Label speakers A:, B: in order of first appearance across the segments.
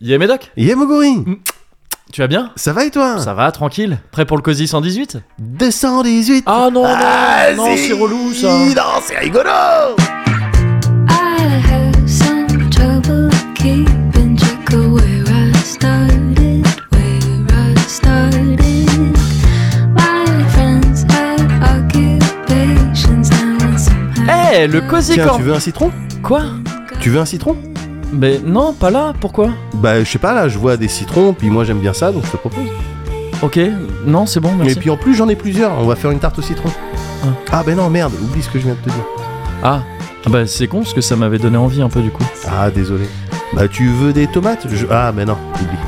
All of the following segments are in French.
A: Yé Médoc,
B: Yemoguri,
A: tu vas bien
B: ça va et toi
A: Ça va, tranquille Prêt pour le COSI 118
B: 218
A: Ah non,
B: Ah,
A: non, non,
B: si.
A: c'est relou ça
B: Non, c'est rigolo
C: I had some trouble keeping track of where I started, where I started. My friends had occupations now and
A: Eh,
C: somehow.
A: le COSI
B: Tiens,
A: Corp-
B: tu veux un citron
A: Quoi
B: Tu veux un citron
A: Mais non, pas là, pourquoi
B: Bah, je sais pas, là, je vois des citrons, puis moi j'aime bien ça, donc je te propose.
A: Ok, non, c'est bon, merci.
B: Et puis en plus, j'en ai plusieurs, on va faire une tarte au citron.
A: Ah.
B: Ah, ben non, merde, oublie ce que je viens de te dire.
A: Ah, bah c'est con, parce que ça m'avait donné envie un peu du coup.
B: Ah, désolé. Bah, tu veux des tomates Je- Ah, ben non, oublie.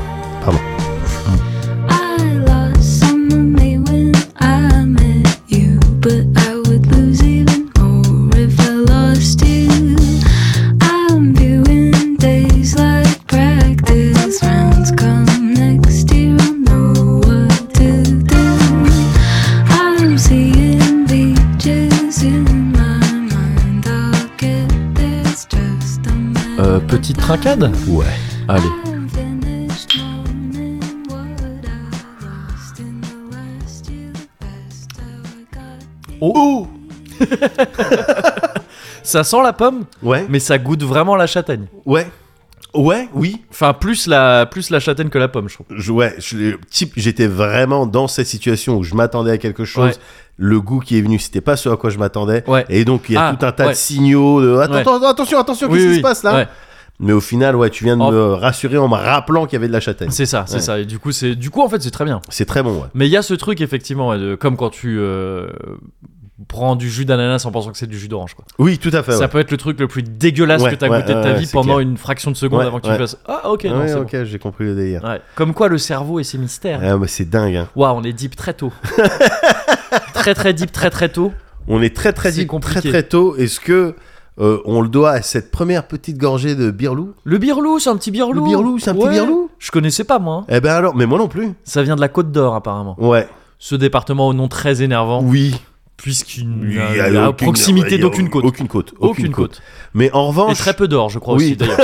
C: I lost some of me when I met you, but I would lose even more if I lost you. I'm viewing days like practice rounds. Come next year, I'll know what to do. I'm seeing beaches in my mind. I'll get this just a matter
A: Euh, petite
C: of time.
A: trincade
B: Ouais.
A: Allez.
B: Oh
A: Ça sent la pomme,
B: Ouais,
A: mais ça goûte vraiment la châtaigne.
B: ouais. Ouais, oui.
A: Enfin, plus la, plus la châtaigne que la pomme, je trouve.
B: Je- ouais, je- le type, j'étais vraiment dans cette situation où je m'attendais à quelque chose.
A: Ouais.
B: Le goût qui est venu, c'était pas ce à quoi je m'attendais.
A: Ouais.
B: Et donc, il y a
A: Ah,
B: tout un tas
A: ouais.
B: de signaux de Attends,
A: Ouais.
B: attends, attention, attention,
A: Oui,
B: qu'est-ce qui
A: oui,
B: se passe là
A: ouais. Oh.
B: Mais au final, ouais, tu viens de
A: En-
B: me rassurer en me rappelant qu'il y avait de la châtaigne.
A: C'est ça, c'est
B: Ouais.
A: ça. Et du coup, c'est du coup en fait, c'est très bien.
B: C'est très bon, ouais.
A: Mais il y a ce truc effectivement, ouais, de- comme quand tu euh, prends du jus d'ananas en pensant que c'est du jus d'orange. quoi.
B: Oui, tout à fait.
A: ça
B: ouais.
A: peut être le truc le plus dégueulasse
B: Ouais,
A: que t'as
B: ouais,
A: goûté de
B: ouais,
A: ta
B: ouais,
A: vie
B: c'est
A: pendant
B: clair.
A: une fraction de seconde
B: Ouais,
A: avant que
B: ouais.
A: tu fasses ah ok non
B: Ouais,
A: c'est
B: ok, j'ai compris le délire.
A: bon. Ouais. Comme quoi le cerveau et ses mystères.
B: Ah, mais c'est dingue, hein.
A: Waouh, on est deep très tôt. très très deep très très tôt.
B: On est très très
A: C'est
B: deep, très
A: compliqué.
B: très tôt. Est-ce que euh, on le doit à cette première petite gorgée de birlou
A: Le birlou, c'est un petit birlou.
B: Le birlou, c'est un petit
A: Ouais.
B: birlou
A: Je connaissais pas moi. hein.
B: Eh ben alors, mais moi non plus.
A: Ça vient de la Côte d'Or apparemment.
B: Ouais.
A: Ce département au nom très énervant
B: Oui.
A: puisqu'il
B: Il y
A: n'a-
B: a
A: il est à
B: aucune-
A: proximité
B: il y a
A: d'aucune côte.
B: Aucune côte.
A: Aucune côte.
B: Mais en
A: Et
B: revanche,
A: très peu d'or, je crois
B: Oui.
A: aussi d'ailleurs.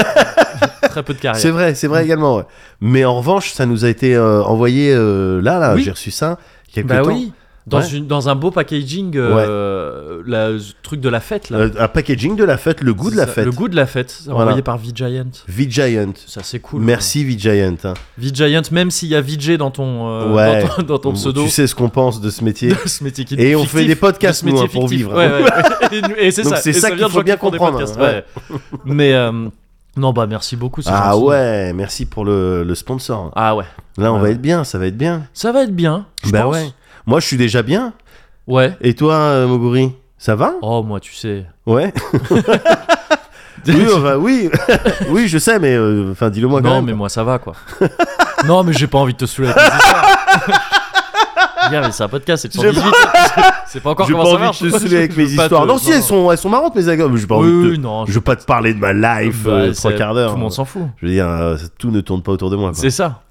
A: très peu de carrière.
B: c'est vrai, c'est vrai également. ouais. Mais en revanche, ça nous a été euh, envoyé euh, là, là.
A: Oui.
B: J'ai reçu ça il y a quelques
A: Bah
B: temps.
A: oui. Dans,
B: Ouais.
A: une, dans un beau packaging, euh, la- le truc de la fête là.
B: Euh, un packaging de la fête, le goût de la
A: Ça-
B: fête.
A: Le goût de la fête,
B: Voilà.
A: envoyé par V-Giant.
B: V-Giant.
A: Ça c'est cool.
B: Merci V-Giant. hein.
A: V-Giant, même s'il y a VJ dans ton, euh,
B: Ouais.
A: dans ton, dans ton pseudo.
B: Tu sais ce qu'on pense de ce métier.
A: de ce métier qui-
B: Et on
A: fictif,
B: fait des podcasts,
A: de ce métier
B: nous, hein, pour
A: fictif.
B: vivre.
A: Ouais, ouais, ouais. Et, et c'est
B: Donc
A: ça.
B: c'est
A: Et
B: ça
A: ça
B: qu'il
A: vient de
B: faut
A: gens
B: bien
A: qui font des
B: comprendre,
A: podcasts,
B: ouais.
A: ouais. Mais euh, non, bah merci beaucoup. c'est
B: Ah
A: gentil.
B: ouais, merci pour le, le sponsor.
A: Ah ouais.
B: Là, on
A: Ouais.
B: va être bien, ça va être bien.
A: Ça va être bien. je
B: bah
A: pense.
B: ouais. Moi, je suis déjà bien.
A: Ouais.
B: Et toi, euh, Moguri, ça va
A: Oh moi, tu sais.
B: Ouais. oui, enfin, oui. oui, je sais, mais euh, enfin, dis-le moi quand
A: Non,
B: même.
A: mais moi ça va quoi. non, mais j'ai pas envie de te saouler avec mes histoires. Gars, mais c'est un podcast, c'est
B: J'ai
A: le 118. C'est pas encore
B: J'ai pas
A: comment ça marche.
B: envie de te saouler avec
A: Je
B: mes
A: veux pas
B: histoires.
A: te-
B: Non, si, elles sont, elles sont marrantes, mes gars. mais J'ai pas
A: Oui,
B: envie de
A: oui,
B: te-
A: non.
B: Je veux pas te parler de ma life
A: Bah,
B: euh,
A: c'est-
B: trois quarts d'heure.
A: Tout le monde s'en fout.
B: Je veux dire, euh, tout ne tourne pas autour de moi. quoi.
A: C'est ça.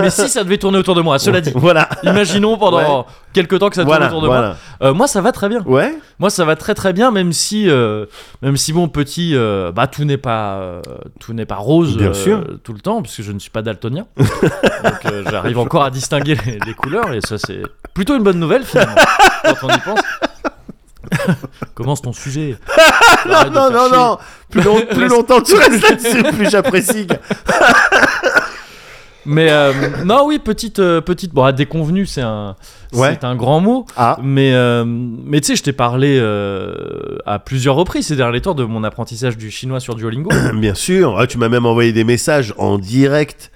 A: mais si ça devait tourner autour de moi, cela dit.
B: Voilà.
A: Imaginons pendant quelques temps que ça tourne
B: voilà.
A: autour de moi.
B: voilà.
A: Euh, moi, ça va très bien.
B: Ouais.
A: Moi, ça va très très bien, même si, euh, même si mon petit, euh, bah tout n'est pas, euh, tout n'est pas rose
B: Bien
A: euh,
B: sûr.
A: tout le temps, puisque je ne suis pas daltonien. Donc euh, j'arrive encore à distinguer les, les couleurs et ça c'est plutôt une bonne nouvelle finalement. quand on y pense. Commence ton sujet. Arrête de
B: Ah,
A: faire
B: non, non,
A: chier.
B: non. Plus, long- plus longtemps tu restes là-dessus, plus j'apprécie. gars.
A: Mais euh, non, oui, petite, euh, petite. Bon, ah, déconvenue, c'est un,
B: Ouais.
A: c'est un grand mot.
B: Ah.
A: Mais, euh, mais tu sais, je t'ai parlé euh, à plusieurs reprises ces derniers temps de mon apprentissage du chinois sur Duolingo.
B: Bien sûr, Ah, tu m'as même envoyé des messages en direct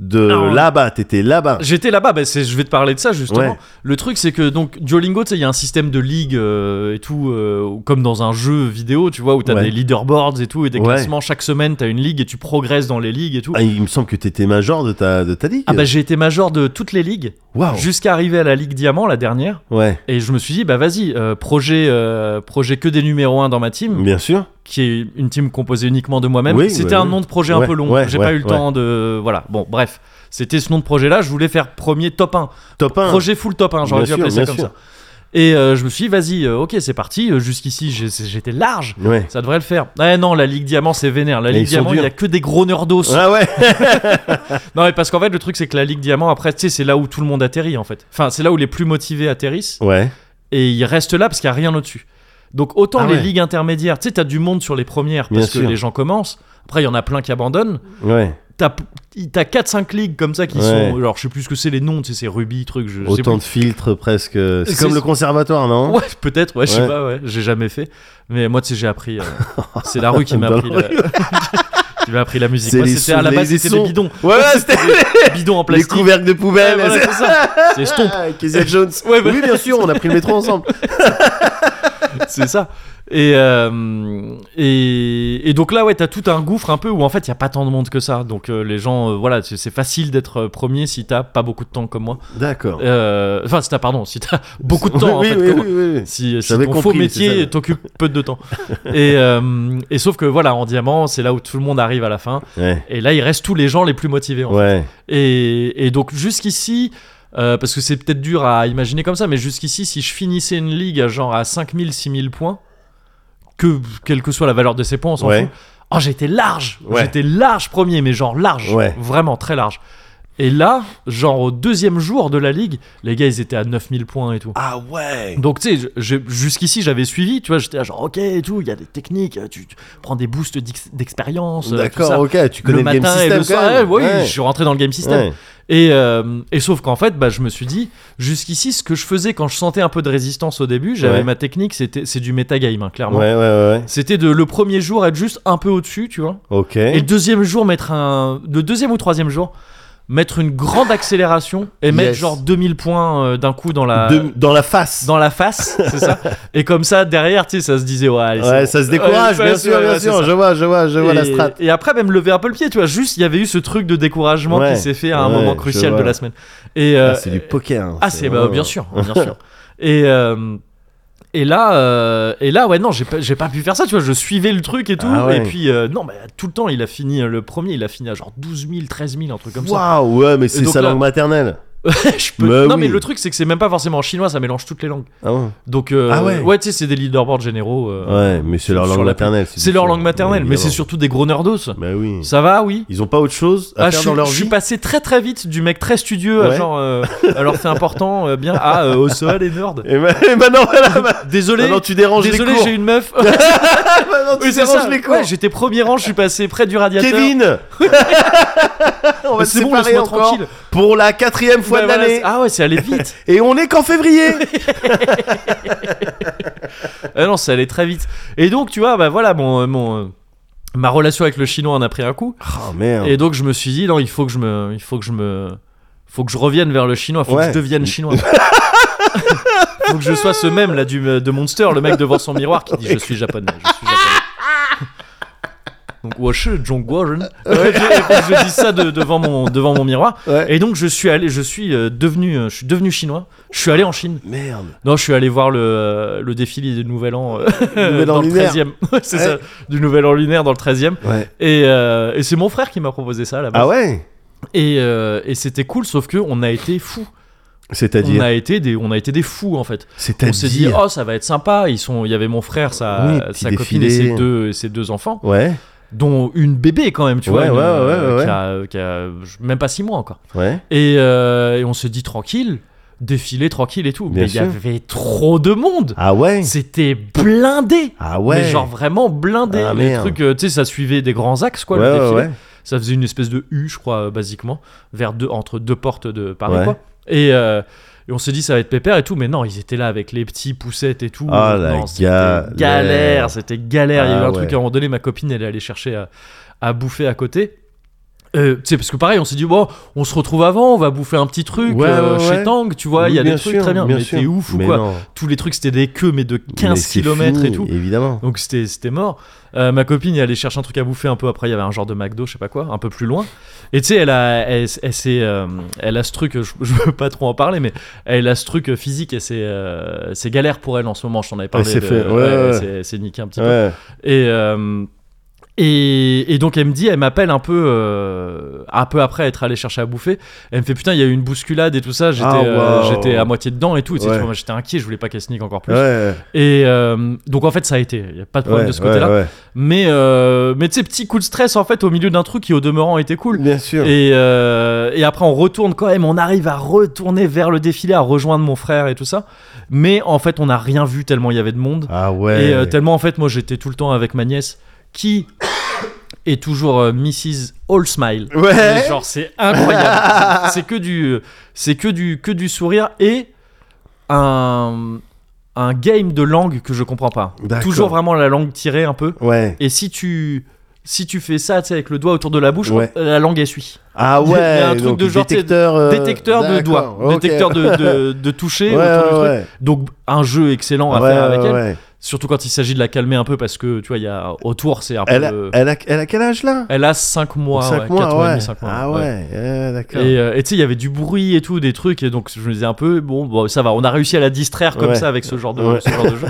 B: de
A: Ah, ouais.
B: là-bas, t'étais là-bas.
A: J'étais là-bas, bah, c'est- je vais te parler de ça justement.
B: Ouais.
A: Le truc, c'est que donc Duolingo, tu sais, il y a un système de ligue euh, et tout, euh, comme dans un jeu vidéo, tu vois, où t'as
B: Ouais.
A: des leaderboards et tout, et des
B: Ouais.
A: classements. Chaque semaine, t'as une ligue et tu progresses dans les ligues et tout.
B: Ah, il me semble que t'étais major de ta, de ta ligue.
A: Ah bah j'ai été major de toutes les ligues
B: Waouh.
A: jusqu'à arriver à la Ligue Diamant, la dernière.
B: Ouais,
A: Et je me suis dit, bah vas-y, euh, projet, euh, projet que des numéros 1 dans ma team,
B: bien sûr.
A: qui est une team composée uniquement de moi-même.
B: Mm. Oui,
A: c'était
B: ouais,
A: un
B: ouais.
A: nom de projet un
B: Ouais,
A: peu long,
B: ouais,
A: j'ai
B: ouais,
A: pas eu le temps de. Voilà, bon, bref. C'était ce nom de projet-là, je voulais faire premier top 1.
B: Top 1.
A: Projet full top 1, j'aurais dû
B: Bien
A: appeler
B: sûr,
A: ça
B: bien
A: comme
B: sûr.
A: ça. Et euh, je me suis dit, vas-y, euh, ok, c'est parti. Euh, Jusqu'ici, j'ai- c'est- j'étais large.
B: Ouais.
A: Ça devrait le faire. Ah non, la Ligue Diamant, c'est vénère. La
B: Mais
A: Ligue
B: ils sont
A: Diamant, il n'y a
B: durs.
A: que des gros nerdos.
B: Ah ouais.
A: Non, mais parce qu'en fait, le truc, c'est que la Ligue Diamant, après, tu sais, c'est là où tout le monde atterrit, en fait. Enfin, c'est là où les plus motivés atterrissent.
B: Ouais.
A: Et ils restent là parce qu'il n'y a rien au-dessus. Donc, autant
B: Ah
A: les
B: ouais.
A: ligues intermédiaires, tu sais, t'as du monde sur les premières parce
B: Bien
A: que
B: sûr.
A: les gens commencent. Après, il y en a plein qui abandonnent.
B: Ouais.
A: T'as t'as 4-5 ligues comme ça qui
B: Ouais.
A: sont. Alors, je sais plus ce que c'est les noms, tu sais, c'est Ruby, truc, je sais
B: Autant
A: plus.
B: de filtres presque. C'est
A: C'est-
B: comme le conservatoire, non
A: Ouais, peut-être, ouais, je sais
B: Hein Ouais.
A: pas, ouais, j'ai jamais fait. Mais moi, tu sais, j'ai appris. euh, c'est la rue qui m'a
B: Dans
A: appris.
B: la
A: la- qui m'a appris la musique.
B: C'est
A: Moi,
B: les
A: c'était à la
B: sons,
A: base,
B: les
A: c'était des
B: sons.
A: bidons.
B: Ouais, ouais, c'était
A: Bidons en
B: les
A: plastique.
B: couvercles de poubelle.
A: Ouais, voilà, c'est ça. C'est estompe.
B: Ah, Kezia Jones.
A: Ouais, bah-
B: Oui, bien sûr, on a pris le métro ensemble.
A: c'est ça. Et, euh, et, et donc là, ouais, t'as tout un gouffre un peu où en fait, il n'y a pas tant de monde que ça. Donc euh, les gens, euh, voilà, c'est c'est facile d'être euh, premier si t'as pas beaucoup de temps comme moi.
B: D'accord.
A: Euh, Enfin, si t'as, pardon, si t'as beaucoup de temps
B: oui,
A: en fait,
B: oui,
A: comme
B: oui, oui, oui.
A: Si, si
B: J'avais
A: ton
B: compris,
A: faux
B: c'est ça.
A: métier t'occupe peu de temps. et, euh, et sauf que voilà, en diamant, c'est là où tout le monde arrive à la fin.
B: Ouais.
A: Et là, il reste tous les gens les plus motivés. en fait.
B: Ouais.
A: Et, et donc jusqu'ici, euh, parce que c'est peut-être dur à imaginer comme ça, mais jusqu'ici, si je finissais une ligue à genre à 5000, 6000 points, que quelle que soit la valeur de ces points, on s'en
B: Ouais.
A: fout. Oh, j'étais large,
B: Ouais.
A: j'étais large premier, mais genre large,
B: Ouais.
A: vraiment très large. Et là, genre au deuxième jour de la ligue, les gars, ils étaient à 9000 points et tout.
B: Ah ouais.
A: Donc tu sais, je- je- jusqu'ici j'avais suivi, tu vois, j'étais là genre ok et tout, il y a des techniques, tu, tu prends des boosts d'ex- d'expérience, euh, tout ça.
B: D'accord, ok, tu
A: le
B: connais le,
A: matin
B: game system
A: et le
B: quand
A: soir,
B: même.
A: ouais, oui,
B: Ouais.
A: je suis rentré dans le game system.
B: Ouais.
A: Et, euh, et sauf qu'en fait, bah, je me suis dit, jusqu'ici, ce que je faisais quand je sentais un peu de résistance au début, j'avais
B: Ouais.
A: ma technique, c'était c'est du metagame, hein, clairement.
B: Ouais, ouais, ouais, ouais.
A: C'était de le premier jour être juste un peu au-dessus, tu vois.
B: Ok.
A: Et le deuxième jour, mettre un. Le deuxième ou troisième jour, mettre une grande accélération et
B: Yes.
A: mettre genre 2000 points euh, d'un coup dans la.
B: De- Dans la face.
A: Dans la face, c'est ça. Et comme ça, derrière, tu sais, ça se disait, ouais, allez, c'est
B: Ouais,
A: bon.
B: ça se
A: Ouais,
B: décourage,
A: ouais,
B: bien
A: ouais,
B: sûr,
A: ouais,
B: bien
A: c'est
B: sûr.
A: ça.
B: Je vois, je vois, je vois la
A: Et-
B: strat.
A: Et après, même lever un peu le pied, tu vois. Juste, il y avait eu ce truc de découragement
B: Ouais.
A: qui s'est fait à un
B: Ouais,
A: moment
B: je
A: crucial
B: vois.
A: de la semaine. Et, euh,
B: Ah, c'est du poker. hein,
A: ah, c'est bah,
B: vraiment-
A: bien sûr, bien sûr. Et euh, et là, euh, et là, ouais, non, j'ai pas, j'ai pas pu faire ça, tu vois. Je suivais le truc et tout,
B: Ah ouais.
A: et puis euh, non, mais tout le temps, il a fini euh, le premier, il a fini à genre 12 000, 13 000, un truc comme ça.
B: Waouh, ouais, mais c'est
A: donc
B: sa
A: là-
B: langue maternelle.
A: Je peux-
B: Bah
A: non,
B: oui.
A: mais le truc, c'est que c'est même pas forcément en chinois, ça mélange toutes les langues.
B: Ah ouais.
A: Donc euh,
B: Ah ouais.
A: tu sais, c'est des leaderboards généraux. euh,
B: Ouais, mais c'est leur
A: sur
B: langue
A: la-
B: maternelle.
A: C'est leur langue
B: différent,
A: maternelle, mais c'est
B: évidemment.
A: surtout des gros nerdos.
B: Bah oui.
A: Ça va, oui.
B: Ils ont pas autre chose à
A: Ah, je,
B: faire
A: suis,
B: dans leur
A: je suis
B: vie.
A: passé très très vite du mec très studieux à
B: Ouais.
A: genre euh, alors c'est important euh, bien à euh, au sol et nerd.
B: Et bah- et maintenant, voilà. bah-
A: Désolé.
B: Maintenant, tu déranges
A: Désolé,
B: les cours.
A: j'ai une meuf.
B: Maintenant, tu
A: Oui, c'est
B: déranges
A: ça.
B: les cours.
A: Ouais, j'étais premier rang, je suis passé près du radiateur.
B: Kevin On va se
A: c'est bon,
B: séparer
A: laisse-moi
B: encore
A: tranquille.
B: pour la quatrième fois
A: Bah
B: de
A: voilà,
B: l'année.
A: c'est- ah ouais, c'est allé vite.
B: Et on est qu'en février
A: ah non, c'est allé très vite. Et donc, tu vois, bah voilà, mon, euh, mon euh, ma relation avec le chinois en a pris un coup.
B: Oh merde.
A: Et donc, je me suis dit non, il faut que je me, il faut que je me, faut que je revienne vers le chinois, faut
B: Ouais.
A: que je devienne chinois. faut que je sois ce même là du, de Monster, le mec devant son miroir qui dit je suis japonais, je suis japonais. Donc, Wash, Zhong Guoren. Je dis ça de- devant, mon, devant mon miroir.
B: Ouais.
A: Et donc je suis allé, je suis euh, devenu, euh, je suis devenu chinois. Je suis allé en Chine.
B: Merde.
A: Non, je suis allé voir le, euh, le défilé du Nouvel An, euh,
B: Nouvel
A: dans
B: An
A: le
B: lunaire.
A: 13e. Ouais, c'est
B: Ouais.
A: ça, du Nouvel An lunaire dans le 13e.
B: Ouais.
A: Et, euh, et c'est mon frère qui m'a proposé ça là-bas.
B: Ah ouais
A: Et, euh, et c'était cool, sauf que on a été fous. On
B: C'est-à-dire
A: a été des, on a été des fous en fait. On s'est dit
B: C'est-à-dire
A: oh ça va être sympa. Ils sont, il y avait mon frère, sa,
B: Oui, petit
A: sa copine et ses
B: défilé.
A: deux, et ses deux enfants,
B: Ouais,
A: dont une bébé quand même, tu
B: Ouais,
A: vois, une,
B: ouais, ouais,
A: euh,
B: ouais,
A: qui
B: ouais.
A: a- euh, qui a même pas six mois encore.
B: ouais.
A: Et, euh, et on se dit tranquille, défilé tranquille et tout.
B: Bien
A: mais il y
B: sûr.
A: avait trop de monde.
B: Ah ouais
A: C'était blindé.
B: Ah ouais
A: Mais genre vraiment blindé.
B: Ah,
A: le
B: merde.
A: truc, euh, tu sais, ça suivait des grands axes, quoi,
B: Ouais,
A: le
B: ouais,
A: défilé.
B: ouais.
A: Ça faisait une espèce de U, je crois, euh, basiquement, vers deux, entre deux portes de Paris,
B: Ouais.
A: quoi. Et, euh, et on s'est dit, ça va être pépère et tout. Mais non, ils étaient là avec les petits poussettes et tout.
B: Ah, la
A: Non, c'était
B: galère.
A: galère. C'était galère. Il y
B: Ah,
A: avait un
B: ouais.
A: truc à un moment donné, ma copine, elle est allée chercher à, à bouffer à côté. Euh, tu sais, parce que pareil, on s'est dit, bon, on se retrouve avant, on va bouffer un petit truc
B: Ouais,
A: euh,
B: ouais,
A: chez
B: ouais.
A: Tang, tu vois, il y a
B: Oui,
A: des
B: bien
A: trucs
B: sûr,
A: très bien, mais
B: sûr.
A: t'es ouf ou
B: Mais
A: quoi
B: non.
A: Tous les trucs, c'était des queues, mais de
B: Mais
A: 15
B: c'est
A: km et
B: fini,
A: tout.
B: Évidemment.
A: Donc c'était c'était mort. Euh, ma copine est allée chercher un truc à bouffer un peu après. Il y avait un genre de McDo, je sais pas quoi, un peu plus loin. Et tu sais, elle a, elle, elle s'est, euh, elle a ce truc. Je, je veux pas trop en parler, mais elle a ce truc physique et c'est, euh, c'est galère pour elle en ce moment. Je t'en avais parlé.
B: s'est
A: de-
B: fait- ouais,
A: ouais,
B: ouais.
A: C'est, c'est niqué un petit peu.
B: Ouais.
A: Et, euh, Et, et donc elle me dit, elle m'appelle un peu, euh, un peu après être allé chercher à bouffer. Elle me fait putain, il y a eu une bousculade et tout ça. J'étais,
B: Ah,
A: euh,
B: waouh.
A: j'étais à moitié dedans et tout. tu sais,
B: Ouais.
A: tu vois, moi, j'étais inquiet, je voulais pas qu'elle se nique encore plus.
B: Ouais,
A: Et euh, donc en fait ça a été, il y a pas de problème
B: ouais,
A: de ce côté-là.
B: ouais,
A: Mais euh, mais tu sais petit coup de stress en fait au milieu d'un truc qui au demeurant était
B: ouais.
A: cool.
B: Bien sûr.
A: Et, euh, et après, on retourne quand même, on arrive à retourner vers le défilé, à rejoindre mon frère et tout ça. Mais en fait, on n'a rien vu tellement il y avait de monde.
B: Ah ouais.
A: Et euh, tellement, en fait, moi, j'étais tout le temps avec ma nièce qui est toujours euh, Mrs. All Smile.
B: Ouais.
A: Mais genre, c'est incroyable. c'est que du, c'est que du, que du sourire et un, un game de langue que je comprends pas.
B: D'accord.
A: Toujours vraiment la langue tirée un peu.
B: Ouais.
A: Et si tu, si tu fais ça, tu sais, avec le doigt autour de la bouche,
B: Ouais.
A: la langue essuie
B: Ah
A: Il y
B: ouais.
A: a- il y a un truc
B: donc
A: de genre,
B: détecteur, euh,
A: détecteur de doigts,
B: d'accord, ok.
A: détecteur de, de, de toucher.
B: Ouais,
A: autour du
B: ouais,
A: truc.
B: ouais.
A: Donc un jeu excellent à
B: Ouais,
A: faire avec
B: ouais,
A: elle,
B: ouais.
A: surtout quand il s'agit de la calmer un peu parce que tu vois, il y a autour, c'est un peu.
B: Elle a,
A: le-
B: elle, a, elle a quel âge là
A: elle a 5 mois, 4
B: Cinq mois,
A: mois et
B: ouais.
A: demi, 5 mois.
B: ah
A: ouais.
B: ouais, euh, d'accord.
A: Et euh, et tu sais, il y avait du bruit et tout, des trucs, et donc je me disais un peu, bon, bon, ça va, on a réussi à la distraire comme
B: Ouais.
A: ça avec ce genre de,
B: Ouais.
A: ce genre de jeu.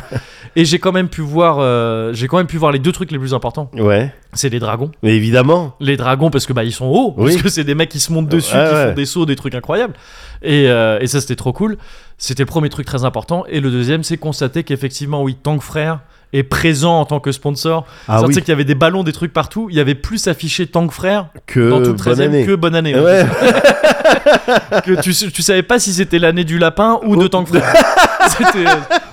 A: Et j'ai quand même pu voir, euh, j'ai quand même pu voir les deux trucs les plus importants,
B: Ouais,
A: c'est les dragons.
B: mais évidemment.
A: les dragons parce que bah ils sont hauts
B: Oui.
A: parce que c'est des mecs qui se montent dessus
B: Ouais,
A: qui
B: ouais.
A: font des sauts des trucs incroyables et, euh, et ça c'était trop cool c'était le premier truc très important et le deuxième c'est constater qu'effectivement oui Tank Frère est présent en tant que sponsor
B: Ah
A: C'est-à-dire,
B: oui,
A: tu sais qu'il y avait des ballons des trucs partout il y avait plus affiché Tank Frère
B: que
A: dans tout le
B: bonne
A: 13 e
B: année.
A: que bonne année ouais.
B: Ouais,
A: que tu, tu savais pas si c'était l'année du lapin ou de Tank Frère C'était, euh,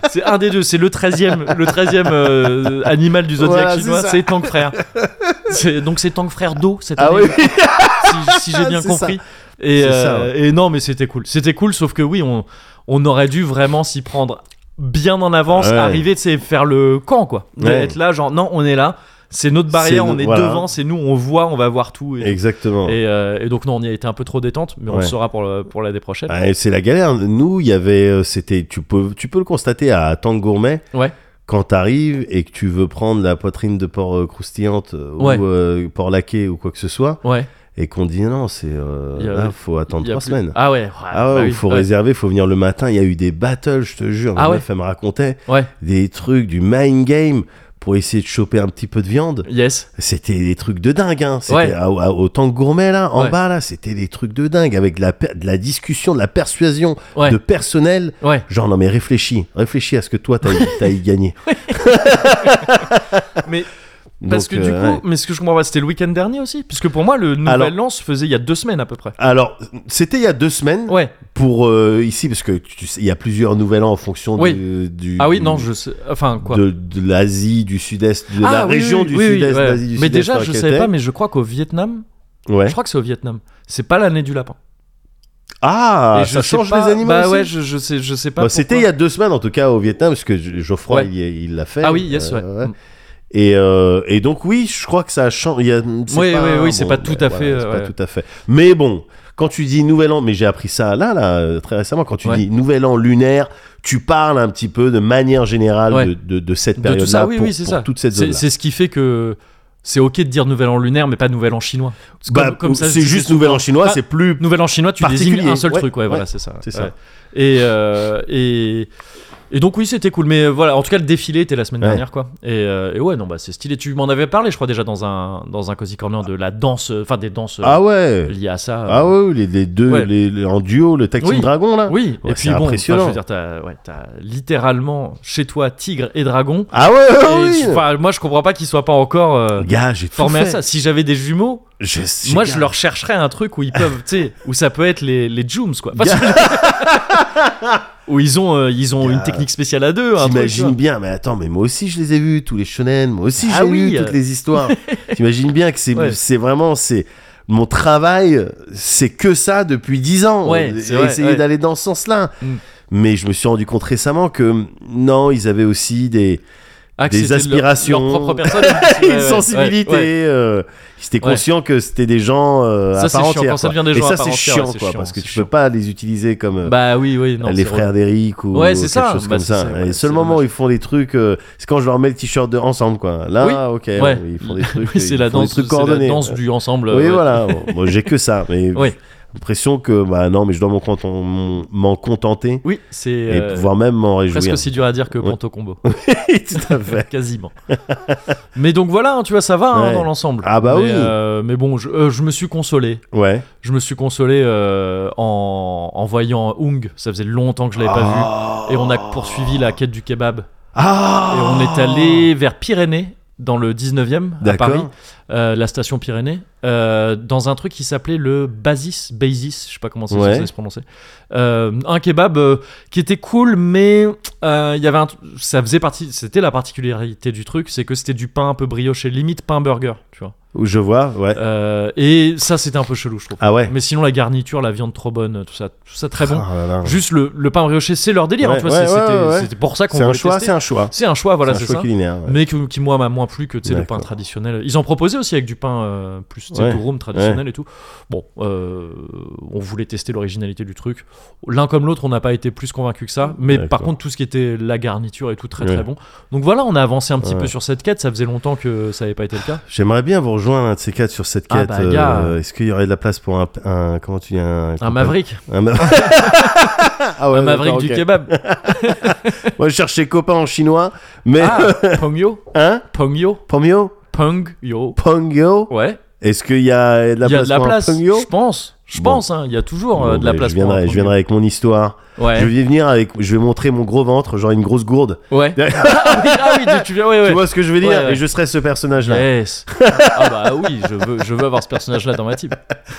A: c'est un des deux c'est le 13 e le 13 e animal du zodiaque
B: Voilà, c'est
A: chinois
B: ça.
A: c'est Tank Frère C'est- donc c'est Tank Frère d'eau cette
B: ah
A: année
B: oui, Ah,
A: si, si j'ai bien
B: C'est
A: compris. Et,
B: C'est
A: euh,
B: ça, ouais.
A: et non, mais c'était cool. C'était cool, sauf que oui, on, on aurait dû vraiment s'y prendre bien en avance,
B: Ouais.
A: arriver, tu sais, faire le camp, quoi. De
B: Ouais.
A: Être là, genre, non, on est là, c'est notre barrière,
B: C'est
A: on
B: nous-
A: est
B: voilà.
A: devant, c'est nous, on voit, on va voir tout. Et,
B: exactement.
A: et, euh, et donc, non, on y a été un peu trop détente, mais on
B: Ouais.
A: le saura pour, le- pour l'année prochaine.
B: Ah, et c'est la galère. Nous, il y avait, euh, c'était, tu peux, tu peux le constater à Tang Gourmet.
A: Ouais.
B: Quand t'arrives et que tu veux prendre la poitrine de porc euh, croustillante euh,
A: Ouais.
B: ou euh, porc laqué ou quoi que ce soit,
A: Ouais.
B: et qu'on dit non, c'est, euh,
A: Il y a-
B: là, faut attendre
A: Il y a
B: Ah, trois
A: plus-
B: semaines.
A: Ah ouais.
B: Ah ouais,
A: bah oui,
B: faut
A: ouais.
B: réserver, faut venir le matin. Il y a eu des battles, je te jure.
A: Ah
B: La
A: ouais.
B: meuf, elle me racontait
A: Ouais.
B: des trucs, du mind game pour essayer de choper un petit peu de viande.
A: Yes.
B: C'était des trucs de dingue. Hein. C'était
A: Ouais.
B: à- à- au temps de gourmet, là, en
A: Ouais.
B: bas, là, c'était des trucs de dingue avec de la, per- de la discussion, de la persuasion
A: Ouais.
B: de personnel.
A: Ouais.
B: Genre, non, mais réfléchis, réfléchis à ce que toi, t'as t'as y gagné.
A: Mais parce
B: Donc,
A: que du coup,
B: euh, ouais.
A: mais ce que je comprends pas, c'était le week-end dernier aussi, puisque pour moi, le nouvel
B: Alors-
A: an se faisait il y a deux semaines à peu près.
B: Alors, c'était il y a deux semaines
A: Ouais.
B: pour euh, ici, parce que tu sais, il y a plusieurs nouvel an en fonction
A: Oui.
B: du, du-
A: Ah oui, non, je sais. Enfin, quoi.
B: de, de l'Asie, du Sud-Est, de
A: Ah,
B: la
A: oui,
B: région
A: oui,
B: du
A: oui, oui,
B: Sud-Est,
A: ouais.
B: d'Asie du
A: Mais
B: Sud-Est.
A: déjà,
B: dans
A: je
B: laquelle
A: savais pas,
B: t'es.
A: mais je crois qu'au Vietnam,
B: Ouais.
A: je crois que c'est au Vietnam, c'est pas l'année du lapin.
B: Ah,
A: Et je
B: ça
A: sais
B: change
A: pas-
B: les animaux
A: Bah
B: aussi
A: ouais, je, je sais, je sais pas.
B: Bah, C'était il y
A: pourquoi.
B: a deux semaines en tout cas au Vietnam parce que Jo- Geoffroy
A: Ouais.
B: il, il l'a fait.
A: Ah oui, yes,
B: Euh,
A: ouais.
B: ouais. Et, euh, et donc oui, je crois que ça change. Oui,
A: Oui, oui, oui, c'est pas tout à fait,
B: c'est
A: euh,
B: pas
A: ouais.
B: tout à fait. Mais bon, quand tu dis Nouvel An, mais j'ai appris ça là, là, euh, très récemment. Quand tu
A: Ouais.
B: dis Nouvel An lunaire, tu parles un petit peu de manière générale
A: Ouais.
B: de, de, de cette
A: De tout
B: période-là
A: ça, oui,
B: pour,
A: oui, c'est
B: pour
A: ça.
B: toute cette
A: C'est
B: zone-là.
A: c'est ce qui fait que c'est ok de dire nouvel an lunaire, mais pas nouvel an chinois. Parce que
B: Bah,
A: comme- comme ça,
B: c'est
A: je
B: juste
A: dis
B: Nouvel An
A: souvent,
B: chinois,
A: ah,
B: c'est plus.
A: Nouvel an chinois, tu désignes
B: Particulier,
A: un seul
B: ouais,
A: truc, ouais,
B: ouais,
A: voilà, c'est ça.
B: c'est ça.
A: ouais. Et, euh, et, et donc, oui, c'était cool. Mais euh, voilà, en tout cas, le défilé était la semaine
B: Ouais.
A: dernière, quoi. Et, euh, et ouais, non, bah, c'est stylé. Tu m'en avais parlé, je crois, déjà dans un, dans un Cozy Corner de la danse, enfin, des danses
B: Ah ouais.
A: liées à ça.
B: Ah
A: euh,
B: ouais, les, les deux,
A: Ouais.
B: les, les- en duo, le Tag Team
A: Oui.
B: Dragon là.
A: Oui,
B: Ouais,
A: et puis
B: c'est
A: bon,
B: impressionnant.
A: enfin, je veux dire, t'as ouais, t'as littéralement chez toi tigre et dragon.
B: Ah ouais, ouais,
A: Et
B: oui.
A: je- enfin, moi, je comprends pas qu'ils soient pas encore euh,
B: Gars, j'ai tout
A: formés à
B: fait.
A: ça. Si j'avais des jumeaux,
B: Je- j'ai
A: moi,
B: gar-
A: je leur chercherais un truc où ils peuvent, tu sais, où ça peut être les, les Jooms, quoi. Enfin, où ils ont, euh, ils ont une
B: Gars,
A: technique spéciale à deux. un truc, tu vois.
B: T'imagines bien, mais attends, mais moi aussi je les ai vus, tous les shonen, moi aussi
A: Ah
B: j'ai
A: oui,
B: lu
A: euh.
B: toutes les histoires. T'imagines bien que c'est
A: Ouais.
B: c'est vraiment, c'est mon travail, c'est que ça depuis 10 ans.
A: Ouais, c'est vrai,
B: essayer
A: ouais.
B: d'aller dans ce sens-là.
A: Mm.
B: Mais je me suis rendu compte récemment que non, ils avaient aussi des,
A: Ah, que
B: des
A: c'était leur-
B: aspirations.
A: Leur, propre personne.
B: une
A: Ouais, ouais,
B: sensibilité.
A: ouais, ouais.
B: euh, ils étaient
A: Ouais.
B: conscients que c'était des gens euh,
A: Ça,
B: à
A: c'est
B: part
A: chiant,
B: entière.
A: quand ça
B: quoi.
A: devient des
B: Et
A: gens à
B: ça,
A: part
B: c'est
A: entière,
B: chiant,
A: ouais, c'est
B: quoi,
A: chiant,
B: parce que
A: c'est
B: tu
A: chiant.
B: peux pas les utiliser comme. euh,
A: Bah oui, oui, non.
B: les
A: c'est-
B: frères d'Eric ou
A: Ouais,
B: ou
A: c'est
B: quelque
A: ça.
B: chose
A: Bah,
B: comme
A: c'est-
B: ça.
A: c'est-
B: et
A: ouais,
B: le seul
A: c'est
B: moment où
A: dommage.
B: ils font des trucs, euh, c'est quand je leur mets le t-shirt de ensemble quoi. Là, ok,
A: Ouais.
B: ils font des trucs,
A: Oui, c'est
B: ils
A: la
B: font des
A: danse,
B: trucs
A: c'est la
B: coordonnés.
A: danse du ensemble.
B: oui,
A: ouais.
B: voilà. Bon, moi j'ai que ça, mais
A: Ouais.
B: l'impression que bah non, mais je dois m'en conten- m'en- m'en contenter
A: Oui, c'est
B: et
A: euh,
B: pouvoir même m'en réjouir.
A: presque aussi dur à dire que
B: Ouais.
A: Panto Combo.
B: Tout à fait.
A: Quasiment. mais donc voilà, hein, tu vois, ça va hein,
B: Ouais.
A: dans l'ensemble.
B: Ah bah
A: Mais,
B: oui.
A: euh, mais bon, je, euh, je me suis consolé.
B: Ouais.
A: Je me suis consolé euh, en, en voyant Hung. Ça faisait longtemps que je l'avais pas vu. Et on a poursuivi la quête du kebab.
B: Ah
A: Et on est allé vers Pyrénées, dans le 19e, à
B: D'accord.
A: Paris, euh, la station Pyrénées, euh, dans un truc qui s'appelait le Basis, Basis, je sais pas comment ça
B: Ouais.
A: ça se prononçait. Euh, un kebab euh, qui était cool, mais euh, il y avait un, tr- ça faisait partie, c'était la particularité du truc, c'est que c'était du pain un peu brioché, limite pain burger, tu vois.
B: Je vois, ouais.
A: Euh, et ça, c'était un peu chelou, je trouve.
B: Ah ouais.
A: Mais sinon, la garniture, la viande trop bonne, tout ça, tout ça très bon.
B: Ah là là.
A: Juste le, le pain brioché, c'est leur délire,
B: Ouais,
A: hein, tu vois,
B: ouais,
A: c'est-
B: ouais,
A: c'était
B: ouais, ouais.
A: c'était pour ça qu'on
B: C'est un
A: voulait
B: choix,
A: tester.
B: c'est un choix.
A: C'est un choix, voilà,
B: C'est un
A: c'est
B: choix
A: ça.
B: culinaire. ouais.
A: Mais que- qui, moi, m'a moins plu que tu sais, le pain
B: D'accord.
A: traditionnel. Ils en proposaient aussi avec du pain euh, plus tu sais,
B: Ouais,
A: du room traditionnel et tout. Bon, euh, on voulait tester l'originalité du truc. L'un comme l'autre, on n'a pas été plus convaincu que ça. Mais par
B: D'accord.
A: contre, tout ce qui était la garniture et tout, très
B: Ouais.
A: très bon. Donc voilà, on a avancé un petit
B: Ouais.
A: peu sur cette quête. Ça faisait longtemps que ça n'avait pas été le cas.
B: J'aimerais bien vous rejoindre un de ces quatre sur cette
A: Ah
B: quête. euh,
A: bah, gars.
B: Est-ce qu'il y aurait de la place pour un, un- comment tu dis un,
A: Un Maverick,
B: un, ma- Ah ouais,
A: un Maverick
B: d'accord,
A: du
B: ok.
A: kebab.
B: Moi je cherchais copain en chinois, mais
A: Ah, Pongyo,
B: hein
A: Pongyo,
B: Pongyo
A: Pongyo.
B: Pongyo
A: Ouais,
B: Est-ce qu'il y a de la
A: il y a
B: place
A: de la
B: pour
A: place.
B: un Pongyo
A: Je pense, je
B: Bon.
A: pense, hein, il y a toujours euh,
B: Bon,
A: de la
B: bah,
A: place
B: je viendrai,
A: pour un
B: je viendrai avec mon histoire.
A: Pongyo. Ouais,
B: Je vais venir avec, je vais montrer mon gros ventre, genre une grosse gourde.
A: ouais. ah oui, ah oui, tu viens, ouais, ouais.
B: Tu vois ce que je veux dire
A: Ouais, ouais.
B: Et je serai ce personnage-là,
A: Yes. ah bah oui, je veux, je veux avoir ce personnage-là dans ma team.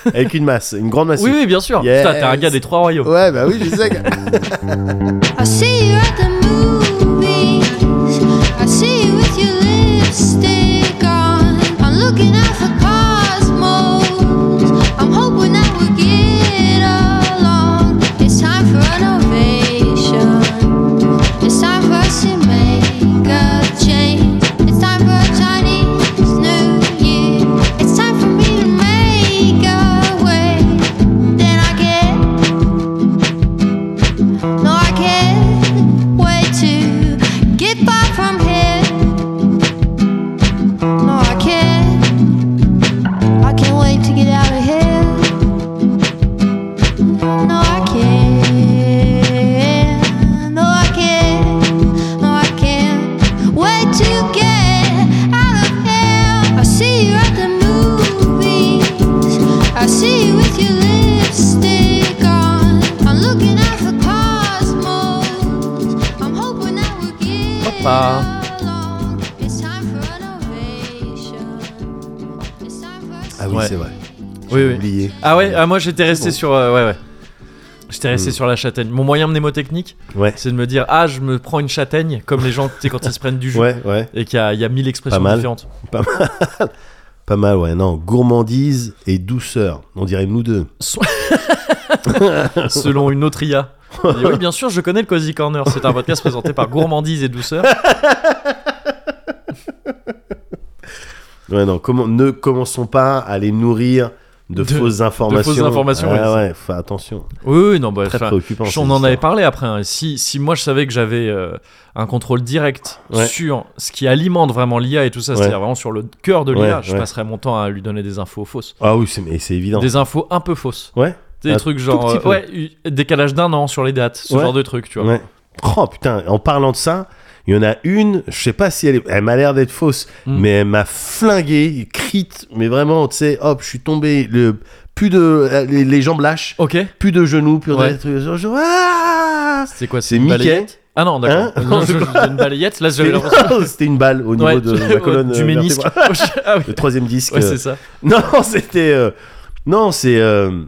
B: avec une masse, une grande masse.
A: Oui, oui, bien sûr.
B: Ah, Yes.
A: Putain, t'es un gars des trois royaumes.
B: Ouais, bah oui, je sais. que-
C: I see you at the movies. I see you with your lipstick on. I'm looking out for cosmos. I'm hoping that we'll get along. It's time for an ovation. It's time for us to make a change. It's time for a Chinese New Year. It's time for me to make a way. Then I get. No, I can't wait to get far from here. No, I can't. I can't wait to get out of here. No, I can't. No, I can't. No, I can't wait to get out of here. I see you at the movies. I see you with your lipstick on. I'm looking out for cosmos. I'm hoping that we'll get
A: Hoppa.
C: along. It's time for an ovation. It's time for us
B: Ah oui,
A: Ouais.
B: c'est vrai.
A: Oui, oui.
B: Oublié.
A: Ah ouais, ah, moi j'étais resté
B: Bon. Hmm.
A: sur. euh, ouais, ouais. J'étais resté sur la châtaigne. Mon moyen mnémotechnique,
B: Ouais,
A: c'est de me dire Ah, je me prends une châtaigne, comme les gens, tu sais, quand ils se prennent du jus.
B: ouais, ouais.
A: Et qu'il y a, il y a mille expressions
B: Pas mal.
A: différentes.
B: Pas mal, ouais. Non, gourmandise et douceur. On dirait nous deux.
A: Selon une autre IA. Il dit, oui, bien sûr, je connais le Cozy Corner. C'est un podcast présenté par Gourmandise et Douceur.
B: Ouais, non. comment- ne commençons pas à les nourrir de,
A: De-
B: fausses informations.
A: fausses informations,
B: Ouais,
A: ouais.
B: ouais. Fais attention.
A: Oui, oui, non, bah,
B: Très
A: enfin,
B: préoccupant.
A: on
B: ces
A: en avait
B: histoires.
A: parlé après. hein. Si, si moi je savais que j'avais euh, un contrôle direct
B: Ouais.
A: sur ce qui alimente vraiment l'IA et tout ça,
B: Ouais.
A: c'est-à-dire vraiment sur le cœur de l'IA,
B: Ouais,
A: je
B: ouais.
A: passerais mon temps à lui donner des infos fausses.
B: Ah oui, c'est, mais c'est évident.
A: Des infos un peu fausses.
B: Ouais.
A: Des
B: Un
A: trucs
B: tout
A: genre.
B: petit
A: euh,
B: peu.
A: ouais, eu- décalage d'un an sur les dates, ce
B: Ouais.
A: genre de trucs, tu vois.
B: Ouais. Oh putain, en parlant de ça, il y en a une, je sais pas si elle est- elle m'a l'air d'être fausse,
A: Mm.
B: mais elle m'a flingué, crite, mais vraiment, tu sais, hop, je suis tombé, le, plus de, euh, les, les jambes lâches,
A: Ok.
B: plus de genoux, plus
A: Ouais.
B: de trucs, genre, je- ah
A: C'est quoi
B: C'est
A: une
B: Mickey.
A: balayette Ah non, d'accord.
B: Hein
A: Non, je- je- une balayette, là j'avais l'impression.
B: C'était une balle au niveau
A: Ouais,
B: de la colonne
A: du
B: euh,
A: ménisque.
B: vertébrale.
A: ah oui.
B: Le troisième disque.
A: Ouais,
B: euh,
A: c'est ça.
B: Non, c'était, euh, non, c'est euh,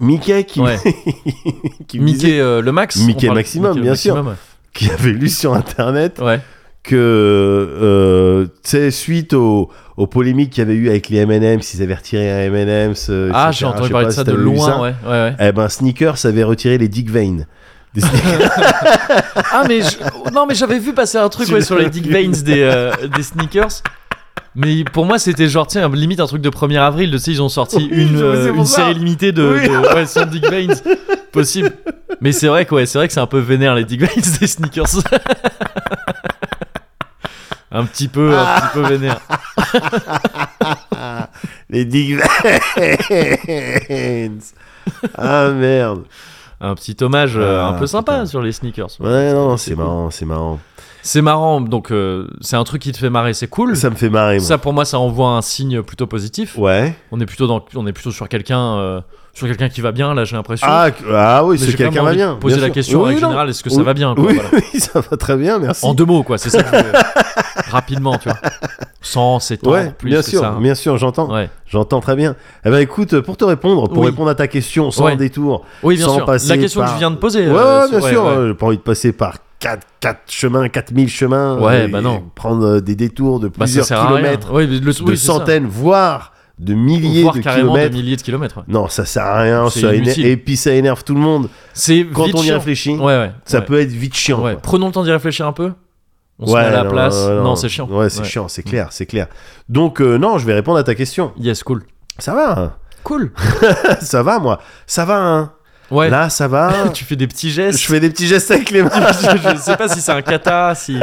B: Mickey qui,
A: Ouais.
B: qui me disait-
A: Mickey euh, le max. on
B: Mickey
A: parle-
B: Maximum,
A: Mickey
B: bien sûr.
A: Maximum,
B: qui avait lu sur internet
A: Ouais. Ouais.
B: que euh, tu sais suite au- aux polémiques qu'il y avait eu avec les M&M's ils avaient retiré un M&M's euh,
A: Ah,
B: etc.
A: j'ai
B: Je
A: entendu
B: sais
A: parler
B: pas
A: de
B: si
A: ça de
B: t'avais lu
A: loin, ouais. Ouais, ouais.
B: eh ben Sneakers avait retiré les Dick Vein Des sneakers.
A: Ah mais je- non mais j'avais vu passer un truc
B: Tu
A: ouais,
B: l'as
A: sur les Dick
B: vu.
A: Veins des, euh, des sneakers. Mais pour moi c'était genre tiens limite un truc de 1er avril de tu sais ils ont sorti
B: Oui,
A: une,
B: je-
A: euh,
B: c'est pour
A: une
B: ça.
A: série limitée de,
B: Oui.
A: de- ouais, sans Dick Veins possible. Mais c'est vrai que ouais, c'est vrai que c'est un peu vénère les Dick Veins des sneakers. Ah. un petit peu un petit peu vénère.
B: Les Dick Vans. Ah merde.
A: Un petit hommage euh,
B: Ah,
A: un peu sympa
B: putain.
A: sur les sneakers.
B: Ouais, non,
A: C'est
B: c'est
A: cool.
B: marrant, c'est marrant.
A: C'est marrant, donc euh, c'est un truc qui te fait marrer, c'est cool.
B: Ça me fait marrer. Moi.
A: Ça pour moi ça envoie un signe plutôt positif.
B: Ouais.
A: On est plutôt dans on est plutôt sur quelqu'un euh, sur quelqu'un qui va bien là, j'ai l'impression.
B: Ah, que- ah oui,
A: Mais
B: c'est
A: j'ai quand même
B: quelqu'un va
A: envie de
B: bien.
A: Poser
B: bien
A: la
B: sûr.
A: question
B: Oui,
A: en
B: oui, non.
A: général, est-ce que ça
B: Oui,
A: va bien quoi,
B: oui,
A: voilà.
B: oui, ça va très bien, merci.
A: En deux mots quoi, c'est ça que je voulais- rapidement, tu vois. Sans s'étendre
B: ouais,
A: plus
B: bien
A: que
B: sûr,
A: ça. hein.
B: bien sûr, j'entends,
A: Ouais.
B: j'entends très bien. Eh ben écoute, pour te répondre, pour
A: Oui.
B: répondre à ta question sans
A: Ouais.
B: détour,
A: Oui, bien
B: sans
A: sûr.
B: passer
A: La question que
B: par-
A: je viens de poser.
B: ouais,
A: euh,
B: bien
A: sur- ouais,
B: sûr,
A: ouais.
B: euh, j'ai pas envie de passer par 4, chemins, 4000 chemins,
A: Ouais,
B: et
A: bah non.
B: prendre euh, des détours de
A: Bah, ça
B: plusieurs
A: sert à rien.
B: kilomètres,
A: Ouais, mais le-
B: de
A: oui, c'est ça.
B: centaines, voire de milliers
A: voire
B: de
A: carrément
B: kilomètres.
A: des milliers de kilomètres. ouais.
B: Non, ça sert à rien,
A: C'est
B: ça éner-
A: inutile.
B: et puis ça énerve tout le monde.
A: C'est
B: Quand
A: vite
B: on y
A: chiant.
B: réfléchit,
A: Ouais, ouais.
B: ça
A: ouais.
B: peut être vite chiant.
A: Ouais.
B: quoi.
A: Prenons le temps d'y réfléchir un peu. On se
B: Ouais,
A: met à la
B: non,
A: place.
B: ouais,
A: Non, c'est chiant. Mm.
B: Ouais, c'est chiant, c'est clair, c'est clair. Donc euh, non, je vais répondre à ta question.
A: Yes, cool.
B: Ça va, hein.
A: Cool.
B: ça va moi, ça va. Hein.
A: Ouais.
B: Là, ça va. hein
A: tu fais des petits gestes.
B: je fais des petits gestes avec les mains.
A: je, je sais pas si c'est un kata, si.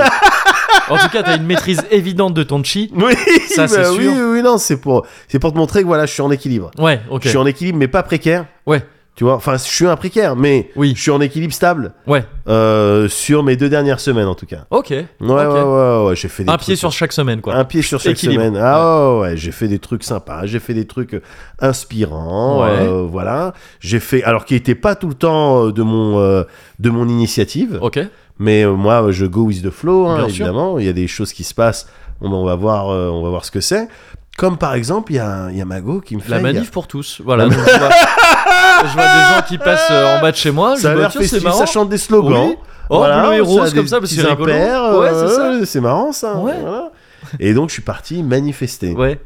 A: En tout cas, t'as une maîtrise évidente de ton chi.
B: Oui,
A: Ça, c'est
B: bah
A: sûr.
B: oui, oui, non, c'est pour, c'est pour te montrer que voilà, je suis en équilibre.
A: Ouais, ok.
B: Je suis en équilibre, mais pas précaire.
A: Ouais.
B: Tu vois, enfin, je suis un précaire, mais
A: Oui.
B: je suis en équilibre stable
A: Ouais,
B: euh, sur mes deux dernières semaines en tout cas.
A: ok.
B: Ouais,
A: Ok.
B: ouais, ouais, ouais, j'ai fait des
A: Un
B: trucs- Ah
A: pied sur chaque semaine, quoi.
B: Un pied sur chaque
A: Équilibre.
B: semaine. Ah ouais, ouais, j'ai fait des trucs sympas, j'ai fait des trucs euh, inspirants,
A: Ouais.
B: euh, voilà. J'ai fait, alors qui n'étaient pas tout le temps euh, de mon euh, de mon initiative,
A: Ok.
B: mais euh, moi je go with the flow hein,
A: Bien sûr.
B: évidemment. Il y a des choses qui se passent, on, on va voir, euh, on va voir ce que c'est. Comme par exemple, il y a un- il y a Mago qui me fait
A: La
B: il y a-
A: manif pour tous. Voilà. donc je, vois, je vois des gens qui passent euh, en bas de chez moi.
B: Ça a
A: je me
B: l'air
A: dis, tiens,
B: festif,
A: c'est marrant.
B: ça chante des slogans.
A: Oui. Oh, bleu et
B: a
A: rose
B: des
A: comme ça, parce que
B: petits
A: c'est rigolo.
B: impairs,
A: Ouais, c'est ça.
B: euh, c'est marrant ça.
A: Ouais.
B: voilà. Et donc je suis parti manifester.
A: Ouais.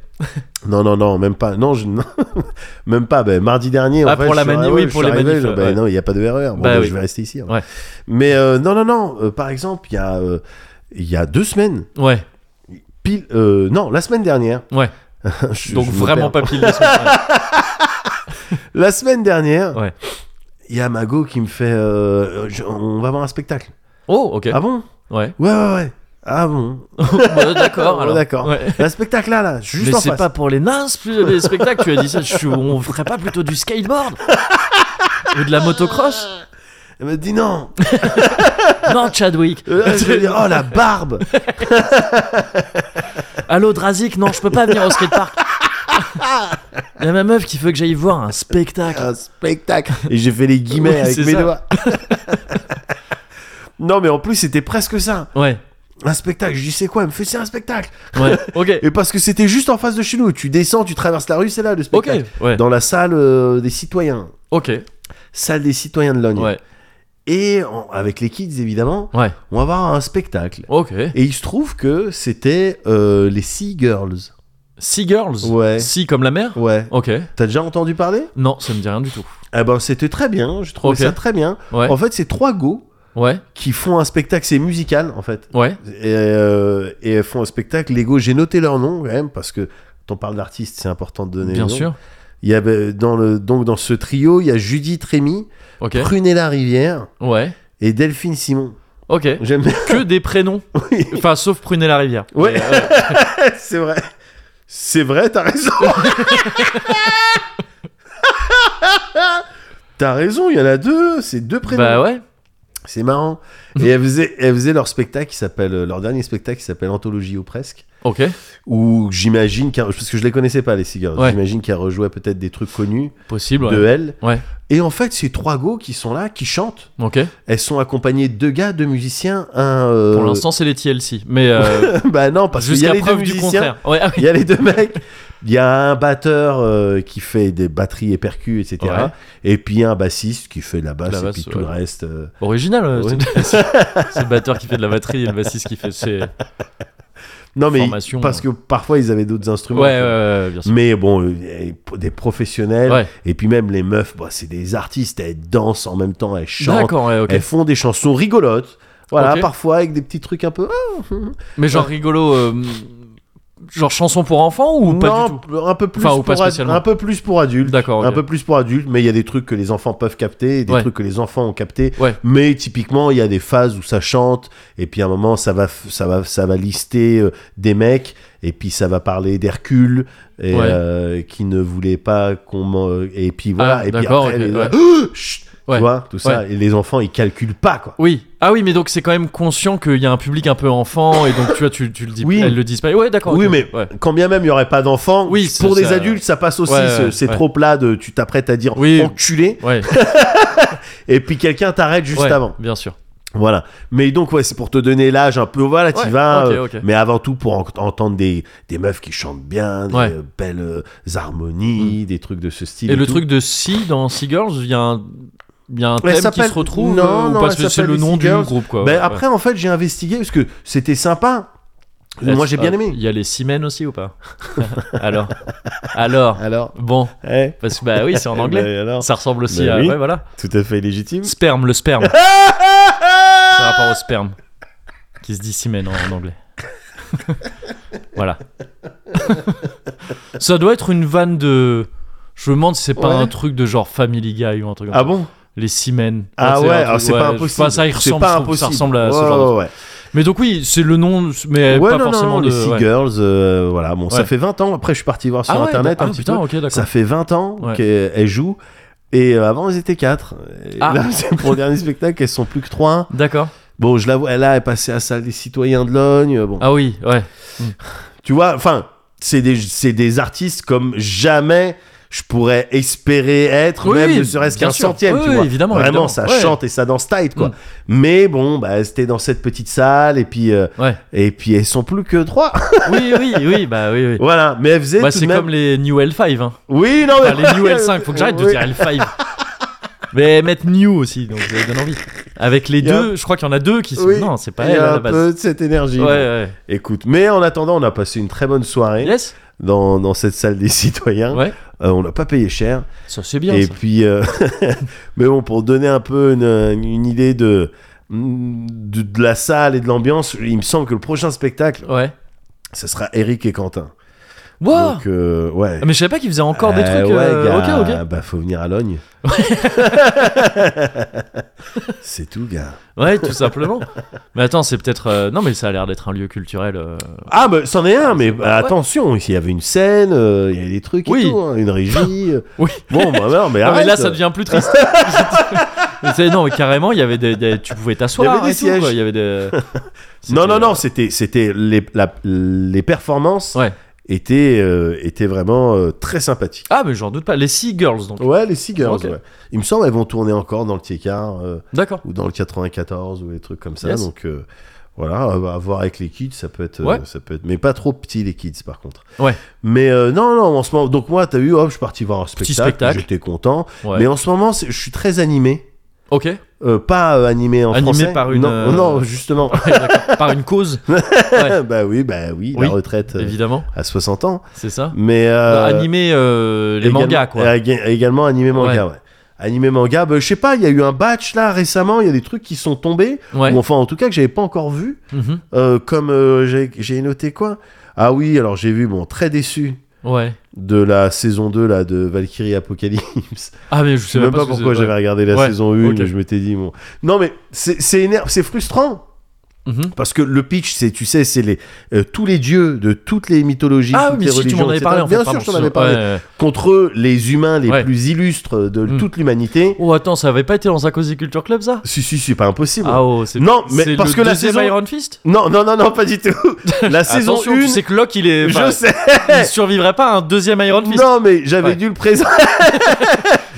B: Non, non, non, même pas. Non, je... non, même pas. Ben, mardi dernier,
A: Ah,
B: en fait,
A: pour
B: je
A: la
B: suis
A: mani-
B: arrivé,
A: oui,
B: je
A: pour
B: suis
A: les
B: arrivé,
A: manifs,
B: je- ben,
A: ouais.
B: non, il n'y a pas de erreur. Bon,
A: Bah
B: ben,
A: oui.
B: Je vais rester ici. alors.
A: Ouais.
B: Mais euh, non, non, non. euh, par exemple, il y, a, euh, il y a deux semaines,
A: Ouais.
B: pile. euh, non, la semaine dernière.
A: Ouais.
B: Je-
A: Donc
B: je me
A: vraiment
B: perds.
A: pas pile. les semaines.
B: La semaine dernière,
A: Ouais.
B: il y a Mago qui me fait euh, je- On va voir un spectacle.
A: Oh, ok.
B: Ah bon
A: Ouais.
B: Ouais, ouais, ouais. Ah bon
A: Bah, d'accord.
B: Ouais,
A: alors.
B: d'accord.
A: Ouais.
B: La spectacle là, là, juste
A: Mais
B: en
A: c'est
B: face.
A: pas pour les nains plus les spectacles, tu as dit ça. Je suis- on ferait pas plutôt du skateboard Ou de la motocross
B: Elle me dit non.
A: Non, Chadwick.
B: Euh, je vais dire, oh la barbe
A: Allô, Drazik, non, je peux pas venir au skatepark. Il y a ma meuf qui veut que j'aille voir un spectacle.
B: un spectacle. Et j'ai fait les guillemets
A: Oui,
B: avec
A: c'est
B: mes
A: ça.
B: doigts. non, mais en plus, c'était presque ça.
A: Ouais,
B: Un spectacle. Je dis, c'est quoi Elle me fait, c'est un spectacle.
A: ouais, ok.
B: Et parce que c'était juste en face de chez nous. Tu descends, tu traverses la rue, c'est là le
A: Ok,
B: spectacle.
A: ouais,
B: Dans la salle euh, des citoyens.
A: ok,
B: Salle des citoyens de Logne.
A: ouais,
B: Et en- avec les kids, évidemment,
A: ouais,
B: on va voir un spectacle.
A: ok.
B: Et il se trouve que c'était euh, les Sea Girls.
A: Sea Girls
B: Ouais.
A: Sea comme la mer
B: Ouais.
A: Ok.
B: T'as déjà entendu parler
A: Non, ça me dit rien du tout.
B: Eh ben, c'était très bien. Je trouvais
A: Ok.
B: ça très bien.
A: Ouais,
B: En fait, c'est trois go
A: ouais,
B: qui font un spectacle, c'est musical en fait,
A: ouais,
B: et, euh, et elles font un spectacle. Lego, j'ai noté leur nom quand même parce que quand on parle d'artistes, c'est important de donner.
A: bien
B: les noms.
A: sûr.
B: Il y avait dans le donc dans ce trio, il y a Judith Rémy,
A: Ok,
B: Prunella Rivière
A: ouais,
B: et Delphine Simon.
A: ok.
B: J'aime bien.
A: Que des prénoms.
B: Oui.
A: Enfin, sauf Prunella Rivière.
B: Ouais.
A: Mais, euh,
B: c'est vrai. C'est vrai, t'as raison. t'as raison, il y en a deux, c'est deux prénoms.
A: bah ouais.
B: C'est marrant. Et elles faisaient, elles faisaient leur spectacle qui s'appelle leur dernier spectacle qui s'appelle Anthologie ou presque.
A: Ok,
B: Ou j'imagine qu'un- parce que je les connaissais pas les Seagulls,
A: Ouais.
B: j'imagine qu'elle rejouait peut-être des trucs connus
A: possible. ouais.
B: de elle.
A: Ouais.
B: Et en fait, c'est trois gos qui sont là, qui chantent.
A: Ok.
B: Elles sont accompagnées de deux gars, deux musiciens, un. euh,
A: Pour l'instant, c'est les TLC. Mais euh,
B: bah non, parce qu'il y
A: jusqu'à
B: a les deux
A: preuve du
B: musiciens.
A: contraire. Ouais, ah
B: Il
A: oui.
B: y a les deux mecs. Il y a un batteur euh, qui fait des batteries et percus, etc.
A: Ouais.
B: Et puis il y a un bassiste qui fait de la basse
A: La
B: et
A: basse,
B: puis tout
A: ouais.
B: le reste. euh,
A: Original. euh,
B: Ouais.
A: c'est- c'est le batteur qui fait de la batterie et le bassiste qui fait. C'est... Ouais,
B: Non mais
A: Formation, euh.
B: parce que parfois ils avaient d'autres instruments.
A: ouais, ouais, ouais, bien sûr.
B: Mais bon, euh, des professionnels.
A: Ouais.
B: Et puis même les meufs, bah, c'est des artistes, elles dansent en même temps, elles chantent,
A: D'accord, ouais, ok.
B: elles font des chansons rigolotes. Voilà,
A: Ok.
B: parfois avec des petits trucs un peu. ah,
A: Mais genre rigolo, euh, genre chanson pour enfants ou pas du
B: non,
A: tout
B: un peu plus
A: Enfin, ou
B: pour
A: pas
B: ad-
A: spécialement.
B: un peu plus pour adultes.
A: D'accord, ok.
B: Un peu plus pour adultes, mais il y a des trucs que les enfants peuvent capter, et des
A: Ouais.
B: trucs que les enfants ont capté.
A: Ouais.
B: Mais typiquement, il y a des phases où ça chante, et puis à un moment, ça va, f- ça va, ça va lister euh, des mecs, Et puis ça va parler d'Hercule et,
A: Ouais.
B: euh, qui ne voulait pas qu'on. m'en- Et puis voilà.
A: Ah,
B: et puis
A: d'accord,
B: après,
A: ok,
B: les-
A: ouais.
B: Chut
A: Ouais.
B: Tu vois, tout ça. Et les enfants, ils calculent pas, quoi.
A: Oui. Ah oui, mais donc c'est quand même conscient qu'il y a un public un peu enfant et donc tu vois, tu, tu le dis,
B: Oui.
A: elles le disent pas. Ouais, d'accord.
B: Oui,
A: ok.
B: mais
A: Ouais.
B: quand bien même il n'y aurait pas d'enfants,
A: Oui, c'est
B: pour des
A: ça.
B: adultes, ça passe aussi.
A: Ouais,
B: ce-
A: ouais,
B: c'est
A: ouais.
B: trop plat de tu t'apprêtes à dire
A: Oui.
B: enculé,
A: Ouais.
B: et puis quelqu'un t'arrête juste
A: Ouais,
B: avant.
A: Bien sûr.
B: Voilà. Mais donc, ouais, c'est pour te donner l'âge un peu. Voilà, tu
A: Ouais,
B: vas.
A: ok,
B: euh,
A: ok.
B: Mais avant tout, pour en- entendre des, des meufs qui chantent bien, des
A: Ouais. Mm.
B: euh, belles euh, harmonies, des trucs de ce style.
A: Et, le
B: tout.
A: truc de Si dans Seagirls, il y a un, il y a un
B: Elle
A: thème qui
B: s'appelle-
A: se retrouve
B: Non,
A: euh, ou
B: non,
A: pas,
B: elle
A: parce que c'est
B: s'appelle
A: le
B: les
A: nom du
B: Seagirls.
A: groupe quoi.
B: Ben,
A: Ouais,
B: après, en fait, j'ai investigué parce que c'était sympa.
A: ouais.
B: Moi, j'ai bien
A: Ah,
B: aimé.
A: Il y a les Simen aussi ou pas Alors. Alors.
B: Alors
A: Bon,
B: eh,
A: parce que bah oui, c'est en anglais.
B: ben alors,
A: Ça ressemble aussi
B: Ben
A: à
B: oui.
A: ouais, voilà.
B: tout à fait légitime.
A: Sperme, le sperme. Par rapport au sperme. Qui se dit semen en, en anglais. voilà. ça doit être une vanne de. Je me demande si c'est pas
B: Ouais.
A: un truc de genre Family Guy ou un truc comme
B: Ah
A: ça.
B: bon
A: Les semen.
B: Ah
A: Tu sais,
B: ouais,
A: un truc-
B: alors c'est pas
A: ouais,
B: impossible.
A: enfin, ça y
B: C'est
A: ressemble,
B: pas
A: je trouve,
B: impossible.
A: ça ressemble à ce
B: Ouais,
A: genre de-
B: ouais, ouais.
A: Mais donc, oui, c'est le nom, mais
B: Ouais,
A: pas
B: non, non,
A: forcément
B: non,
A: de.
B: les Sea
A: ouais.
B: Girls, euh, voilà, bon, ça
A: Ouais.
B: fait 20 ans. Après, je suis parti voir sur
A: Ah ouais,
B: internet
A: donc-
B: un
A: ah,
B: petit
A: putain,
B: peu.
A: ok, d'accord.
B: Ça fait 20 ans
A: Ouais.
B: qu'elles jouent. Et euh, avant, elles étaient 4. Et
A: Ah.
B: là, c'est pour le dernier spectacle, elles sont plus que 3.
A: D'accord.
B: Bon, je la vois, là, elle est passée à la salle des citoyens de Logne. euh, Bon,
A: Ah oui, ouais.
B: tu vois, enfin, c'est des, c'est des artistes comme jamais je pourrais espérer être,
A: Oui,
B: même
A: oui,
B: ne serait-ce
A: bien
B: qu'un
A: sûr.
B: centième,
A: Oui,
B: tu
A: oui,
B: vois.
A: évidemment,
B: Vraiment,
A: évidemment.
B: ça
A: Ouais.
B: chante et ça danse tight, quoi.
A: Mm.
B: Mais bon, bah, c'était dans cette petite salle, et puis, euh,
A: Ouais.
B: et puis elles sont plus que trois.
A: Oui, oui, oui, bah oui, oui.
B: voilà, mais elles faisaient
A: Bah,
B: tout
A: c'est
B: de même...
A: comme les New L5. Hein.
B: Oui, non, mais...
A: Enfin, les New L5, faut que j'arrête de
B: Oui.
A: dire L5. Mais mettre New aussi, donc ça donne envie. Avec les
B: Il y a-
A: deux, je crois qu'il y en a deux qui sont.
B: Oui,
A: non, c'est pas
B: Il y
A: elle
B: a
A: à
B: un
A: la base.
B: peu de cette énergie.
A: Ouais, ouais.
B: Écoute, mais en attendant, on a passé une très bonne soirée
A: Yes
B: dans, dans cette salle des citoyens.
A: Ouais.
B: Euh, on n'a pas payé cher.
A: Ça, c'est bien.
B: Et
A: ça.
B: puis, euh, mais bon, pour donner un peu une, une idée de, de, de la salle et de l'ambiance, il me semble que le prochain spectacle,
A: Ouais.
B: ce sera Eric et Quentin.
A: Wow
B: Donc, euh, ouais.
A: Ah, Mais je savais pas qu'ils faisaient encore des
B: Euh,
A: trucs.
B: ouais,
A: euh,
B: gars,
A: Ok, ok.
B: Bah, faut venir à Logne. C'est tout, gars.
A: Ouais, tout simplement. mais attends, c'est peut-être. euh, Non, mais ça a l'air d'être un lieu culturel. euh,
B: Ah, bah, c'en est un, mais
A: Ouais.
B: attention, il y avait une scène, euh, il y avait des trucs
A: Oui.
B: et tout, hein, une régie. euh.
A: Oui.
B: Bon, bah, non, mais
A: Non, mais
B: arrête.
A: là, ça devient plus triste. Mais c'est- non, mais carrément, il y avait des, des- tu pouvais
B: Il y
A: t'asseoir
B: avait des
A: et tout, quoi,
B: sièges.
A: Il y avait des.
B: Non, non,
A: C'était-
B: non, c'était, c'était les, la- les performances
A: Ouais.
B: étaient, euh, étaient vraiment euh, très sympathiques.
A: Ah, mais j'en doute pas. Les Sea Girls, donc.
B: Ouais, les Sea Girls,
A: Ok.
B: ouais. Il me semble elles vont tourner encore dans le T-Car euh,
A: D'accord.
B: ou dans le 94 ou des trucs comme ça.
A: Yes.
B: Donc euh, voilà, à à voir avec les kids, ça peut être, euh,
A: Ouais.
B: ça peut être, mais pas trop petits les kids par contre.
A: Ouais.
B: Mais euh, non, non, en ce moment, donc moi, t'as vu, hop, je suis parti voir un spectacle,
A: spectacle.
B: j'étais content.
A: Ouais.
B: Mais en ce moment, c'est- je suis très animé.
A: Ok. Ouais,
B: Euh, pas euh, animé en
A: Animé
B: français.
A: par une,
B: Non,
A: euh,
B: non justement.
A: d'accord. Par une cause. Ouais,
B: bah oui, bah oui,
A: Oui,
B: la retraite euh,
A: évidemment.
B: à 60 ans.
A: C'est ça. Bah,
B: Mais euh,
A: Animer euh, les
B: également-
A: mangas, quoi.
B: ég- également animé manga, ouais. Animé manga, bah, je sais pas, il y a eu un batch là récemment, il y a des trucs qui sont tombés,
A: Ouais.
B: ou enfin en tout cas que j'avais pas encore vu,
A: Mhm.
B: Euh, comme euh, j'ai- j'ai noté quoi Ah oui, alors j'ai vu, bon, très déçu
A: Ouais.
B: de la saison 2 là, de Valkyrie Apocalypse.
A: Ah, mais je
B: Je sais
A: sais
B: même pas,
A: ce que
B: pourquoi
A: c'est.
B: j'avais regardé la
A: Ouais,
B: saison 1,
A: ok.
B: je m'étais dit, bon. Non mais c'est c'est éner- c'est frustrant,
A: Ouais. Mhm.
B: parce que le pitch, c'est, tu sais, c'est les, euh, tous les dieux de toutes les mythologies,
A: Ah, oui,
B: toutes
A: mais
B: les
A: si tu
B: religions.
A: m'en avais
B: etc.
A: parlé en fait.
B: Bien
A: pardon,
B: sûr, je t'en avais parlé.
A: Ouais, ouais.
B: Contre les humains les
A: Ouais.
B: plus illustres de
A: Mm.
B: toute l'humanité.
A: Oh, attends, ça avait pas été dans un Cozy Culture Club, ça
B: Si, si, c'est pas impossible.
A: Ah, oh, c'est.
B: Non, mais
A: c'est
B: parce
A: le
B: que la
A: deuxième
B: saison-
A: Iron Fist
B: Non, non, non, non, pas du tout. La saison 1,
A: Attention, tu sais que Locke, il est. enfin,
B: je sais.
A: Il survivrait pas à un deuxième Iron Fist.
B: Non, mais j'avais
A: Ouais.
B: dû le présenter.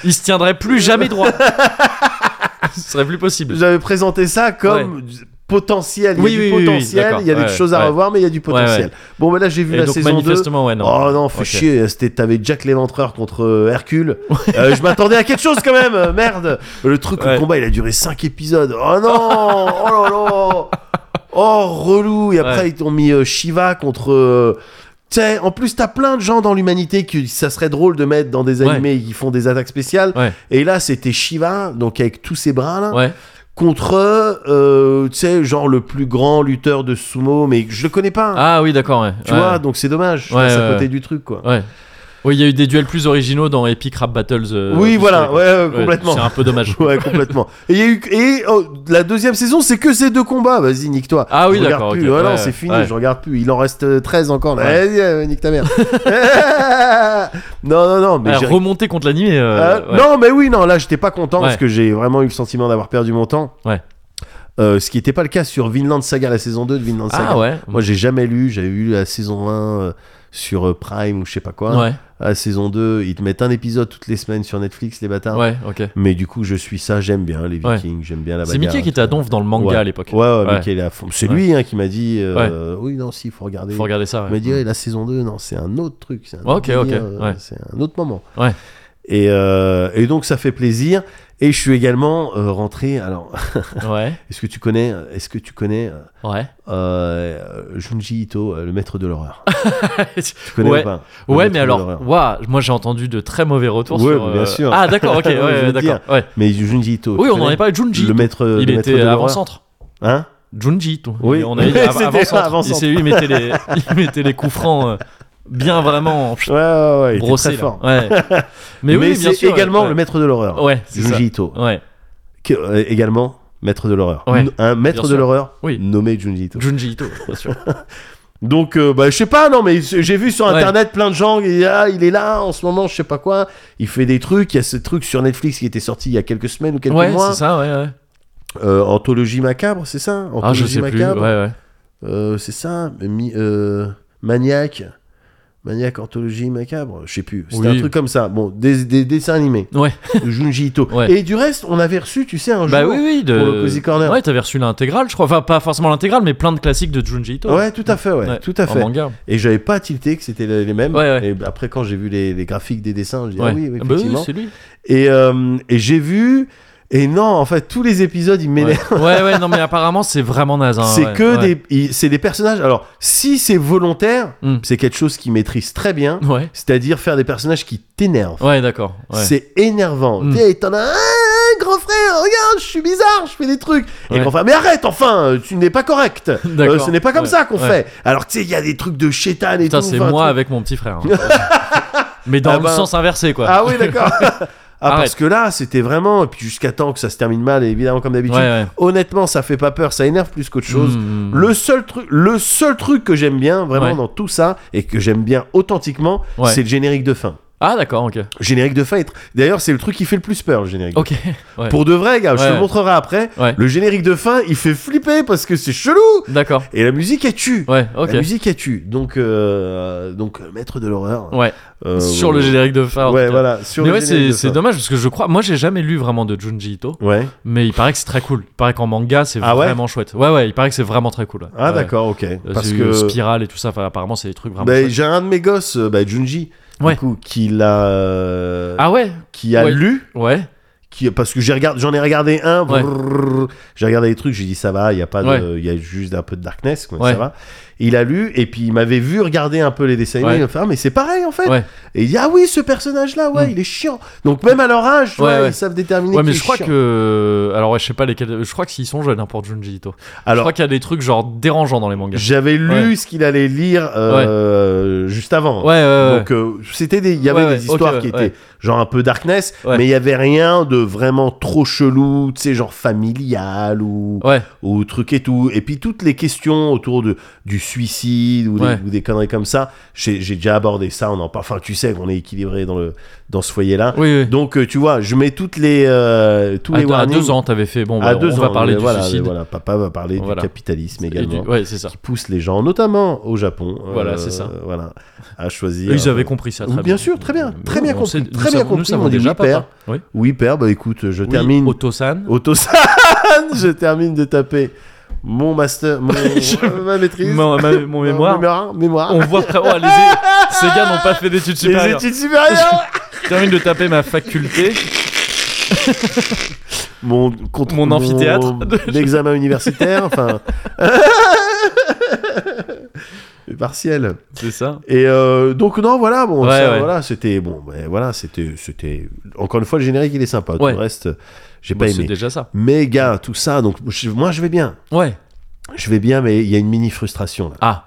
A: Il se tiendrait plus jamais droit. Ce serait plus possible.
B: J'avais présenté ça comme du potentiel. Il
A: Oui,
B: y a
A: oui,
B: du
A: oui, oui,
B: potentiel,
A: d'accord.
B: il y a des
A: Ouais,
B: choses à
A: ouais.
B: revoir, mais il y a du potentiel. Bon, ben là, j'ai vu
A: Et
B: la
A: donc,
B: saison 2.
A: manifestement, ouais, non.
B: Oh non, fais
A: Ok.
B: chier, c'était- t'avais Jack l'éventreur contre euh, Hercule. Euh, je m'attendais à quelque chose quand même, euh, merde. Le truc,
A: Ouais.
B: le combat, il a duré 5 épisodes. Oh non, oh là là. Oh, relou. Et après,
A: Ouais.
B: ils t'ont mis euh, Shiva contre. euh, tu sais, en plus, t'as plein de gens dans l'humanité que ça serait drôle de mettre dans des
A: Ouais.
B: animés qui font des attaques spéciales.
A: Ouais.
B: Et là, c'était Shiva, donc avec tous ses bras là,
A: Ouais.
B: contre, euh, tu sais, genre le plus grand lutteur de sumo, mais je le connais pas. hein.
A: Ah oui, d'accord, ouais.
B: Tu
A: Ouais.
B: vois, donc c'est dommage. Je
A: Ouais,
B: passe à
A: ouais,
B: côté
A: ouais.
B: du truc, quoi.
A: Ouais. Oui, il y a eu des duels plus originaux dans Epic Rap Battles. euh,
B: oui,
A: plus
B: voilà,
A: que-
B: ouais, ouais,
A: ouais,
B: complètement.
A: C'est un peu dommage.
B: Ouais, complètement. Et, il y a eu, et oh, la deuxième saison, c'est que ces deux combats. Vas-y, nique-toi.
A: Ah oui,
B: Je regarde
A: d'accord,
B: plus.
A: ok.
B: Ouais, non,
A: Ouais,
B: c'est fini,
A: ouais.
B: je regarde plus. Il en reste euh, 13 encore. là.
A: Ouais.
B: Vas-y, euh, nique ta mère. non, non, non. Mais
A: Ouais,
B: j'ai-
A: remonter contre l'animé. euh,
B: Euh,
A: ouais.
B: Non, mais oui, non, là, j'étais pas content parce
A: Ouais.
B: que j'ai vraiment eu le sentiment d'avoir perdu mon temps.
A: Ouais.
B: Euh, ce qui n'était pas le cas sur Vinland Saga, la saison 2 de Vinland Saga.
A: Ah ouais.
B: Moi, j'ai jamais lu. J'avais lu la saison 1 euh, sur euh, Prime ou je sais pas quoi.
A: ouais.
B: La saison 2, ils te mettent un épisode toutes les semaines sur Netflix, les bâtards.
A: Ouais, ok.
B: Mais du coup, je suis ça, j'aime bien les
A: Ouais.
B: Vikings, j'aime bien la
A: C'est
B: bagarre.
A: Mickey qui était à Donf dans le manga
B: bah, Ouais.
A: à l'époque.
B: Ouais, ouais,
A: Ouais.
B: Mickey, il est à fond. C'est lui hein, qui m'a dit euh, Oui, non, si, il faut regarder.
A: Faut regarder ça.
B: Il
A: ouais.
B: m'a dit Ouais, La saison 2, non, c'est un autre truc. C'est un
A: Ok,
B: autre délire,
A: ok,
B: euh,
A: ouais.
B: C'est un autre moment.
A: Ouais.
B: Et, euh, et donc, ça fait plaisir. Et je suis également euh, rentré. Alors,
A: Ouais.
B: est-ce que tu connais, est-ce que tu connais euh,
A: Ouais.
B: euh, Junji Ito, euh, le maître de l'horreur Tu connais
A: Ouais.
B: ou pas Le
A: Ouais,
B: maître
A: mais
B: de
A: alors,
B: l'horreur.
A: waouh, moi j'ai entendu de très mauvais retours
B: Ouais,
A: sur.
B: mais bien sûr.
A: Ah d'accord, ok, ouais,
B: Je veux
A: ouais, d'accord.
B: dire.
A: Ouais.
B: Mais Junji Ito.
A: Oui, on
B: tu
A: en
B: connais
A: avait parlé de Junji.
B: Le maître,
A: il
B: le maître de
A: était
B: l'horreur.
A: avant-centre.
B: Hein
A: Junji, tout.
B: Oui.
A: on avait dit av-
B: C'était
A: avant-centre.
B: avant-centre.
A: Il, s'est- il mettait les, il mettait les coups francs euh, bien vraiment
B: Ouais, ouais, ouais, il était
A: brossés. là.
B: très fort.
A: Ouais. Mais,
B: Mais,
A: oui, bien
B: c'est
A: sûr. ouais,
B: également
A: ouais.
B: le maître de l'horreur.
A: Ouais, c'est ça.
B: Junji Ito.
A: Ouais.
B: Que- euh, également maître de l'horreur.
A: Ouais.
B: N- Un
A: Bien
B: maître de
A: sûr.
B: l'horreur
A: Oui.
B: nommé Junji Ito.
A: Junji Ito, bien sûr.
B: Donc, euh, bah, je sais pas, non, mais c'est- j'ai vu sur
A: Ouais.
B: internet plein de gens, il, ah, il est là en ce moment, je sais pas quoi, il fait des trucs, il y a ce truc sur Netflix qui était sorti il y a quelques semaines ou quelques
A: ouais,
B: mois,
A: c'est ça, ouais, ouais.
B: Euh, Anthologie macabre, c'est ça Anthologie
A: Ah, je sais plus. Ouais,
B: macabre,
A: ouais.
B: Euh, c'est ça Mi- euh, Maniac, Maniac, Anthologie macabre, je sais plus, c'était
A: Oui.
B: un truc comme ça, bon, des, des dessins animés,
A: Ouais.
B: de Junji Ito.
A: Ouais.
B: Et du reste, on avait reçu, tu sais, un
A: Bah
B: jour,
A: oui, oui. De...
B: pour le Cozy Corner.
A: Ouais, t'avais reçu l'intégrale, je crois. Enfin, pas forcément l'intégrale, mais plein de classiques de Junji Ito.
B: Ouais, tout à fait, ouais,
A: Ouais,
B: tout à
A: en
B: fait.
A: manga.
B: Et j'avais pas tilté que c'était les les mêmes.
A: Ouais, ouais.
B: Et bah, après, quand j'ai vu les, les graphiques des dessins, j'ai dit,
A: Ouais.
B: ah oui, oui,
A: Ah bah oui,
B: effectivement.
A: c'est lui.
B: et euh, et j'ai vu. Et non, en fait, tous les épisodes, ils
A: Ouais.
B: m'énervent.
A: ouais, ouais, non, mais apparemment, c'est vraiment naze. hein,
B: c'est
A: ouais,
B: que
A: ouais.
B: des, ils- c'est des personnages. Alors, si c'est volontaire,
A: Mm.
B: c'est quelque chose qu'ils maîtrisent très bien.
A: Ouais,
B: C'est-à-dire faire des personnages qui t'énervent.
A: ouais, d'accord. Ouais.
B: C'est énervant.
A: Mm.
B: Tu sais, T'en as un grand frère, regarde, je suis bizarre, je fais des trucs. Et
A: Ouais.
B: le grand frère, mais arrête enfin, euh, tu n'es pas correct.
A: D'accord.
B: Euh, ce n'est pas comme
A: Ouais.
B: ça qu'on
A: Ouais.
B: fait. Alors tu sais, il y a des trucs de chétan et
A: Putain,
B: tout.
A: c'est
B: enfin,
A: moi
B: un truc-
A: avec mon petit frère. hein. mais dans
B: Ah
A: le
B: ben-
A: sens inversé, quoi.
B: Ah oui, d'accord. ah, parce
A: Arrête.
B: que là, c'était vraiment. Et puis jusqu'à temps que ça se termine mal, évidemment, comme d'habitude.
A: Ouais, ouais.
B: Honnêtement, ça fait pas peur, ça énerve plus qu'autre chose.
A: Mm, mm.
B: Le seul, truc, le seul truc que j'aime bien, vraiment,
A: Ouais.
B: dans tout ça, et que j'aime bien authentiquement,
A: Ouais.
B: c'est le générique de fin.
A: Ah, d'accord, ok.
B: Le générique de fin, est tr- d'ailleurs, c'est le truc qui fait le plus peur, le générique. de
A: Ok. Ouais.
B: fin. Pour de vrai, gars, je
A: Ouais.
B: te le montrerai après.
A: Ouais.
B: Le générique de fin, il fait flipper parce que c'est chelou.
A: D'accord.
B: Et la musique, elle tue.
A: Ouais, ok.
B: La musique, elle tue. Donc, euh, donc euh, maître de l'horreur.
A: Ouais.
B: Euh,
A: Sur le générique de fin. en
B: Ouais,
A: tout cas.
B: voilà. Sur
A: Mais
B: le
A: ouais,
B: générique
A: c'est
B: de
A: c'est
B: fin.
A: dommage parce que je crois. Moi, j'ai jamais lu vraiment de Junji Ito,
B: Ouais.
A: mais il paraît que c'est très cool. Il paraît qu'en manga, c'est
B: Ah ouais
A: vraiment chouette. Ouais, ouais, il paraît que c'est vraiment très cool. ouais.
B: Ah
A: Ouais.
B: d'accord, ok.
A: Euh,
B: Parce
A: c'est-
B: que
A: Spirale et tout ça, enfin, apparemment, c'est des trucs vraiment.
B: bah,
A: chouettes.
B: j'ai un de mes gosses, euh, bah, Junji,
A: Ouais.
B: du coup, qui l'a, euh,
A: Ah ouais
B: qui a
A: ouais.
B: lu,
A: Ouais.
B: qui parce que j'ai regardé, j'en ai regardé un,
A: Ouais.
B: brrr, j'ai regardé les trucs, j'ai dit ça va, il y a pas, de, il y a juste un peu de darkness, quoi,
A: Ouais.
B: ça va. Il a lu et puis il m'avait vu regarder un peu les dessins animés,
A: Ouais.
B: il m'a fait ah mais c'est pareil en fait.
A: Ouais.
B: Et il dit ah oui ce personnage là, ouais,
A: Mm.
B: il est chiant. Donc même à leur âge, tu
A: Ouais,
B: vois,
A: ouais.
B: ils savent déterminer.
A: Ouais, mais
B: qui est
A: je crois
B: chiant.
A: que. Alors, ouais, je sais pas lesquels. Je crois qu'ils sont jeunes hein, pour Junji Ito. je
B: alors.
A: crois qu'il y a des trucs genre dérangeants dans les mangas.
B: J'avais lu ce qu'il allait lire euh, juste avant.
A: Ouais, ouais, ouais.
B: Donc euh, c'était des il y avait
A: Ouais, ouais,
B: des
A: ok,
B: histoires
A: ouais,
B: qui étaient
A: ouais.
B: genre un peu darkness
A: Ouais.
B: mais il y avait rien de vraiment trop chelou, tu sais genre familial ou
A: ouais.
B: ou truc et tout et puis toutes les questions autour de du suicide ou, des-
A: Ouais.
B: ou des conneries comme ça, j'ai j'ai déjà abordé ça, on en parle enfin tu sais qu'on est équilibré dans le dans ce foyer là.
A: Oui, oui.
B: Donc euh, tu vois, je mets toutes les euh, tous
A: à,
B: les
A: à
B: warnings
A: deux ans, t'avais fait. Bon, bah,
B: à deux
A: on
B: ans,
A: va parler
B: mais
A: du
B: voilà,
A: suicide.
B: mais voilà, papa va parler
A: Voilà.
B: du capitalisme
A: Et du-
B: également.
A: Ouais, c'est ça.
B: Qui pousse les gens, notamment au Japon,
A: Voilà,
B: euh,
A: c'est ça.
B: Voilà, à choisir.
A: Ils avaient
B: euh,
A: compris ça.
B: Oui,
A: Très
B: bien sûr, très bien,
A: Mais
B: très
A: non,
B: bien
A: on
B: compris,
A: sait-
B: très
A: nous
B: bien
A: savons-
B: compris,
A: Nous savons
B: on dit
A: déjà
B: oui,
A: pas.
B: père.
A: Oui.
B: Oui, père, bah écoute, je
A: Oui,
B: termine.
A: Otosan.
B: Autosan, je termine de taper mon master, mon,
A: Je-
B: ma maîtrise,
A: Mon, ma- mon
B: mon
A: mémoire.
B: mémoire, mémoire.
A: On voit très. Oh, les é- ces gars n'ont pas fait d'études
B: les
A: supérieures.
B: études supérieures.
A: Je termine de taper ma faculté.
B: mon, contre,
A: Mon amphithéâtre.
B: l'examen universitaire, enfin. Le partiel.
A: C'est ça.
B: Et euh, donc non, voilà, bon,
A: Ouais,
B: ça,
A: ouais.
B: voilà, c'était bon, ben, voilà, c'était, c'était. Encore une fois, le générique il est sympa. Tout
A: Ouais.
B: le reste, j'ai
A: Bah,
B: pas
A: c'est
B: aimé.
A: déjà ça.
B: Mais gars, tout ça, donc je- moi je vais bien,
A: Ouais.
B: je vais bien, mais il y a une mini frustration là.
A: Ah.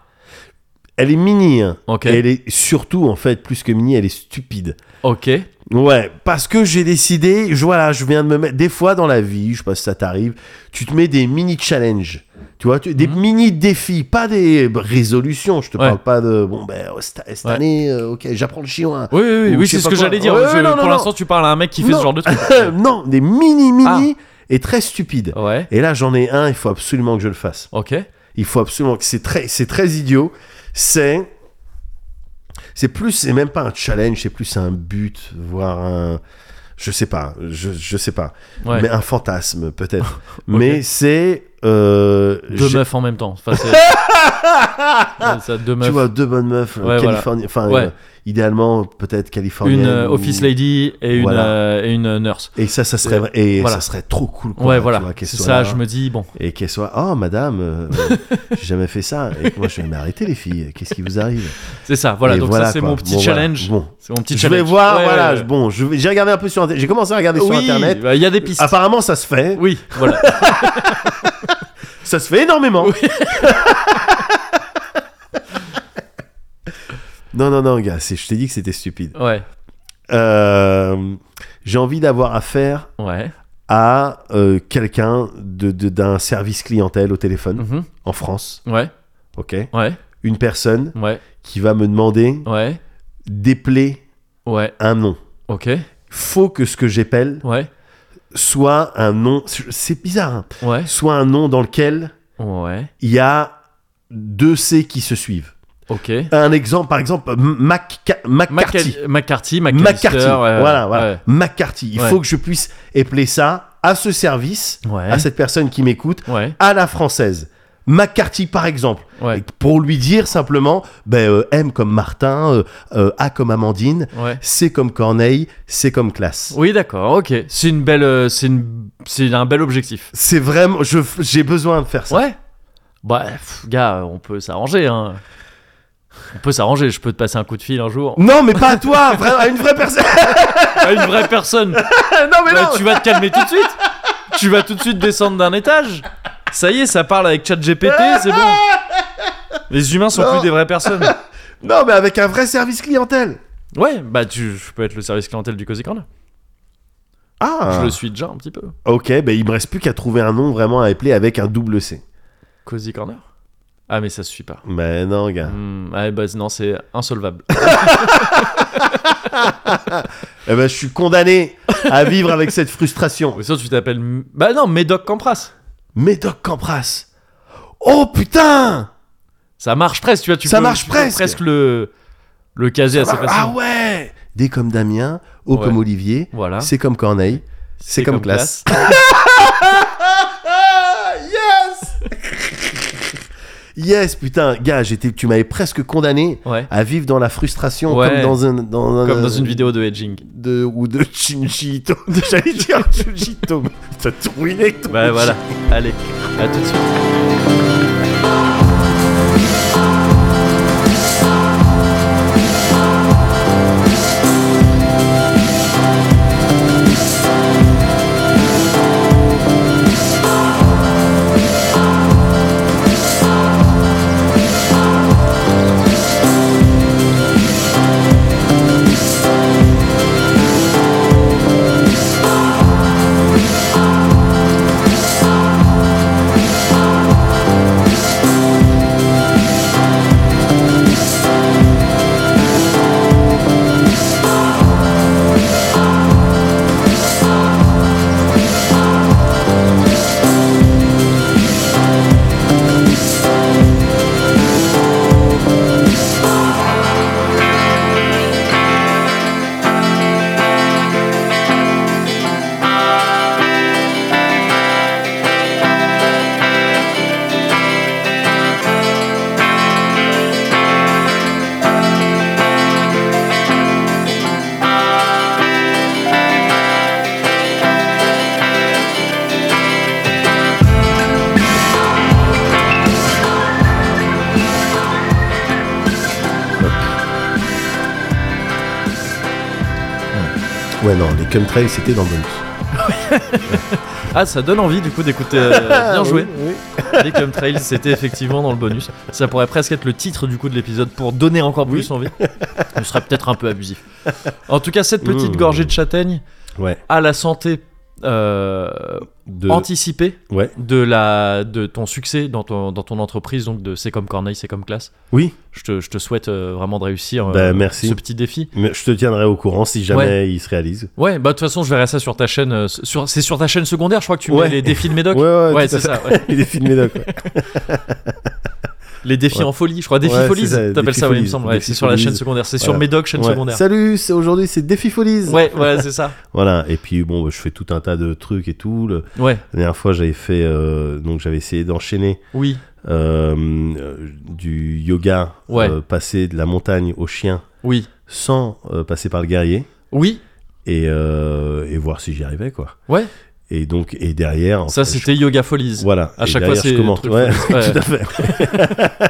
B: Elle est mini, hein.
A: Ok.
B: Et elle est surtout, en fait, plus que mini, elle est stupide.
A: Ok.
B: Ouais, parce que j'ai décidé, je, voilà, je viens de me mettre, des fois dans la vie, je sais pas si ça t'arrive, tu te mets des mini challenges, tu vois, tu- des mini défis, pas des résolutions, je te
A: Mhm. Ouais.
B: parle pas de, bon ben, oh, cette, cette
A: Ouais.
B: année, euh, ok, j'apprends le chinois.
A: Oui, oui, oui,
B: Ou
A: oui,
B: je
A: c'est
B: sais
A: ce
B: pas
A: que
B: quoi.
A: j'allais dire.
B: Ouais,
A: Je-
B: non, non,
A: pour
B: non.
A: l'instant, tu parles à un mec qui fait
B: Non.
A: ce genre de truc.
B: Euh, non, des mini
A: Ah.
B: mini et très stupides.
A: ouais.
B: Et là, j'en ai un, il faut absolument que je le fasse.
A: Ok.
B: Il faut absolument que c'est très, c'est très idiot. C'est, c'est plus, c'est même pas un challenge, c'est plus un but, voire un, je sais pas, je, je sais pas,
A: Ouais.
B: mais euh, un fantasme peut-être. Mais c'est, euh,
A: Deux
B: j'ai-
A: meufs en même temps. Enfin, c'est... Ouais, ça, deux
B: tu
A: meufs.
B: vois, deux bonnes meufs, euh,
A: Ouais,
B: Californie- enfin,
A: Ouais.
B: euh, idéalement peut-être californienne.
A: une euh,
B: ou-
A: office lady et une,
B: Voilà.
A: euh, et une nurse.
B: Et ça, ça serait, et
A: Voilà.
B: ça serait trop cool. quoi,
A: Ouais,
B: tu
A: voilà.
B: vois, qu'elle
A: c'est
B: soit
A: ça,
B: là.
A: je me dis, bon.
B: et qu'elle soit oh madame euh, euh, j'ai jamais fait ça et moi je vais m'arrêter les filles qu'est-ce qui vous arrive
A: C'est ça, voilà.
B: Et
A: donc,
B: voilà,
A: ça, c'est
B: quoi.
A: mon petit
B: Bon, voilà.
A: challenge.
B: Bon.
A: C'est mon petit
B: je
A: challenge.
B: vais voir
A: Ouais,
B: voilà
A: ouais,
B: je- bon je vais- j'ai regardé un peu sur internet j'ai commencé à regarder
A: ouais.
B: sur
A: Oui,
B: internet Ah,
A: bah, il y a des pistes.
B: apparemment ça se fait
A: Oui, voilà.
B: ça se fait énormément non non non gars c'est- je t'ai dit que c'était stupide
A: Ouais.
B: Euh, j'ai envie d'avoir affaire
A: Ouais.
B: à euh, quelqu'un de- de- d'un service clientèle au téléphone
A: Mhm.
B: en France
A: Ouais.
B: ok
A: Ouais.
B: une personne
A: Ouais.
B: qui va me demander
A: Ouais.
B: d'épeler
A: Ouais.
B: un nom.
A: Ok.
B: Faut que ce que j'épelle
A: Ouais.
B: soit un nom, c'est bizarre, hein.
A: Ouais.
B: soit un nom dans lequel
A: Ouais.
B: il y a deux C qui se suivent.
A: Ok.
B: Un exemple, par exemple, euh, M- Mac, McCarthy.
A: Maca- McCarthy. McAllister,
B: McCarthy,
A: ouais,
B: voilà, voilà.
A: ouais.
B: McCarthy. Il
A: Ouais.
B: faut que je puisse épeler ça à ce service,
A: Ouais.
B: à cette personne qui m'écoute,
A: Ouais.
B: à la française. McCarthy, par exemple,
A: Ouais.
B: Et pour lui dire simplement, ben, euh, M comme Martin, euh, euh, A comme Amandine,
A: Ouais.
B: C comme Corneille, C comme classe.
A: Oui, d'accord. Ok. C'est une belle. euh, c'est une. C'est un bel objectif.
B: C'est vraiment, je, j'ai besoin de faire ça.
A: Ouais. Bah, pff, gars, on peut s'arranger. Hein. On peut s'arranger. Je peux te passer un coup de fil un jour.
B: Non, mais pas à toi, vra- à une vraie personne.
A: À une vraie personne.
B: non, mais
A: Bah,
B: non.
A: tu vas te calmer tout de suite. Tu vas tout de suite descendre d'un étage. Ça y est, ça parle avec ChatGPT, c'est bon. Les humains sont
B: Non.
A: plus des vraies personnes.
B: Non, mais avec un vrai service clientèle.
A: Ouais, bah tu je peux être le service clientèle du Cozy Corner.
B: Ah.
A: Je le suis déjà un petit peu.
B: Ok, ben il me reste plus qu'à trouver un nom vraiment à appeler avec un double C.
A: Cozy Corner Ah mais ça se suit pas.
B: Mais Ben, non, gars.
A: Hmm, ouais, bah non, c'est insolvable.
B: Eh ben, je suis condamné à vivre avec cette frustration.
A: Ou sinon tu t'appelles... M- Bah non, Médoc Campras.
B: Médoc Campras. Oh putain
A: Ça marche presque, tu vois. Tu
B: Ça
A: peux-
B: marche
A: tu peux
B: presque.
A: le, le caser assez
B: ah,
A: facilement.
B: ouais D comme Damien, O
A: Ouais. Ah.
B: comme Olivier,
A: Voilà.
B: C comme Corneille, c'est comme classe. yes Yes, putain, gars, j'étais, tu m'avais presque condamné
A: Ouais.
B: à vivre dans la frustration
A: Ouais.
B: comme dans un dans un-
A: Comme dans une vidéo de Edging.
B: de ou de Shinji Ito. J'allais dire Shinji Ito. mais T'as tout ruiné. avec ton
A: Bah voilà. Allez, à tout de suite.
B: Ouais, non, les chemtrails, c'était dans le bon.
A: Ah, ça donne envie du coup d'écouter. euh, bien joué.
B: Ah Oui, oui.
A: Les Trails, c'était effectivement dans le bonus. Ça pourrait presque être le titre du coup de l'épisode pour donner encore plus envie. Ce serait peut-être un peu abusif. En tout cas, cette petite
B: Mmh.
A: gorgée de châtaigne
B: Ouais.
A: à la santé euh,
B: De...
A: anticipée
B: Ouais.
A: de, la, de ton succès dans ton, dans ton entreprise, donc de C'est comme Corneille, C'est comme Classe.
B: Oui.
A: Je te, je te souhaite euh, vraiment de réussir euh,
B: Bah, merci.
A: ce petit défi.
B: Mais je te tiendrai au courant si jamais il se réalise.
A: Ouais, bah de toute façon, je verrai ça sur ta chaîne. euh, sur, c'est sur ta chaîne secondaire, je crois que tu mets
B: Ouais.
A: les défis de Médoc.
B: Ouais, ouais, tout
A: c'est
B: à fait.
A: ça. ouais.
B: Il est filmé d'un
A: Les défis
B: Ouais.
A: en folie, je crois. Défis
B: Ouais,
A: folies,
B: c'est ça,
A: t'appelles
B: défis
A: ça, ouais, il me
B: folies,
A: semble. ouais,
B: défis
A: c'est sur la
B: folies.
A: chaîne secondaire. C'est sur
B: Voilà.
A: Médoc, chaîne secondaire.
B: Salut, c'est aujourd'hui c'est Défi Folies.
A: Ouais, voilà, c'est ça.
B: Voilà, et puis bon, bah, je fais tout un tas de trucs et tout. Le-
A: Ouais,
B: La dernière fois, j'avais fait euh, donc j'avais essayé d'enchaîner
A: oui.
B: euh, euh, du yoga,
A: Ouais.
B: euh, passer de la montagne au chien
A: Oui.
B: sans euh, passer par le guerrier
A: Oui.
B: et, euh, et voir si j'y arrivais quoi.
A: Ouais.
B: Et donc et derrière en
A: Ça,
B: fait, je-
A: c'était Yoga Folies.
B: voilà.
A: À
B: Et
A: chaque fois,
B: derrière, je
A: c'est
B: commente.
A: truc-
B: Ouais,
A: Ouais.
B: tout à fait.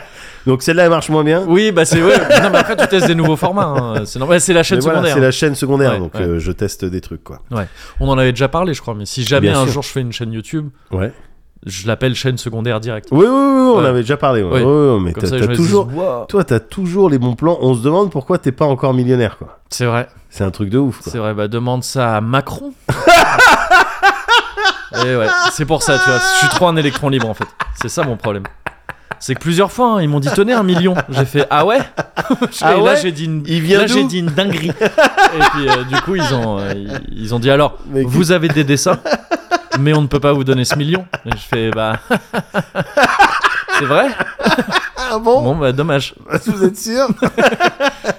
B: donc celle-là elle marche moins bien.
A: Oui, bah c'est ouais. Non, mais après tu testes des nouveaux formats. hein. C'est normal. C'est la
B: Mais
A: chaîne
B: voilà,
A: secondaire.
B: c'est la chaîne secondaire,
A: Ouais,
B: donc
A: ouais.
B: euh, je teste des trucs quoi.
A: On en avait déjà parlé, je crois. Mais si jamais
B: Bien
A: un
B: sûr.
A: jour je fais une chaîne YouTube,
B: Ouais.
A: je l'appelle chaîne secondaire direct.
B: Oui, oui, oui, oui, on
A: Ouais.
B: avait déjà parlé. ouais.
A: Ouais.
B: Ouais, ouais, mais
A: Comme
B: t'as
A: ça, les
B: t'as
A: gens, ils se
B: toujours,
A: disent, Wow.
B: toi, t'as toujours les bons plans. On se demande pourquoi t'es pas encore millionnaire, quoi.
A: C'est vrai.
B: C'est un truc de ouf, quoi.
A: C'est vrai, bah demande ça à Macron. Et ouais, c'est pour ça, tu vois. Je suis trop un électron libre en fait. C'est ça mon problème. C'est que plusieurs fois, hein, ils m'ont dit tenez un million. J'ai fait ah ouais.
B: Ah
A: Et là
B: ouais
A: j'ai dit une,
B: Il vient
A: là,
B: d'où
A: j'ai dit une dinguerie. Et puis euh, du coup ils ont euh, ils- ils ont dit alors
B: Mais que-
A: vous avez des dessins, mais on ne peut pas vous donner ce million. Et je fais bah c'est vrai.
B: Ah bon,
A: Bon bah dommage.
B: Vous êtes sûr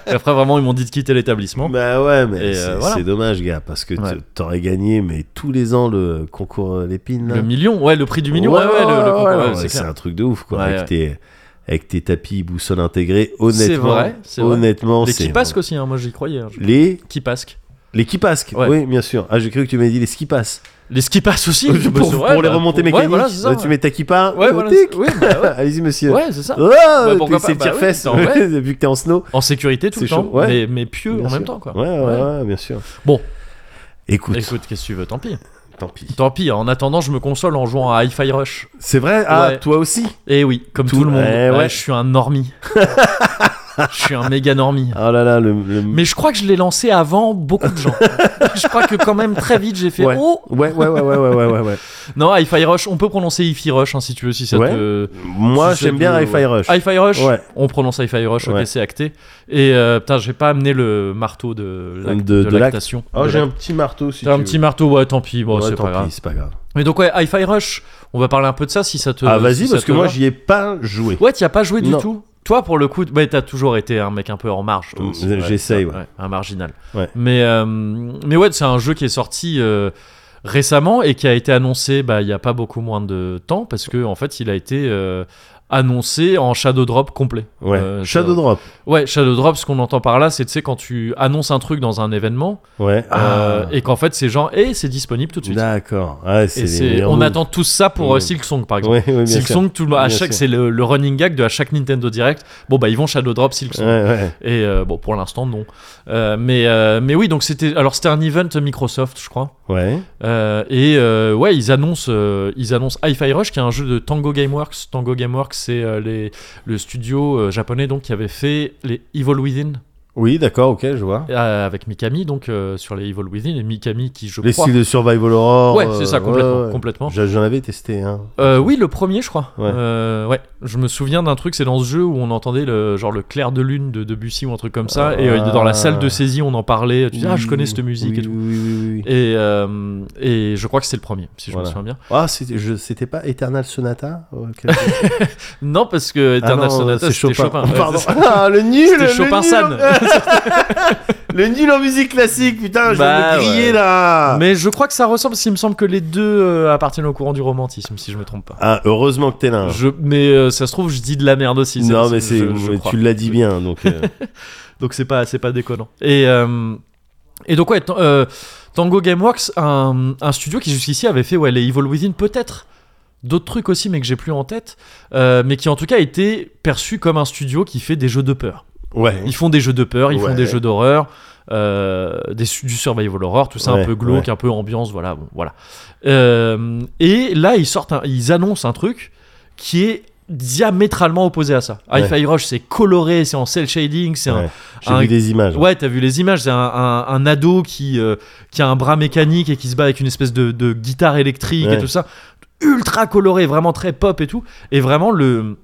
A: Et après vraiment ils m'ont dit de quitter l'établissement.
B: Bah ouais, mais
A: Et,
B: c'est
A: euh, voilà.
B: c'est dommage, gars, parce que t-
A: Ouais.
B: t'aurais gagné, mais tous les ans, le concours euh, l'épine. là.
A: Le million, ouais, le prix du million, ouais, ouais, le, le concours,
B: ouais,
A: ouais,
B: ouais,
A: c'est
B: c'est
A: clair.
B: un truc de ouf, quoi.
A: Ouais,
B: avec,
A: ouais.
B: Tes, avec tes tapis boussole intégrés, honnêtement.
A: C'est vrai, c'est vrai.
B: Honnêtement,
A: Les
B: c'est.
A: Kipasques aussi, hein, moi j'y croyais. hein.
B: Les,
A: Kipasques.
B: les kipasques,
A: Ouais.
B: oui, bien sûr. Ah, j'ai cru que tu m'avais dit les skipasses.
A: Les skipas aussi.
B: pour
A: bah, c'est
B: pour
A: vrai,
B: les
A: bah,
B: remontées
A: pour-
B: mécaniques,
A: Ouais, voilà, c'est ça.
B: Là, tu mets ta kippa.
A: Ouais, voilà,
B: tic.
A: c'est- oui, bah, ouais.
B: Allez-y, monsieur.
A: Ouais, c'est ça.
B: Oh,
A: Bah, pourquoi
B: t'es- c'est
A: pas,
B: le
A: bah oui,
B: tire-fesse,
A: attends, ouais.
B: vu que t'es en snow.
A: En sécurité tout le
B: C'est
A: temps,
B: chaud, ouais.
A: mais, mais pieux
B: Bien
A: en même
B: sûr.
A: temps, quoi.
B: Ouais, ouais,
A: Bah, Ouais.
B: ouais, bien sûr.
A: Bon.
B: Écoute,
A: Écoute, qu'est-ce que tu veux, tant pis.
B: tant pis.
A: Tant pis, en attendant, je me console en jouant à Hi-Fi Rush.
B: C'est vrai Ah,
A: Ouais.
B: toi aussi
A: Et oui, comme tout,
B: Tout-
A: le monde,
B: eh ouais.
A: ouais, je suis un normie. Je suis un méga normie.
B: Oh là là, le. le-
A: Mais je crois que je l'ai lancé avant beaucoup de gens. je crois que quand même très vite j'ai fait
B: ouais.
A: oh
B: ouais, ouais, ouais, ouais, ouais, ouais, ouais, ouais.
A: non Hi-Fi Rush on peut prononcer Hi-Fi Rush hein, si tu veux si ça
B: Ouais.
A: te
B: Moi,
A: Si ça
B: j'aime
A: te-
B: bien Hi-Fi Rush.
A: Hi-Fi Rush
B: Ouais.
A: On prononce Hi-Fi Rush, ok,
B: Ouais.
A: c'est acté. Et euh, putain, j'ai pas amené le marteau de, l'ac-
B: De-
A: de
B: de l'acte.
A: lactation.
B: Oh,
A: De
B: j'ai
A: l'ac-
B: un petit marteau si
A: T'as
B: tu
A: un
B: veux.
A: petit marteau, ouais, tant pis, bon,
B: Ouais,
A: c'est
B: tant
A: pas grave.
B: pis, c'est pas grave.
A: Mais donc, ouais, Hi-Fi Rush, on va parler un peu de ça si ça te.
B: Ah,
A: si
B: vas-y,
A: ça
B: parce
A: te
B: que moi,
A: va.
B: j'y ai pas joué.
A: Ouais, t'y as pas joué du
B: Non.
A: tout. Toi, pour le coup, t- ouais, t'as toujours été un mec un peu en marge. toi aussi,
B: Mm, j'essaye,
A: c'est ça,
B: ouais.
A: Un marginal.
B: Ouais.
A: Mais, euh, mais ouais, c'est un jeu qui est sorti. euh, Récemment et qui a été annoncé bah, il y a pas beaucoup moins de temps parce que en fait il a été euh, annoncé en Shadow Drop complet.
B: Ouais.
A: Euh,
B: Shadow
A: ça-
B: Drop.
A: Ouais, Shadow Drop, ce qu'on entend par là, c'est tu sais, quand tu annonces un truc dans un événement
B: Ouais.
A: euh,
B: Ah.
A: et qu'en fait, c'est genre, et c'est disponible tout de suite.
B: D'accord. Ouais, c'est
A: Et
B: les
A: c'est,
B: meilleurs
A: on
B: moves.
A: attend tous ça pour
B: Mmh.
A: euh, Silksong, par exemple.
B: Ouais, ouais, bien sûr.
A: Silksong, tout le monde, à
B: Bien
A: chaque,
B: sûr.
A: c'est le, le running gag de à chaque Nintendo Direct. Bon, bah, ils vont Shadow Drop
B: Ouais,
A: Silksong.
B: ouais.
A: Et euh, bon, pour l'instant, non. Euh, mais, euh, mais oui, donc c'était, alors c'était un event Microsoft, je crois.
B: Ouais.
A: Euh, et euh, ouais, ils annoncent, euh, ils annoncent Hi-Fi Rush, qui est un jeu de Tango Gameworks. Tango Gameworks, c'est euh, les, le studio euh, japonais donc qui avait fait les Evil Within.
B: Oui, d'accord, ok, je vois.
A: Euh, avec Mikami donc euh, sur les Evil Within et Mikami qui je
B: Les
A: crois
B: styles de Survival Horror.
A: ouais
B: euh,
A: c'est ça complètement
B: ouais, ouais.
A: complètement
B: J'a- J'en avais testé hein. un.
A: Euh, oui le premier je crois
B: Ouais.
A: Euh, ouais. je me souviens d'un truc c'est dans ce jeu où on entendait le genre le clair de lune de Debussy ou un truc comme ça et euh,
B: Ah.
A: dans la salle de saisie on en parlait tu dis ah je connais cette
B: Oui,
A: musique
B: oui,
A: et tout
B: Oui, oui, oui.
A: et, euh, et je crois que c'est le premier si je
B: Voilà.
A: me souviens bien
B: Ah, c'était je- c'était pas Eternal Sonata euh, Auquel-
A: non parce que
B: Ah non,
A: Eternal Sonata
B: c'est
A: c'était Chopin, Ouais,
B: Pardon.
A: c'est ça.
B: Ah, le nul
A: C'était
B: le
A: Chopin-san.
B: nul. le nul en musique classique, putain, je
A: Bah,
B: vais me griller
A: ouais.
B: là
A: mais je crois que ça ressemble parce qu'il me semble que les deux euh, appartiennent au courant du romantisme si je me trompe pas
B: Ah, heureusement que t'es là.
A: je, mais euh, ça se trouve je dis de la merde aussi
B: non, mais
A: je-
B: c'est
A: je- je
B: mais
A: crois.
B: tu l'as dit bien, donc. euh,
A: Donc c'est pas c'est pas déconnant. Et euh, et donc ouais, tan- euh, Tango Gameworks, un, un studio qui jusqu'ici avait fait ouais les Evil Within peut-être d'autres trucs aussi mais que j'ai plus en tête euh, mais qui en tout cas a été perçu comme un studio qui fait des jeux de peur
B: ouais.
A: ils font des jeux de peur ils
B: Ouais.
A: font des jeux d'horreur euh, des su- du survival horror, tout ça
B: Ouais,
A: un peu glauque,
B: ouais.
A: un peu ambiance, voilà. bon, voilà. Euh, et là, ils sortent, un- ils annoncent un truc qui est diamétralement opposé à ça.
B: Ouais.
A: Hi-Fi Rush, c'est coloré, c'est en cel shading, c'est un,
B: Ouais. J'ai
A: un-
B: vu des images.
A: Ouais, t'as vu les images, c'est un, un- un ado qui, euh, qui a un bras mécanique et qui se bat avec une espèce de, de guitare électrique
B: Ouais.
A: et tout ça. Ultra coloré, vraiment très pop et tout. Et vraiment, le,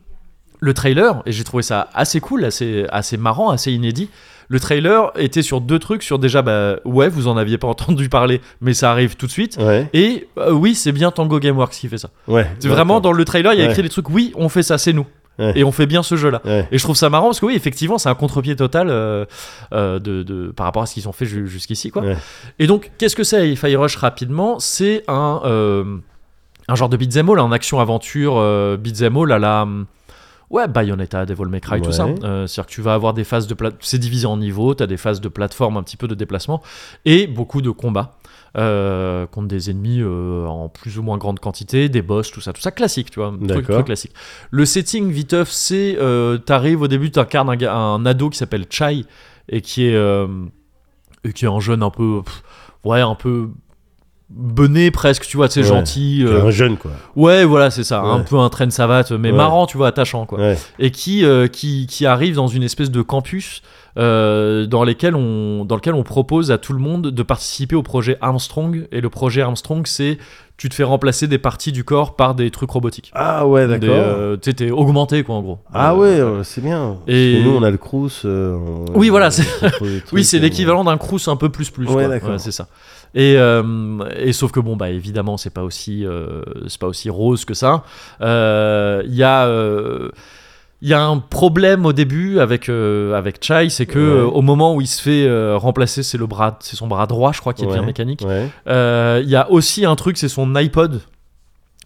A: le trailer, et j'ai trouvé ça assez cool, assez, assez marrant, assez inédit. Le trailer était sur deux trucs, sur déjà, bah ouais, vous en aviez pas entendu parler, mais ça arrive tout de suite.
B: Ouais.
A: Et euh, oui, c'est bien Tango Gameworks qui fait ça.
B: Ouais.
A: C'est Vraiment, dans le trailer, il y a
B: Ouais.
A: écrit des trucs, oui, on fait ça, c'est nous.
B: Ouais.
A: Et on fait bien ce jeu-là.
B: Ouais.
A: Et je trouve ça marrant parce que oui, effectivement, c'est un contre-pied total euh, euh, de, de- par rapport à ce qu'ils ont fait ju- jusqu'ici. quoi.
B: Ouais.
A: Et donc, qu'est-ce que c'est Hi-Fi Rush rapidement C'est un, euh, un genre de beat'em all, un action-aventure euh, beat'em all à la... hum, Ouais, Bayonetta, Devil May Cry, tout
B: Ouais.
A: ça. Euh, C'est-à-dire que tu vas avoir des phases de... pla- C'est divisé en niveaux, tu as des phases de plateforme, un petit peu de déplacement, et beaucoup de combats euh, contre des ennemis euh, en plus ou moins grande quantité, des boss, tout ça, tout ça classique, tu vois, truc,
B: D'accord.
A: truc classique. Le setting, viteuf, c'est euh, t'arrives au début, t'incarnes un, gars- un ado qui s'appelle Chai et qui est euh, et qui est un jeune un peu pff, ouais un peu bené presque, tu vois, c'est
B: Ouais.
A: gentil.
B: C'est
A: euh,
B: Un jeune quoi.
A: ouais, voilà, c'est ça, un
B: Ouais.
A: peu un train de savate, mais
B: Ouais.
A: marrant, tu vois, attachant quoi
B: Ouais.
A: et qui, euh, qui, qui arrive dans une espèce de campus euh, dans, lesquels on, dans lequel on propose à tout le monde de participer au projet Armstrong. Et le projet Armstrong, c'est tu te fais remplacer des parties du corps par des trucs robotiques.
B: Ah ouais,
A: Des,
B: d'accord.
A: euh, t'es- T'es augmenté, quoi, en gros.
B: Ah
A: Euh,
B: ouais, euh, c'est bien.
A: Et-
B: Parce que nous, on a le Crous. euh, on-
A: Oui, voilà,
B: on
A: c'est-
B: propose des trucs,
A: Oui, c'est
B: euh,
A: l'équivalent d'un crous un peu plus plus.
B: Ouais,
A: quoi.
B: d'accord.
A: c'est ça. Et, euh, et sauf que bon bah évidemment c'est pas aussi euh, c'est pas aussi rose que ça. Euh, Il y a euh, il y a un problème au début avec euh, avec Chai, c'est que
B: Ouais.
A: euh, au moment où il se fait euh, remplacer, c'est le bras, c'est son bras droit, je crois, qui
B: Ouais,
A: devient mécanique.
B: Ouais.
A: Euh, Il y a aussi un truc, c'est son iPod,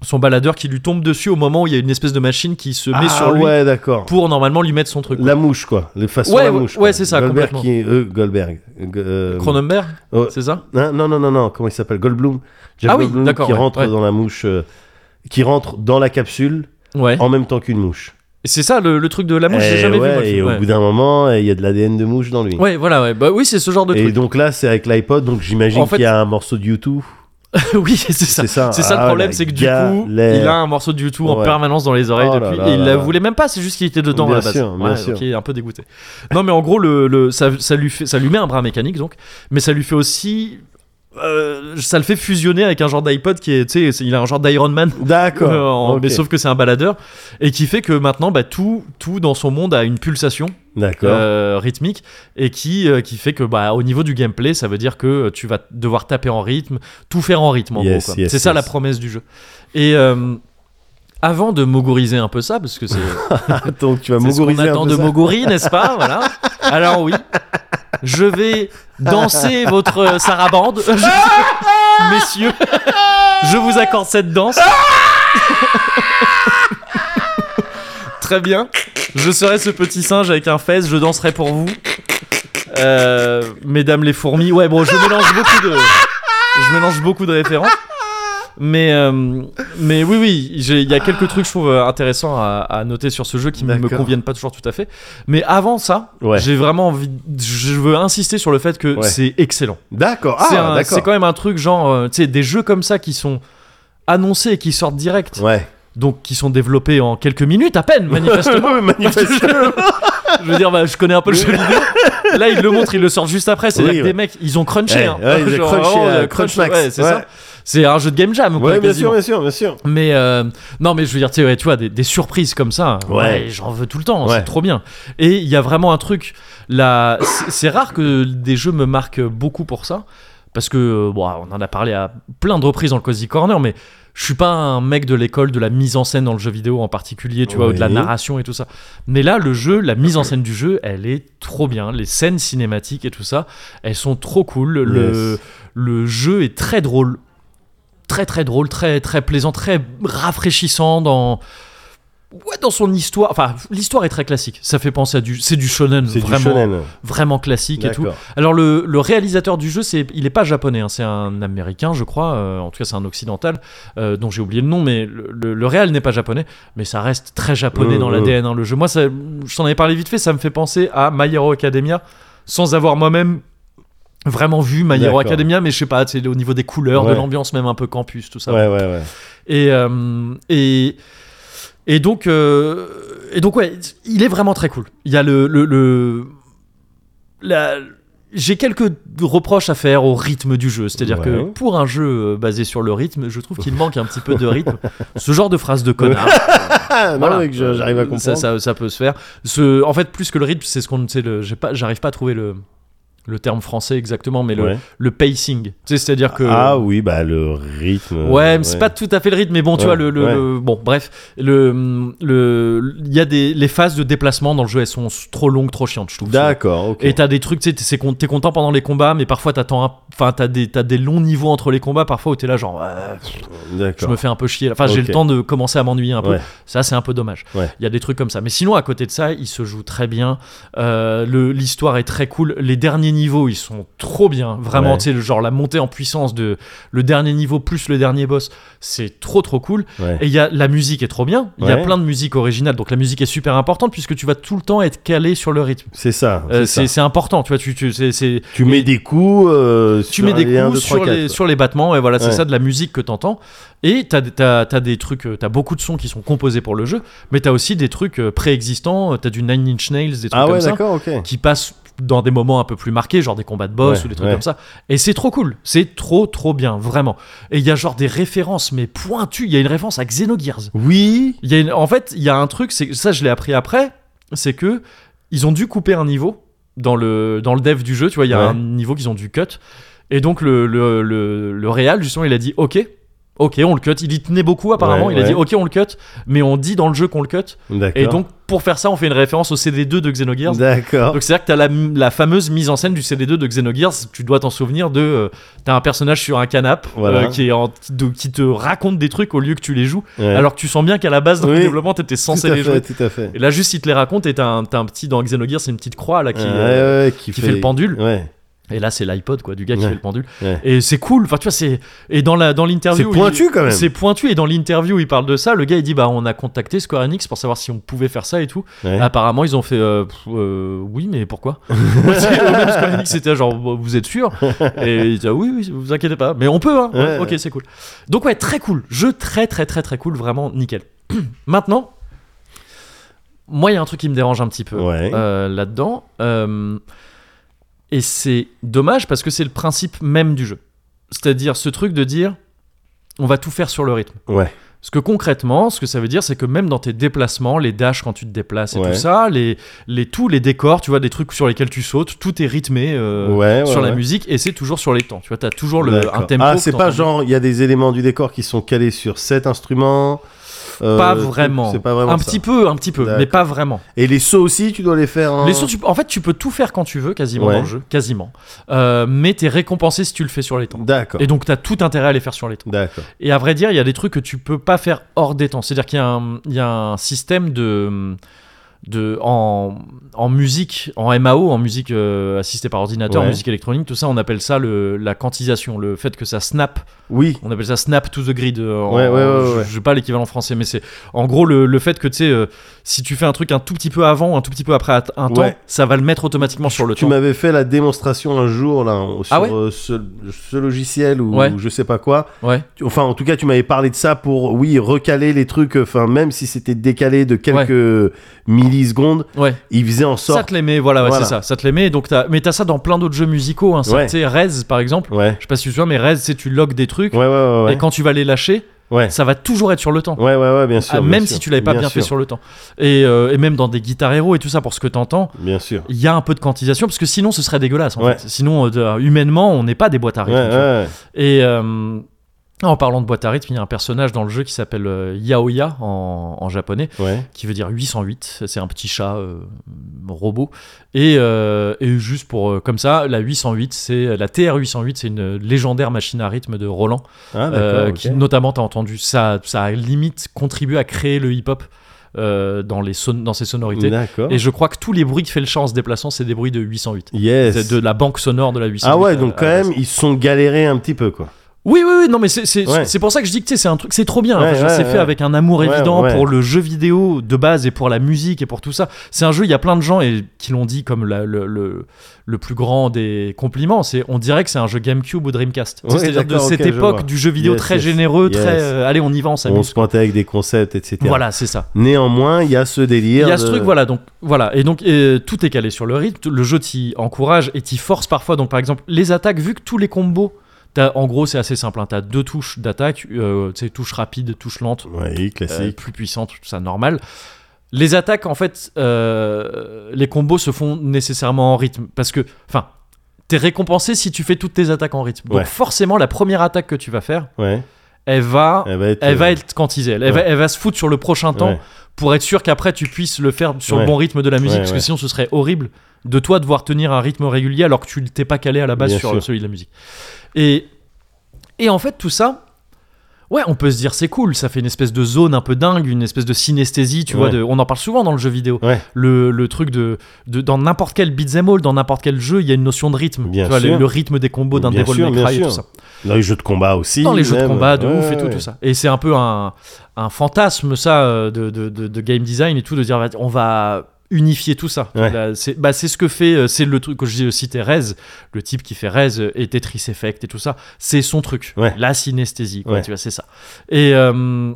A: son baladeur qui lui tombe dessus au moment où il y a une espèce de machine qui se met
B: Ah
A: sur lui
B: ouais, d'accord.
A: pour normalement lui mettre son truc.
B: La mouche quoi. Le façon
A: Ouais,
B: la
A: ouais,
B: mouche.
A: ouais,
B: quoi.
A: c'est ça,
B: Goldberg
A: complètement.
B: qui est euh, Goldberg. euh, Go- euh,
A: Cronenberg,
B: oh,
A: c'est ça
B: Hein, non, non, non, non, comment il s'appelle Goldblum. Jeff
A: Ah oui,
B: Goldblum
A: d'accord,
B: Qui
A: ouais,
B: rentre
A: ouais.
B: dans la mouche, euh, qui rentre dans la capsule
A: Ouais.
B: en même temps qu'une mouche.
A: Et C'est ça le, le truc de Eh la mouche, j'ai
B: Eh
A: jamais
B: ouais,
A: vu. moi, le
B: et
A: film,
B: au
A: ouais.
B: bout d'un moment, eh, il y a de l'ADN de mouche dans lui.
A: Ouais, voilà, ouais. Bah oui, c'est ce genre de
B: et
A: truc.
B: donc là, c'est avec l'iPod, donc j'imagine
A: En fait-
B: qu'il y a un morceau de YouTube.
A: oui, c'est ça.
B: C'est ça.
A: C'est ça
B: Ah,
A: le problème,
B: la
A: c'est que du coup,
B: galère.
A: il a un morceau de YouTube en
B: Ouais.
A: permanence dans les oreilles
B: Oh là
A: depuis.
B: là
A: et il
B: là
A: la
B: là.
A: voulait même pas, c'est juste qu'il était dedans
B: Bien
A: à la base.
B: sûr, bien
A: Ouais,
B: sûr.
A: ok, un peu dégoûté. Non, mais en gros, le, le- ça, ça lui fait, ça lui met un bras mécanique donc, mais ça lui fait aussi. euh, ça le fait fusionner avec un genre d'iPod qui est, tu sais, c'est- il a un genre d'Iron Man
B: D'accord.
A: Euh, en-
B: ok.
A: mais sauf que c'est un baladeur et qui fait que maintenant bah, tout tout dans son monde a une pulsation
B: D'accord.
A: euh, rythmique et qui euh, qui fait que bah au niveau du gameplay ça veut dire que tu vas devoir taper en rythme tout faire en rythme en
B: Yes,
A: gros quoi.
B: yes,
A: c'est ça
B: yes.
A: la promesse du jeu et euh, avant de mogoriser un peu ça parce que c'est
B: Donc tu vas
A: c'est ce qu'on
B: mogoriser un
A: attend
B: peu
A: de
B: ça.
A: Moguri, n'est-ce pas Voilà. Alors oui, je vais danser votre euh, sarabande, Je- messieurs. Je vous accorde cette danse. Très bien. Je serai ce petit singe avec un fez. Je danserai pour vous, Euh, mesdames les fourmis. Ouais, bon, je mélange beaucoup de, je mélange beaucoup de références. Mais, euh, mais oui, oui, j'ai- il y a quelques trucs, je trouve, euh, intéressants à, à noter sur ce jeu qui ne me
B: D'accord.
A: conviennent pas toujours tout à fait. Mais avant ça,
B: Ouais.
A: j'ai vraiment envie. Je veux insister sur le fait que
B: Ouais.
A: c'est excellent.
B: D'accord.
A: C'est un-
B: Ah,
A: c'est quand
B: d'accord.
A: même un truc, genre, euh, tu sais, des jeux comme ça qui sont annoncés et qui sortent direct,
B: Ouais.
A: donc qui sont développés en quelques minutes à peine, manifestement.
B: Manifestement.
A: je veux dire, bah, je connais un peu le jeu vidéo. Là, ils le montrent, ils le sortent juste après. C'est-à-dire
B: Oui,
A: que
B: ouais.
A: des mecs, ils ont crunché.
B: Ouais,
A: hein.
B: ouais, ils ont
A: Genre,
B: crunché,
A: vraiment,
B: là,
A: euh,
B: crunch
A: crunch,
B: max.
A: ouais, c'est
B: Ouais.
A: ça. C'est un jeu de game jam. quoi,
B: Ouais, bien
A: quasiment.
B: sûr, bien sûr, bien sûr.
A: Mais euh, non, mais je veux dire, tu sais, ouais, tu vois, des, des surprises comme ça,
B: Ouais.
A: ouais, j'en veux tout le temps,
B: Ouais.
A: c'est trop bien. Et il y a vraiment un truc, là, c'est- c'est rare que des jeux me marquent beaucoup pour ça, parce que, euh, bon, on en a parlé à plein de reprises dans le Cozy Corner, mais je suis pas un mec de l'école de la mise en scène dans le jeu vidéo en particulier, tu vois, ou de la
B: Oui.
A: narration et tout ça. Mais là, le jeu, la mise en scène du jeu, elle est trop bien. Les scènes cinématiques et tout ça, elles sont trop cool. Le,
B: Yes.
A: le jeu est très drôle. Très très drôle, très très plaisant, très rafraîchissant dans ouais, dans son histoire. Enfin, l'histoire est très classique. Ça fait penser à du c'est du shonen
B: C'est
A: vraiment
B: du shonen.
A: vraiment classique et tout.
B: D'accord.
A: Alors le, le réalisateur du jeu, c'est il est pas japonais, hein, c'est un américain, je crois. euh, en tout cas, c'est un occidental euh, dont j'ai oublié le nom, mais le, le, le réal n'est pas japonais, mais ça reste très japonais
B: Mmh,
A: dans
B: mmh.
A: l'ADN. hein, le jeu, moi, ça, je t'en avais parlé vite fait, ça me fait penser à My Hero Academia, sans avoir moi-même vraiment vu My Hero
B: D'accord.
A: Academia, mais je sais pas, c'est au niveau des couleurs, de
B: Ouais.
A: l'ambiance, même un peu campus, tout ça.
B: Ouais, ouais, ouais.
A: Et, euh, et, et donc, euh, et donc ouais, il est vraiment très cool. Il y a le, le, le- la- j'ai quelques reproches à faire au rythme du jeu, c'est-à-dire que
B: Ouais.
A: pour un jeu euh, basé sur le rythme, je trouve qu'il manque un petit peu de rythme. Ce genre de phrase de connard,
B: Ah, non,
A: voilà. Euh,
B: mais que je- j'arrive à comprendre.
A: ça, ça, ça peut se faire. Ce, en fait, plus que le rythme, c'est ce qu'on, c'est le, j'ai pas, j'arrive pas à trouver le, le terme français exactement, mais le,
B: Ouais.
A: le pacing. Tu sais, c'est-à-dire que
B: Ah oui, bah le rythme.
A: Ouais, mais c'est pas tout à fait le rythme, mais bon, tu
B: Ouais,
A: vois, le, le-
B: ouais.
A: le- bon, bref, le, le, il y a des, les phases de déplacement dans le jeu, elles sont trop longues, trop chiantes, je trouve.
B: D'accord, ok.
A: Et t'as des trucs, tu sais, t'es c'est con- t'es content pendant les combats, mais parfois t'attends, un- enfin, t'as des, t'as des longs niveaux entre les combats, parfois où t'es là, genre, euh, je
B: D'accord.
A: me fais un peu chier. Enfin, j'ai
B: Ok.
A: le temps de commencer à m'ennuyer un peu.
B: Ouais.
A: Ça, c'est un peu dommage. Il
B: Ouais.
A: y a des trucs comme ça. Mais sinon, à côté de ça, il se joue très bien. Euh, le- L'histoire est très cool. Les derniers niveaux, ils sont trop bien. Vraiment,
B: Ouais.
A: tu sais, le genre la montée en puissance de le dernier niveau plus le dernier boss, c'est trop, trop cool.
B: Ouais.
A: Et il y a, la musique est trop bien. Il y a
B: Ouais.
A: plein de musique originale. Donc, la musique est super importante puisque tu vas tout le temps être calé sur le rythme.
B: C'est ça.
A: Euh,
B: c'est
A: c'est
B: ça.
A: c'est important. Tu vois, tu, tu, c'est- c'est-
B: Tu mets des coups. euh,
A: tu
B: sur
A: mets des
B: les
A: coups
B: un, deux,
A: sur,
B: trois, quatre,
A: les,
B: quoi.
A: sur les battements et voilà c'est
B: Ouais.
A: ça de la musique que t'entends et t'as as, des trucs euh, t'as beaucoup de sons qui sont composés pour le jeu mais t'as aussi des trucs euh, préexistants euh, t'as du Nine Inch Nails des trucs
B: Ah
A: comme
B: ouais,
A: ça
B: d'accord, ok.
A: qui passent dans des moments un peu plus marqués genre des combats de boss
B: Ouais,
A: ou des trucs
B: ouais.
A: comme ça et c'est trop cool c'est trop trop bien vraiment et il y a genre des références mais pointues il y a une référence à Xenogears
B: Oui.
A: il y a une- en fait, il y a un truc, c'est ça je l'ai appris après, c'est que ils ont dû couper un niveau dans le dans le dev du jeu, tu vois, il y a
B: Ouais.
A: un niveau qu'ils ont dû cut et donc le le le, le réal justement, il a dit OK. OK, on le cut. Il y tenait beaucoup apparemment.
B: Ouais,
A: il a
B: ouais.
A: dit OK, on le cut, mais on dit dans le jeu qu'on le cut.
B: D'accord.
A: Et donc pour faire ça, on fait une référence au CD2 de Xenogears.
B: D'accord.
A: Donc c'est-à-dire que t'as la, la fameuse mise en scène du CD2 de Xenogears, tu dois t'en souvenir de... euh, t'as un personnage sur un canap
B: Voilà.
A: euh, qui, est en- de- qui te raconte des trucs au lieu que tu les joues,
B: Ouais.
A: alors que tu sens bien qu'à la base dans le
B: Oui.
A: développement t'étais
B: tout
A: censé
B: à
A: les
B: fait,
A: jouer.
B: tout à fait.
A: Et là juste il te les raconte et t'as un, t'as un petit dans Xenogears c'est une petite croix là qui... euh,
B: Ouais, ouais, qui,
A: qui fait le pendule.
B: Ouais.
A: Et là c'est l'iPod quoi du gars qui
B: Ouais.
A: fait le pendule.
B: Ouais.
A: Et c'est cool, enfin tu vois c'est... Et dans la dans
B: C'est
A: l'interview... il-
B: pointu quand même.
A: C'est pointu et dans l'interview il parle de ça, le gars il dit bah on a contacté Square Enix pour savoir si on pouvait faire ça et tout.
B: Ouais.
A: Apparemment, ils ont fait euh, pff, euh, oui, mais pourquoi Parce que même Square Enix, C'était genre vous êtes sûr Et ils disaient oui, oui, vous inquiétez pas. Mais on peut, hein. Ouais,
B: Ouais,
A: ok, c'est cool. Donc ouais, très cool. Jeu très très très très cool, vraiment nickel. Maintenant, moi, il y a un truc qui me dérange un petit peu
B: Ouais.
A: euh, là-dedans, Euh, et c'est dommage parce que c'est le principe même du jeu. C'est-à-dire ce truc de dire on va tout faire sur le rythme.
B: Ouais.
A: Parce que concrètement, ce que ça veut dire, c'est que même dans tes déplacements, les dashs quand tu te déplaces et
B: Ouais.
A: tout ça, les, les, tous les décors, tu vois, des trucs sur lesquels tu sautes, tout est rythmé euh,
B: Ouais, ouais,
A: sur la
B: ouais.
A: musique et c'est toujours sur les temps. Tu vois, t'as toujours le,
B: D'accord.
A: un tempo.
B: Ah,
A: que
B: c'est pas
A: t'entends.
B: genre, il y a des éléments du décor qui sont calés sur cet instrument. euh,
A: Pas
B: truc,
A: vraiment.
B: C'est pas vraiment.
A: Un
B: ça.
A: petit peu, un petit peu, mais
B: D'accord.
A: pas vraiment.
B: Et les sauts aussi, tu dois les faire. en-
A: Les sauts, tu- en fait, tu peux tout faire quand tu veux, quasiment
B: Ouais.
A: dans le jeu, quasiment. Euh, mais t'es récompensé si tu le fais sur les temps.
B: D'accord.
A: Et donc t'as tout intérêt à les faire sur les temps.
B: D'accord.
A: Et à vrai dire, il y a des trucs que tu peux pas faire hors des temps. C'est-à-dire qu'il y, a un- il y a un système de, de en, en musique, en MAO, en musique euh, assistée par ordinateur, en
B: Ouais.
A: musique électronique, tout ça, on appelle ça le, la quantisation, le fait que ça snap.
B: Oui.
A: On appelle ça snap to the grid. euh, en-
B: Ouais, ouais, ouais, ouais.
A: Je, je sais pas l'équivalent français, mais c'est en gros le, le fait que tu sais, euh, si tu fais un truc un tout petit peu avant, un tout petit peu après un temps,
B: Ouais.
A: ça va le mettre automatiquement sur le
B: Tu
A: temps.
B: m'avais fait la démonstration un jour là en- sur
A: Ah ouais
B: euh, ce, ce logiciel ou
A: Ouais.
B: ou je sais pas quoi.
A: Ouais.
B: Tu- Enfin, en tout cas, tu m'avais parlé de ça pour oui recaler les trucs. Enfin, même si c'était décalé de quelques millisecondes,
A: Ouais.
B: il faisait en
A: Ça
B: sorte.
A: te les met, voilà, ouais,
B: Voilà.
A: c'est ça. Ça te les met. Donc t'as- mais t'as ça dans plein d'autres jeux musicaux. Hein, ça,
B: Ouais.
A: Tu sais, Rez par exemple.
B: Ouais.
A: Je sais pas si tu te souviens, mais Rez, c'est tu logs des trucs.
B: Ouais, ouais, ouais, ouais.
A: Et quand tu vas les lâcher,
B: Ouais.
A: ça va toujours être sur le temps.
B: Ouais, ouais, ouais, bien sûr.
A: Ah,
B: bien
A: même
B: sûr,
A: si tu l'avais pas bien, fait
B: sûr,
A: sur le temps. Et, euh, et même dans des guitares héros et tout ça, pour ce que t'entends,
B: Bien sûr.
A: il y a un peu de quantisation, parce que sinon ce serait dégueulasse. en
B: Ouais.
A: fait. Sinon, euh, de- humainement, on n'est pas des boîtes à
B: Ouais,
A: rythme. tu vois.
B: ouais.
A: Et euh, en parlant de boîtes à rythme, il y a un personnage dans le jeu qui s'appelle euh, Yaoya en- en japonais,
B: ouais.
A: qui veut dire 808. C'est un petit chat euh, robot. Et, euh, et juste pour euh, comme ça, la 808, c'est la TR 808, c'est une légendaire machine à rythme de Roland,
B: Ah,
A: euh,
B: d'accord.
A: qui
B: ok.
A: notamment t'as entendu ça, ça a limite contribue à créer le hip-hop euh, dans les son- dans ses sonorités.
B: D'accord.
A: Et je crois que tous les bruits que fait le chat en se déplaçant, c'est des bruits de 808.
B: Yes.
A: C'est de la banque sonore de la 808.
B: Ah ouais,
A: euh, à
B: donc quand
A: la base.
B: même, ils se sont galérés un petit peu, quoi.
A: Oui, oui, oui, non, mais c'est c'est-
B: Ouais.
A: c'est pour ça que je dis que tu sais, c'est un truc, c'est trop bien.
B: Ouais,
A: Enfin, je veux dire,
B: ouais,
A: c'est
B: ouais.
A: fait avec un amour
B: Ouais,
A: évident
B: ouais.
A: pour le jeu vidéo de base et pour la musique et pour tout ça. C'est un jeu, il y a plein de gens et, qui l'ont dit comme la- le, le, le plus grand des compliments. C'est On dirait que c'est un jeu GameCube ou Dreamcast. Tu sais,
B: Ouais,
A: C'est-à-dire de
B: d'accord,
A: cette
B: ok, je vois.
A: époque du jeu vidéo
B: Yes,
A: très
B: yes,
A: généreux,
B: yes.
A: très. euh, allez, on y va, on
B: On
A: s'amuse.
B: se pointait avec des concepts, etc.
A: Voilà, c'est ça.
B: Néanmoins, il y a ce délire.
A: Il y a ce
B: de-
A: truc, voilà, donc voilà, et donc euh, tout est calé sur le rythme. Le jeu t'y encourage et t'y force parfois. Donc par exemple, les attaques, vu que tous les combos, t'as- en gros c'est assez simple. Hein, t'as deux touches d'attaque, euh, tu sais, touche rapide, touche lente,
B: Oui,
A: euh,
B: classique.
A: plus puissante, tout ça normal. Les attaques, en fait, euh, les combos se font nécessairement en rythme parce que, enfin, t'es récompensé si tu fais toutes tes attaques en rythme. Donc
B: Ouais.
A: forcément, la première attaque que tu vas faire,
B: Ouais.
A: elle va,
B: Elle va être.
A: Euh, elle va être quantisée. Elle, elle va,
B: ouais.
A: elle va se foutre sur le prochain temps
B: Ouais.
A: pour être sûr qu'après tu puisses le faire sur
B: Ouais.
A: le bon rythme de la musique,
B: Ouais,
A: parce que
B: ouais.
A: sinon ce serait horrible de toi devoir tenir un rythme régulier alors que tu ne t'es pas calé à la base
B: Bien
A: sur
B: sûr.
A: celui de la musique. Et, et en fait tout ça, ouais, on peut se dire c'est cool, ça fait une espèce de zone un peu dingue, une espèce de synesthésie, tu vois,
B: Ouais.
A: de- on en parle souvent dans le jeu vidéo,
B: Ouais.
A: le, le truc de, de dans n'importe quel beat'em all, dans n'importe quel jeu, il y a une notion de rythme,
B: Bien
A: tu vois, le-
B: sûr.
A: Le, rythme des combos d'un
B: Bien
A: Devil
B: sûr,
A: May
B: bien
A: Cry et
B: sûr.
A: tout ça
B: Dans les jeux de combat aussi.
A: dans les jeux de
B: même.
A: combat de
B: Ouais,
A: ouf et tout,
B: ouais.
A: tout ça et c'est un peu un, un fantasme ça euh, de, de- de- de game design et tout de dire va- on va unifier tout ça
B: Ouais.
A: Là, c'est bah, c'est ce que fait euh, c'est le truc que je citais Rez le type qui fait Rez euh, et Tetris Effect et tout ça c'est son truc
B: Ouais.
A: la synesthésie quoi,
B: Ouais.
A: tu vois c'est ça et euh,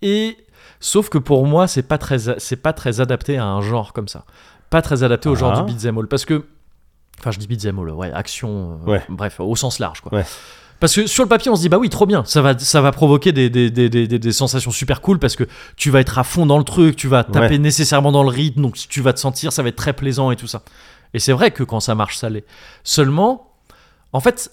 A: et sauf que pour moi c'est pas très a- c'est pas très adapté à un genre comme ça pas très adapté au genre
B: Ah.
A: du beat'em all parce que enfin je dis beat'em all ouais action euh,
B: Ouais.
A: bref au sens large quoi
B: Ouais.
A: parce que sur le papier on se dit bah oui trop bien ça va ça va provoquer des, des, des, des, des- des sensations super cool parce que tu vas être à fond dans le truc tu vas taper
B: Ouais.
A: nécessairement dans le rythme donc tu vas te sentir ça va être très plaisant et tout ça et c'est vrai que quand ça marche ça l'est seulement en fait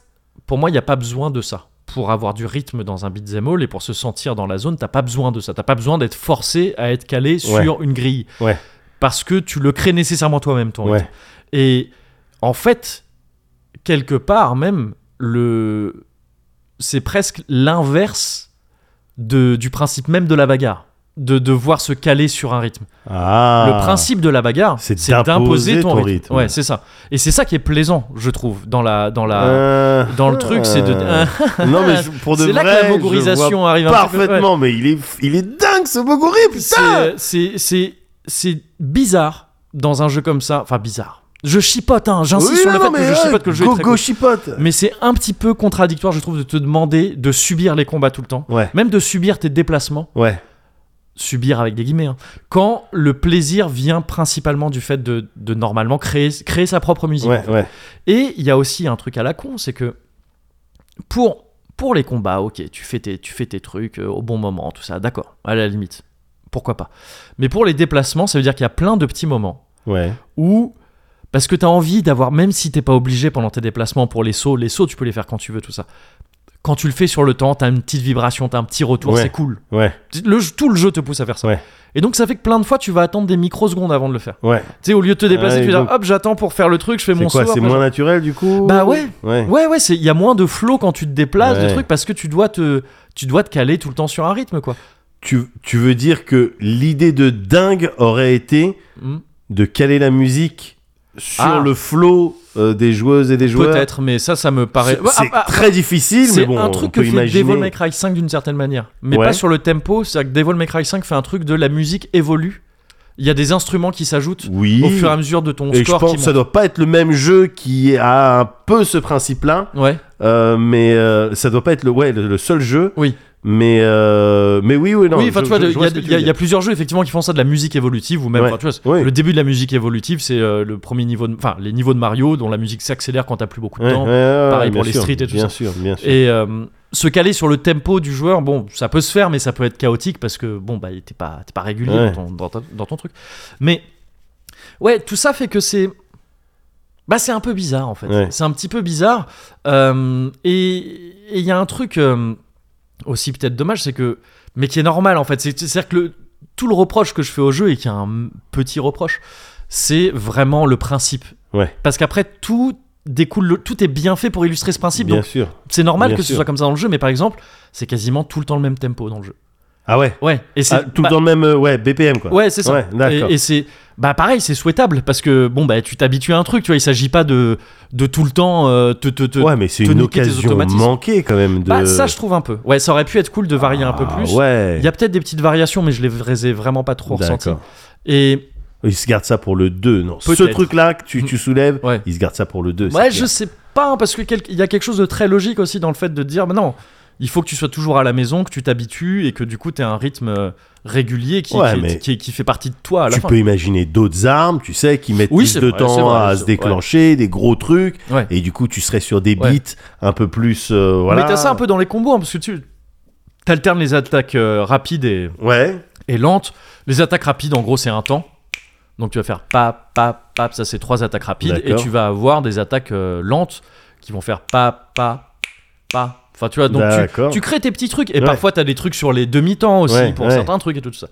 A: pour moi, il n'y a pas besoin de ça. Pour avoir du rythme dans un beat'em all et pour se sentir dans la zone, t'as pas besoin de ça. T'as pas besoin d'être forcé à être calé sur une grille.
B: Ouais.
A: Parce que tu le crées nécessairement toi-même, ton rythme.
B: Ouais.
A: Et en fait, quelque part même, le... c'est presque l'inverse de- du principe même de la bagarre. De devoir se caler sur un rythme.
B: Ah.
A: Le principe de la bagarre,
B: C'est
A: c'est d'imposer
B: d'imposer
A: ton,
B: ton
A: rythme.
B: rythme.
A: Ouais, c'est ça. Et c'est ça qui est plaisant, je trouve, dans la, dans la,
B: Euh,
A: dans le truc, c'est de.
B: euh, Non, mais je- pour de
A: c'est là
B: vrai.
A: que la
B: je
A: mogorisation arrive
B: vois
A: un petit peu, ouais.
B: Parfaitement, mais il est, il est dingue ce Mogori, putain!
A: C'est- C'est, c'est, c'est bizarre dans un jeu comme ça. Enfin, bizarre. Je chipote, hein, j'insiste
B: Oui,
A: sur
B: non,
A: le fait
B: non,
A: que
B: mais
A: je
B: ouais,
A: chipote que le jeu est
B: go,
A: très
B: go
A: cool.
B: chipote!
A: Mais c'est un petit peu contradictoire, je trouve, de te demander de subir les combats tout le temps.
B: Ouais,
A: Même de subir tes déplacements,
B: ouais,
A: subir avec des guillemets, hein, quand le plaisir vient principalement du fait de, de normalement créer, créer sa propre musique.
B: ouais, ouais.
A: Et il y a aussi un truc à la con, c'est que pour, pour les combats, ok, tu fais tes, tu fais tes trucs euh, au bon moment, tout ça, d'accord, à la limite, pourquoi pas. Mais pour les déplacements, ça veut dire qu'il y a plein de petits moments
B: Ouais,
A: où, parce que tu as envie d'avoir, même si t'es pas obligé pendant tes déplacements pour les sauts, les sauts, tu peux les faire quand tu veux, tout ça. Quand tu le fais sur le temps, t'as une petite vibration, t'as un petit retour,
B: Ouais.
A: c'est cool.
B: ouais,
A: Le, tout le jeu te pousse à faire ça.
B: Ouais.
A: Et donc ça fait que plein de fois, tu vas attendre des microsecondes avant de le faire.
B: ouais.
A: Tu sais, au lieu de te déplacer,
B: Ah, et
A: tu vas dire,
B: donc-
A: hop, j'attends pour faire le truc, je fais
B: C'est
A: mon
B: quoi?
A: saut.
B: C'est
A: après,
B: moins naturel du coup?
A: Bah ouais.
B: Ouais,
A: Ouais, ouais, c'est- il y a moins de flow quand tu te déplaces, de
B: Ouais.
A: trucs, parce que tu dois, te, tu dois te caler tout le temps sur un rythme, quoi.
B: tu, tu veux dire que l'idée de dingue aurait été
A: Hmm.
B: de caler la musique sur
A: Ah.
B: le flow euh, des joueuses et des joueurs
A: Peut-être, mais ça, ça me paraît.
B: C'est
A: Ouais,
B: c'est
A: ah, ah,
B: très difficile, mais
A: c'est
B: bon,
A: un
B: on
A: truc
B: peut
A: que fait
B: imaginer.
A: Devil May Cry 5 d'une certaine manière, mais
B: Ouais.
A: pas sur le tempo. C'est-à-dire que Devil May Cry 5 fait un truc de la musique évolue. Il y a des instruments qui s'ajoutent
B: oui.
A: au fur et à mesure de ton
B: Et je
A: score.
B: pense
A: qui
B: que ça
A: monte.
B: doit pas être le même jeu qui a un peu ce principe-là,
A: Ouais.
B: euh, mais euh, ça doit pas être le, ouais, le, le seul jeu.
A: Oui.
B: Mais, euh, mais oui, oui, non.
A: oui, enfin,
B: je-
A: tu vois,
B: je-
A: il
B: je vois ce que
A: y,
B: tu
A: a-
B: veux
A: y a
B: dire.
A: plusieurs jeux effectivement qui font ça de la musique évolutive ou même,
B: Ouais.
A: enfin, tu vois,
B: Oui.
A: le début de la musique évolutive, c'est euh, le premier niveau, de- enfin, les niveaux de Mario dont la musique s'accélère quand t'as plus beaucoup de
B: Ouais,
A: temps.
B: ouais, ouais,
A: Pareil
B: bien
A: pour les
B: sûr,
A: streets et tout
B: bien
A: ça.
B: sûr, bien sûr.
A: Et euh, se caler sur le tempo du joueur, bon, ça peut se faire, mais ça peut être chaotique parce que, bon, bah, t'es pas, t'es pas régulier
B: Ouais.
A: dans, ton, dans ta- dans ton truc. Mais, ouais, tout ça fait que c'est. Bah, c'est un peu bizarre, en fait.
B: Ouais.
A: C'est un petit peu bizarre. Euh, et et il y a un truc euh, aussi, peut-être dommage, c'est que. Mais qui est normal, en fait. C'est- C'est-à-dire que le- tout le reproche que je fais au jeu, et qui est un petit reproche, c'est vraiment le principe.
B: Ouais.
A: Parce qu'après, tout découle, le- tout est bien fait pour illustrer ce principe.
B: bien
A: donc,
B: sûr.
A: c'est normal
B: Bien
A: que ce
B: sûr.
A: soit comme ça dans le jeu, mais par exemple, c'est quasiment tout le temps le même tempo dans le jeu.
B: Ah ouais.
A: Ouais, et c'est
B: Ah, tout
A: bah,
B: dans le même euh, ouais, BPM quoi.
A: Ouais, c'est ça.
B: Ouais, d'accord.
A: et et c'est bah pareil, c'est souhaitable parce que bon bah tu t'habitues à un truc, tu vois, il s'agit pas de de tout le temps euh, te te, te-
B: Ouais, mais c'est
A: te
B: une
A: niquer tes
B: occasion
A: automatismes.
B: manquée quand même de.
A: Bah, ça je trouve un peu. Ouais, ça aurait pu être cool de varier un peu
B: Ah,
A: plus.
B: Ouais.
A: Il y a peut-être des petites variations, mais je les ai vraiment pas trop ressenties.
B: D'accord.
A: Et
B: Ils se gardent ça pour le 2. Non. Ce
A: Peut-être.
B: truc-là que tu, tu soulèves,
A: Ouais.
B: ils se gardent ça pour le 2.
A: ouais, je sais pas, hein, parce que quel- il y a quelque chose de très logique aussi dans le fait de dire, mais non, il faut que tu sois toujours à la maison, que tu t'habitues et que du coup tu un rythme euh, régulier qui,
B: Ouais,
A: qui-
B: mais-
A: qui- qui fait partie de toi à la
B: tu
A: fin.
B: peux imaginer d'autres armes, tu sais, qui mettent
A: Oui,
B: plus
A: c'est
B: de
A: vrai, c'est
B: temps
A: vrai,
B: à
A: c'est-
B: se déclencher, des gros trucs,
A: Ouais.
B: et du coup tu serais sur des beats
A: Ouais.
B: un peu plus, euh, voilà.
A: Mais t'as ça un peu dans les combos, hein, parce que tu alternes les attaques euh, rapides et,
B: Ouais.
A: et lentes. Les attaques rapides, en gros, c'est un temps. Donc tu vas faire pa, pa, pa, ça c'est trois attaques rapides. Et
B: D'accord.
A: tu vas avoir des attaques euh, lentes qui vont faire pa, pa, pa. Enfin, tu vois, donc tu,
B: D'accord.
A: tu crées tes petits trucs. Et
B: Ouais.
A: parfois, t'as des trucs sur les demi-temps aussi,
B: Ouais,
A: pour
B: ouais.
A: certains trucs et tout ça.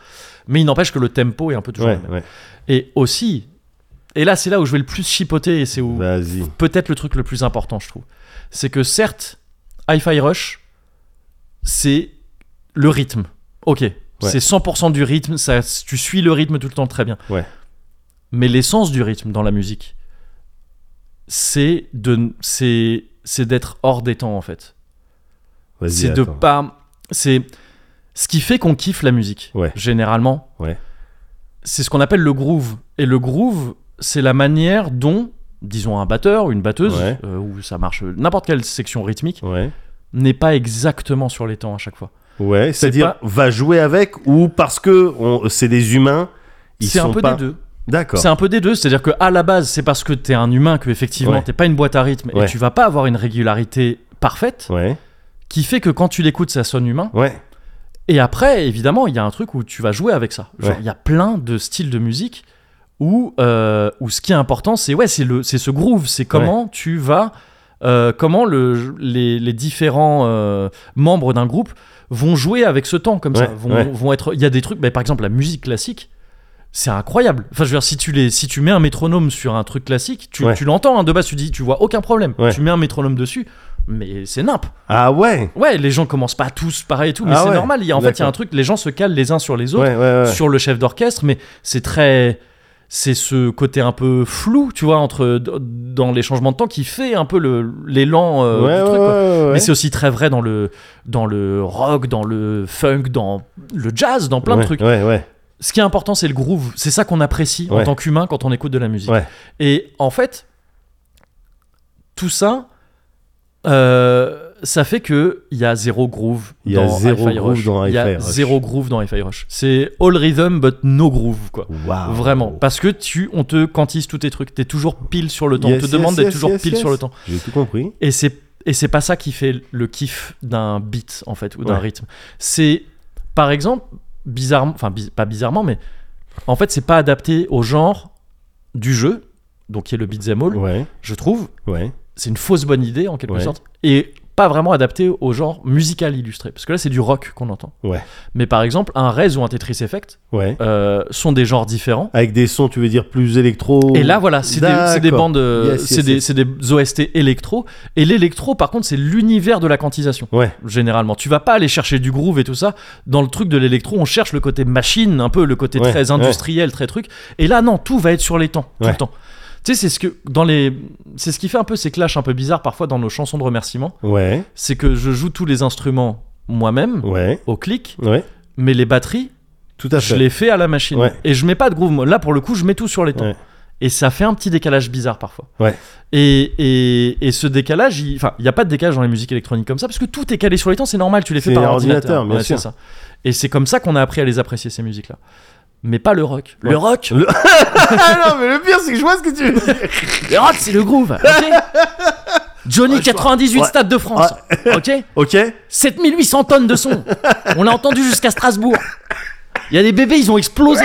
A: Mais il n'empêche que le tempo est un peu toujours
B: Ouais,
A: le même.
B: ouais.
A: Et aussi, et là, c'est là où je vais le plus chipoter et c'est où
B: Vas-y.
A: peut-être le truc le plus important, je trouve. C'est que certes, Hi-Fi Rush, c'est le rythme. Ok, c'est 100% du rythme, ça, tu suis le rythme tout le temps très bien.
B: Ouais.
A: Mais l'essence du rythme dans la musique, c'est de c'est c'est d'être hors des temps en fait.
B: Vas-y,
A: C'est de
B: attends.
A: pas c'est ce qui fait qu'on kiffe la musique.
B: Ouais.
A: Généralement.
B: Ouais.
A: C'est ce qu'on appelle le groove. Et le groove, c'est la manière dont, disons, un batteur ou une batteuse,
B: Ouais.
A: euh, ou ça marche, euh, n'importe quelle section rythmique,
B: Ouais.
A: n'est pas exactement sur les temps à chaque fois.
B: Ouais. C'est-à-dire
A: pas-
B: va jouer avec ou parce que on- c'est des humains. Ils
A: C'est un
B: sont
A: peu
B: pas-
A: des deux.
B: D'accord.
A: C'est un peu des deux, c'est-à-dire que à la base, c'est parce que t'es un humain que effectivement
B: Ouais.
A: t'es pas une boîte à rythme et
B: Ouais.
A: tu vas pas avoir une régularité parfaite,
B: Ouais.
A: qui fait que quand tu l'écoutes, ça sonne humain.
B: Ouais.
A: Et après, évidemment, il y a un truc où tu vas jouer avec ça. Genre,
B: Ouais.
A: Il y a plein de styles de musique où, euh, où ce qui est important, c'est ouais, c'est le, c'est ce groove, c'est comment tu vas, euh, comment le, les, les différents euh, membres d'un groupe vont jouer avec ce temps comme ça.
B: Ouais,
A: Vont,
B: ouais.
A: vont être, il y a des trucs, bah, par exemple, la musique classique. C'est incroyable. Enfin, je veux dire, si tu, les, si tu mets un métronome sur un truc classique, tu,
B: Ouais.
A: tu l'entends hein, de base, tu dis, tu vois aucun problème.
B: Ouais.
A: Tu mets un métronome dessus, mais c'est nimp.
B: Ah ouais.
A: Ouais, les gens commencent pas tous pareil et tout, mais
B: Ah
A: c'est
B: ouais,
A: normal. Il y a, en fait, il y a
B: d'accord.
A: un truc, les gens se calent les uns sur les autres,
B: Ouais, ouais, ouais.
A: sur le chef d'orchestre, mais c'est très. C'est ce côté un peu flou, tu vois, entre, d- dans les changements de temps qui fait un peu le- l'élan euh,
B: Ouais,
A: du truc.
B: ouais,
A: quoi.
B: ouais, ouais.
A: Mais c'est aussi très vrai dans le, dans le rock, dans le funk, dans le jazz, dans plein de
B: Ouais,
A: trucs.
B: Ouais, ouais.
A: Ce qui est important, c'est le groove. C'est ça qu'on apprécie en
B: Ouais.
A: tant qu'humain quand on écoute de la musique.
B: Ouais.
A: Et en fait, tout ça, euh, ça fait que il y a zéro groove.
B: Il y a
A: dans
B: zéro
A: Hi-Fi
B: groove
A: Rush.
B: dans
A: Il y a
B: Hi-Fi Rush.
A: zéro groove dans Hi-Fi Rush. C'est all rhythm but no groove, quoi.
B: Waouh.
A: Vraiment, parce que tu, on te quantise tous tes trucs. T'es toujours pile sur le temps.
B: Yes,
A: on te
B: yes,
A: demande d'être
B: yes,
A: toujours
B: yes,
A: pile
B: yes.
A: sur le temps.
B: J'ai tout compris.
A: Et c'est et c'est pas ça qui fait le kiff d'un beat en fait ou d'un
B: Ouais.
A: rythme. C'est par exemple bizarrement, enfin bi- pas bizarrement, mais en fait c'est pas adapté au genre du jeu, donc qui est le beat'em all.
B: Ouais.
A: Je trouve
B: Ouais.
A: c'est une fausse bonne idée en quelque
B: Ouais.
A: sorte et pas vraiment adapté au genre musical illustré parce que là c'est du rock qu'on entend.
B: Ouais.
A: Mais par exemple un Rez ou un Tetris Effect
B: Ouais.
A: euh, sont des genres différents.
B: Avec des sons, tu veux dire plus électro.
A: Et là, voilà, c'est des, c'est des
B: Oh. D'accord.
A: bandes, euh,
B: Yes, yes,
A: c'est des,
B: yes.
A: c'est des OST électro. Et l'électro, par contre, c'est l'univers de la quantisation.
B: Ouais.
A: Généralement, tu vas pas aller chercher du groove et tout ça. Dans le truc de l'électro, on cherche le côté machine, un peu le côté
B: Ouais,
A: très
B: ouais.
A: industriel, très truc. Et là, non, tout va être sur les temps, tout
B: Ouais.
A: le temps. Tu sais, c'est ce que dans les, c'est ce qui fait un peu ces clashs un peu bizarres parfois dans nos chansons de remerciement,
B: Ouais.
A: c'est que je joue tous les instruments moi-même
B: Ouais.
A: au clic,
B: Ouais.
A: mais les batteries,
B: Tout à
A: je
B: fait.
A: les fais à la machine
B: Ouais.
A: et je mets pas de groove. Moi, Là, pour le coup, je mets tout sur les temps
B: Ouais.
A: et ça fait un petit décalage bizarre parfois.
B: Ouais.
A: Et, et, et ce décalage, il n'y a pas de décalage dans les musiques électroniques comme ça, parce que tout est calé sur les temps, c'est normal, tu les fais
B: C'est
A: par
B: ordinateur,
A: ordinateur.
B: bien
A: Ouais,
B: sûr.
A: c'est ça. Et c'est comme ça qu'on a appris à les apprécier, ces musiques-là. Mais pas le rock.
B: Ouais.
A: Le rock,
B: Ah non, mais le pire, c'est que je vois ce que tu veux dire.
A: le rock, c'est le groove. ok Johnny, 98
B: Ouais.
A: Stade de France. ok
B: Ok
A: 7800 tonnes de son. On l'a entendu jusqu'à Strasbourg. Il y a des bébés, ils ont explosé.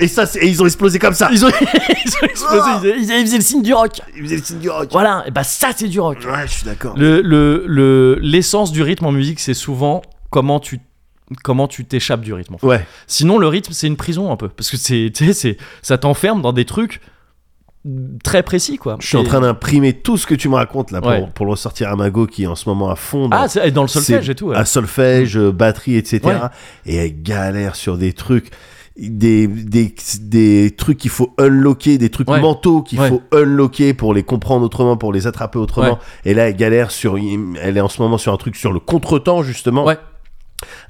B: Et ça, c'est- et ils ont explosé comme ça.
A: Ils ont, ils ont explosé. Ils, ils- ils faisaient le signe du rock.
B: Ils faisaient le signe du rock.
A: Voilà, et bah ça, c'est du rock.
B: Ouais, je suis d'accord.
A: le, le, le- l'essence du rythme en musique, c'est souvent comment tu comment tu t'échappes du rythme. en fait.
B: Ouais.
A: Sinon, le rythme, c'est une prison un peu, parce que c'est, tu sais, c'est ça t'enferme dans des trucs très précis, quoi.
B: Je suis en
A: Et-
B: train d'imprimer tout ce que tu me racontes là pour,
A: Ouais.
B: pour le ressortir à Mago qui est en ce moment à fond dans,
A: ah, c'est, et dans le solfège
B: C'est
A: et tout. ouais.
B: à solfège, euh, batterie, etc.
A: Ouais.
B: Et elle galère sur des trucs. des, des, des trucs qu'il faut unlocker, des trucs
A: Ouais.
B: mentaux qu'il
A: Ouais.
B: faut unlocker pour les comprendre autrement, pour les attraper autrement. Et là, elle galère sur. une- Elle est en ce moment sur un truc sur le contretemps, justement.
A: Ouais.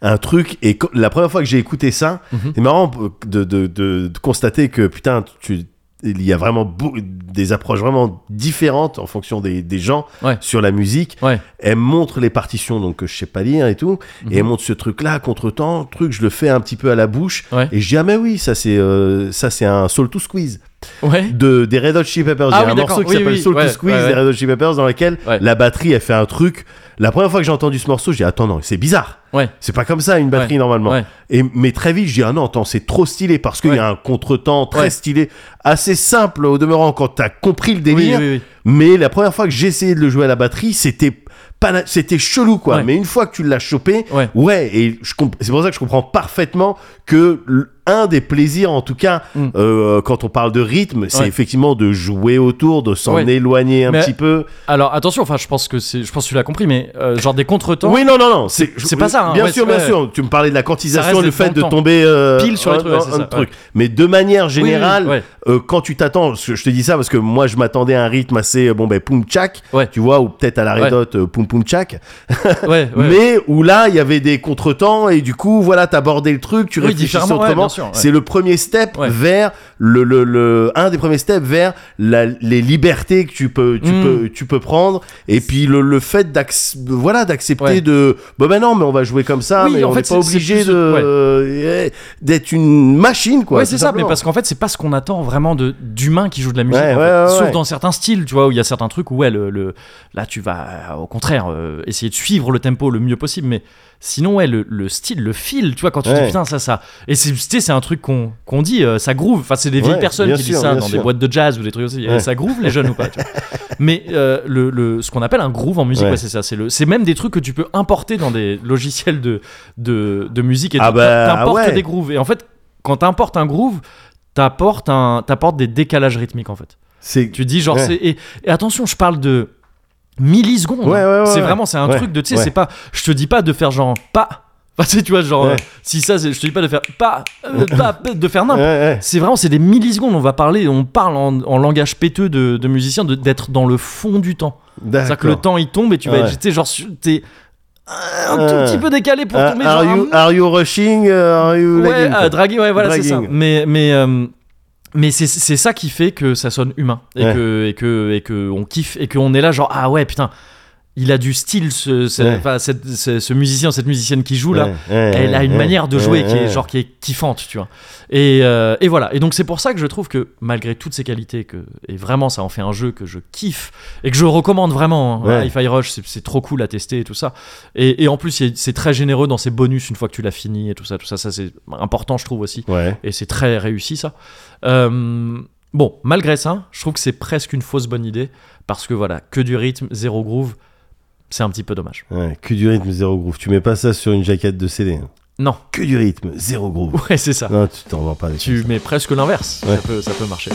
B: Un truc. Et co- la première fois que j'ai écouté ça,
A: Mhm.
B: c'est marrant de, de, de- de constater que, putain, tu. Il y a vraiment beau- des approches vraiment différentes en fonction des, des gens
A: Ouais.
B: sur la musique.
A: Ouais.
B: Elle montre les partitions donc que je sais pas lire et tout,
A: Mhm.
B: et elle montre ce truc là contre-temps, truc je le fais un petit peu à la bouche
A: Ouais.
B: et je dis ah mais oui, ça c'est euh, ça c'est un Soul to Squeeze
A: Ouais.
B: de des Red Hot Chili Peppers,
A: Ah
B: il y a
A: oui,
B: un
A: d'accord.
B: morceau qui
A: Oui,
B: s'appelle
A: oui,
B: Soul
A: ouais,
B: to Squeeze
A: ouais, ouais.
B: des Red Hot Chili Peppers dans lequel
A: Ouais.
B: la batterie elle fait un truc la première fois que j'ai entendu ce morceau, j'ai dit attends non, c'est bizarre.
A: Ouais.
B: C'est pas comme ça une batterie
A: Ouais.
B: normalement.
A: Ouais.
B: Et mais très vite, j'ai dit ah non, attends, c'est trop stylé parce qu'il y a un contretemps très
A: Ouais.
B: stylé, assez simple au demeurant quand t'as compris le
A: Oui,
B: délire.
A: oui, oui.
B: Mais la première fois que j'ai essayé de le jouer à la batterie, c'était pas la- c'était chelou quoi.
A: Ouais.
B: Mais une fois que tu l'as chopé,
A: Ouais.
B: et je comp- c'est pour ça que je comprends parfaitement que l- un des plaisirs en tout cas
A: Mm.
B: euh, quand on parle de rythme, c'est
A: Ouais.
B: effectivement de jouer autour, de s'en
A: Ouais.
B: éloigner un
A: Mais-
B: petit peu.
A: Alors attention, enfin, je pense que c'est, je pense que tu l'as compris, mais euh, genre des contretemps
B: Oui, non, non, non, c'est
A: c'est pas ça, hein.
B: Bien
A: Ouais,
B: sûr,
A: c'est-
B: bien
A: ouais.
B: sûr. Tu me parlais de la
A: Ça
B: quantisation,
A: reste
B: le fait
A: dans le
B: de
A: temps.
B: tomber euh,
A: Pile sur les
B: un-
A: trucs, ouais, c'est
B: un
A: ça,
B: truc.
A: ouais.
B: Mais de manière
A: Oui, oui, oui,
B: générale,
A: ouais.
B: Euh, quand tu t'attends, je je te dis ça parce que moi je m'attendais à un rythme assez euh, bon ben poum tchak,
A: Ouais.
B: tu vois, ou peut-être à la
A: Ouais.
B: Redote euh, poum poum tchak,
A: ouais, ouais.
B: mais où là il y avait des contretemps et du coup voilà t'abordais le truc, tu
A: Oui,
B: réfléchissais
A: différemment, ouais,
B: autrement.
A: bien sûr, ouais.
B: C'est le premier step
A: Ouais.
B: vers le, le, le- un des premiers steps vers la- les libertés que tu peux tu
A: Mm.
B: peux tu peux prendre et puis le, le fait d'acc- voilà d'accepter
A: Ouais.
B: de bah ben non mais on va jouer comme ça,
A: Oui,
B: mais
A: en
B: on
A: fait,
B: n'est
A: c'est-
B: pas
A: c'est
B: obligé
A: plus
B: de
A: de- ouais.
B: euh, d'être une machine quoi.
A: ouais,
B: tout
A: c'est ça, mais
B: simplement.
A: parce qu'en fait, c'est pas ce qu'on attend vraiment de d'humains qui jouent de la musique.
B: Ouais,
A: en
B: ouais,
A: fait.
B: ouais,
A: Sauf
B: ouais.
A: dans certains styles, tu vois, où il y a certains trucs où, ouais, le, le- là, tu vas euh, au contraire euh, essayer de suivre le tempo le mieux possible, mais sinon, ouais, le, le style, le fil, tu vois, quand tu
B: Ouais.
A: dis putain, ça, ça. Et c'est tu sais, c'est un truc qu'on qu'on dit, euh, ça groove. Enfin, c'est des vieilles
B: Ouais,
A: personnes
B: bien
A: qui
B: sûr,
A: disent ça
B: bien
A: dans des
B: sûr.
A: boîtes de jazz ou des trucs aussi.
B: Ouais.
A: Ça groove les jeunes ou pas, tu vois. Mais euh, le, le- ce qu'on appelle un groove en musique,
B: Ouais.
A: ouais, c'est ça. C'est le- c'est même des trucs que tu peux importer dans des logiciels de, de, de musique et
B: Ah
A: tout.
B: bah,
A: T'importes
B: ah ouais.
A: des grooves. Et en fait, quand t'importes un groove, t'apportes un, t'apportes des décalages rythmiques en fait.
B: c'est
A: Tu dis genre
B: Ouais.
A: c'est et, et attention, je parle de millisecondes.
B: Ouais, ouais, ouais,
A: c'est
B: ouais.
A: vraiment c'est un
B: Ouais,
A: truc de tu sais
B: ouais.
A: c'est pas je te dis pas de faire genre pas. Enfin, tu sais, tu vois genre
B: Ouais.
A: euh, si ça c'est- je te dis pas de faire pas euh, pas pas- de faire
B: Ouais,
A: n'importe.
B: ouais.
A: C'est vraiment, c'est des millisecondes. On va parler, on parle en, en langage péteux de, de musicien, de- d'être dans le fond du temps. C'est-à-dire que le
B: D'accord.
A: temps il tombe et tu vas
B: Ouais.
A: être, tu sais, genre, sur- t'es un
B: Ah.
A: tout petit peu décalé pour
B: Ah,
A: tomber.
B: are,
A: genre, un
B: you, are you rushing? uh, Are you
A: Ouais,
B: lagging, quoi.
A: euh, draguer, ouais, voilà, c'est ça.
B: Dragging.
A: Mais, mais, euh, mais c'est, c'est ça qui fait que ça sonne humain et
B: Ouais.
A: que et que et que on kiffe et qu'on est là genre ah ouais putain, il a du style ce ce,
B: Ouais.
A: enfin, cette- ce- ce musicien cette musicienne qui joue là.
B: Ouais, ouais,
A: Elle a une
B: ouais,
A: manière de
B: ouais,
A: jouer qui
B: ouais.
A: est genre qui est kiffante, tu vois. Et, euh, et voilà. Et donc c'est pour ça que je trouve que malgré toutes ses qualités que et vraiment ça en fait un jeu que je kiffe et que je recommande vraiment.
B: Ouais.
A: Hein, Hi-Fi Rush, c'est- c'est trop cool à tester et tout ça. Et, et en plus il- c'est très généreux dans ses bonus une fois que tu l'as fini et tout ça. Tout ça, ça c'est important je trouve aussi.
B: Ouais.
A: Et c'est très réussi ça. Euh, bon, malgré ça, je trouve que c'est presque une fausse bonne idée parce que voilà que du rythme, zéro groove, c'est un petit peu dommage.
B: ouais. Que du rythme, zéro groove. Tu mets pas ça sur une jaquette de CD. hein.
A: Non.
B: Que du rythme, zéro groove.
A: Ouais, c'est ça.
B: Non, tu t'en vends pas. des
A: Tu mets presque l'inverse.
B: Ouais.
A: Ça, peut, ça peut marcher.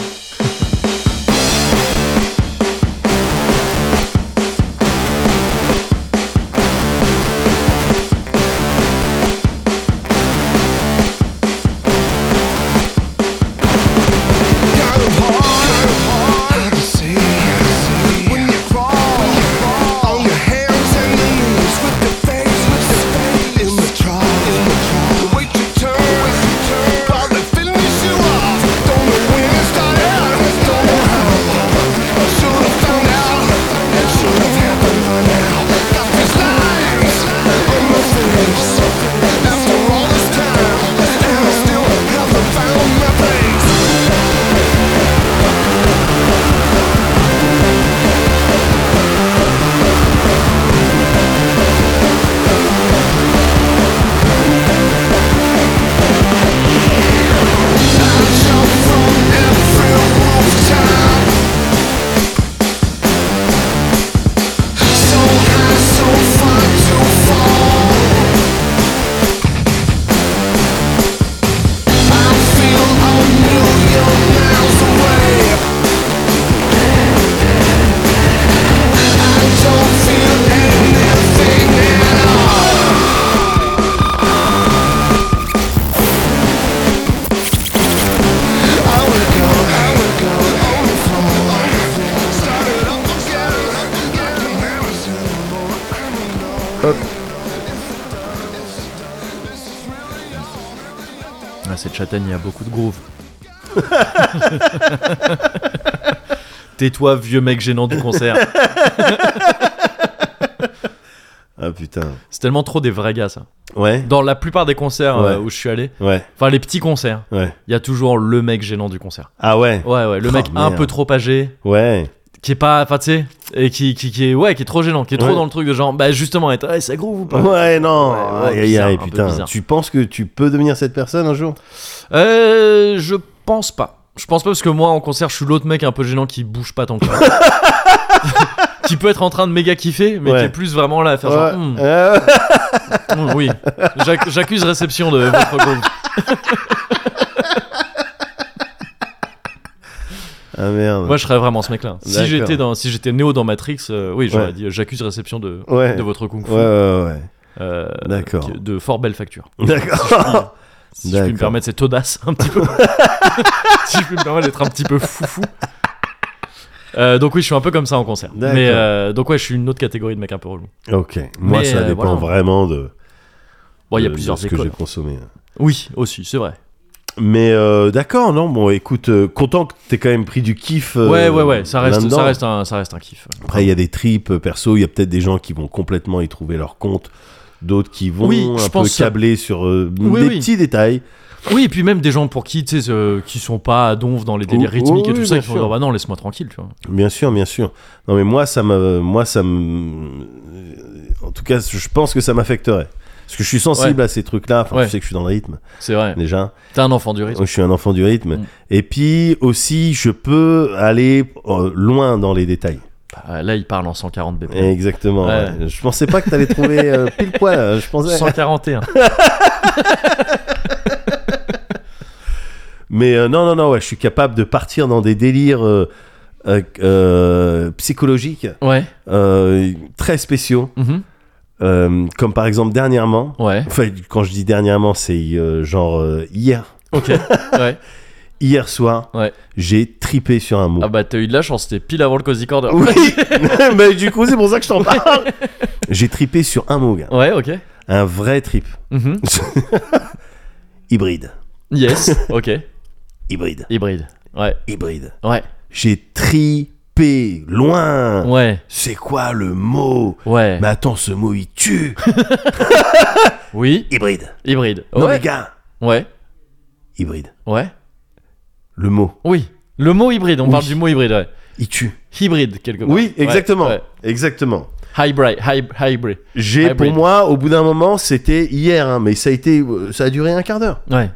D: Turn, turn, probably finish you off. Don't know when it started,
A: Ah, cette châtaigne, il y a beaucoup de groove. Tais-toi, vieux mec gênant du concert.
B: Ah putain.
A: C'est tellement trop des vrais gars, ça.
B: Ouais.
A: Dans la plupart des concerts euh,
B: Ouais.
A: où je suis allé,
B: Ouais.
A: enfin les petits concerts,
B: Ouais.
A: il y a toujours le mec gênant du concert.
B: Ah ouais.
A: Ouais, ouais, le
B: Oh,
A: mec un
B: merde.
A: peu trop âgé,
B: Ouais.
A: qui est pas, enfin tu sais, et qui, qui, qui est, ouais, qui est trop gênant, qui est
B: Ouais.
A: trop dans le truc de genre, bah justement, être, ouais, ça groove ou pas
B: Ouais, non.
A: Ouais, ouais,
B: aïe, aïe, aïe,
A: bizarre, un peu
B: putain.
A: bizarre.
B: Tu penses que tu peux devenir cette personne un jour
A: Euh, je pense pas. Je pense pas parce que moi en concert, je suis l'autre mec un peu gênant qui bouge pas tant que ça. qui peut être en train de méga kiffer, mais
B: Ouais.
A: qui est plus vraiment là à faire
B: Ouais.
A: genre, hmm,
B: Euh,
A: hmm, oui, J'ac- j'accuse réception de votre groove.
B: Ah merde.
A: Moi, je serais vraiment ce mec-là. Si
B: D'accord.
A: j'étais dans, si j'étais néo dans Matrix, euh, oui, j'aurais
B: Ouais.
A: dit, euh, j'accuse réception de,
B: Ouais.
A: de votre kung fu.
B: Ouais, ouais, ouais.
A: euh,
B: D'accord.
A: qui- de fort belle facture.
B: D'accord.
A: Si je puis me
B: D'accord.
A: permettre cette audace un petit peu. si je puis me permettre d'être un petit peu foufou. Euh, donc oui, je suis un peu comme ça en concert.
B: D'accord.
A: Mais euh, donc ouais, je suis une autre catégorie de mec un peu relou.
B: ok. Moi,
A: Mais,
B: ça
A: euh,
B: dépend
A: voilà.
B: vraiment de.
A: Bon, il y a
B: de- de
A: plusieurs
B: Euh, ce que j'ai
A: écoles.
B: consommé.
A: Oui, aussi, c'est vrai.
B: Mais euh, d'accord, non. Bon, écoute, euh, content que t'aies quand même pris du kiff. euh,
A: ouais, ouais, ouais. Ça reste,
B: là-dedans.
A: ça reste un, ça reste un kiff.
B: Après, il y a des tripes euh, perso. Il y a peut-être des gens qui vont complètement y trouver leur compte. D'autres qui vont
A: Oui,
B: un
A: je
B: peu
A: pense-
B: câbler sur euh,
A: Oui,
B: des
A: oui.
B: petits détails.
A: Oui, et puis même des gens pour qui, tu sais, euh, qui sont pas à donf dans les délires
B: Oh,
A: rythmiques
B: oui,
A: et tout ça,
B: bien
A: ils font
B: sûr.
A: genre, bah non, laisse-moi tranquille, tu vois.
B: Bien sûr, bien sûr. Non, mais moi, ça me, moi, ça me, en tout cas, je pense que ça m'affecterait. Parce que je suis sensible à ces trucs-là. Enfin,
A: Ouais.
B: tu sais que je suis dans le rythme
A: C'est vrai.
B: déjà.
A: T'es un enfant du rythme.
B: Donc, je suis un enfant du rythme.
A: Mm.
B: Et puis aussi, je peux aller euh, loin dans les détails.
A: Bah, là, il parle en 140 bp.
B: Exactement.
A: Ouais.
B: ouais. Je pensais pas que t'allais trouver euh, pile poil. euh, Je pensais.
A: 141.
B: Mais euh, non, non, non. Ouais, je suis capable de partir dans des délires euh, euh, euh, psychologiques
A: Ouais.
B: euh, très spéciaux.
A: Mhm.
B: Euh, comme par exemple dernièrement.
A: Ouais.
B: Enfin, quand je dis dernièrement, c'est euh, genre euh, hier.
A: Ok. ouais.
B: Hier soir,
A: Ouais.
B: j'ai tripé sur un mot.
A: Ah bah t'as eu de la chance, c'était pile avant le Cozy Corner.
B: Oui Mais du coup, c'est pour ça que je t'en parle J'ai tripé sur un mot, gars.
A: Ouais, ok.
B: Un vrai trip.
A: Mhm.
B: Hybride.
A: Yes, ok.
B: Hybride.
A: Hybride. Ouais,
B: Hybride.
A: ouais,
B: J'ai tripé loin.
A: ouais,
B: C'est quoi le mot
A: ouais.
B: Mais attends, ce mot, il tue
A: Oui,
B: Hybride.
A: hybride.
B: Non,
A: Ouais,
B: mais gars,
A: ouais,
B: hybride.
A: ouais.
B: Le mot,
A: Oui. Le mot hybride, on
B: Oui.
A: parle du mot hybride, ouais.
B: il tue.
A: Hybride, quelque part.
B: Oui,
A: Ouais,
B: exactement.
A: ouais.
B: Exactement.
A: Hybrid, hyb- hybrid.
B: J'ai pour
A: Hybrid.
B: moi, au bout d'un moment, c'était hier, hein, mais ça a été, euh, ça a duré un quart d'heure.
A: Ouais.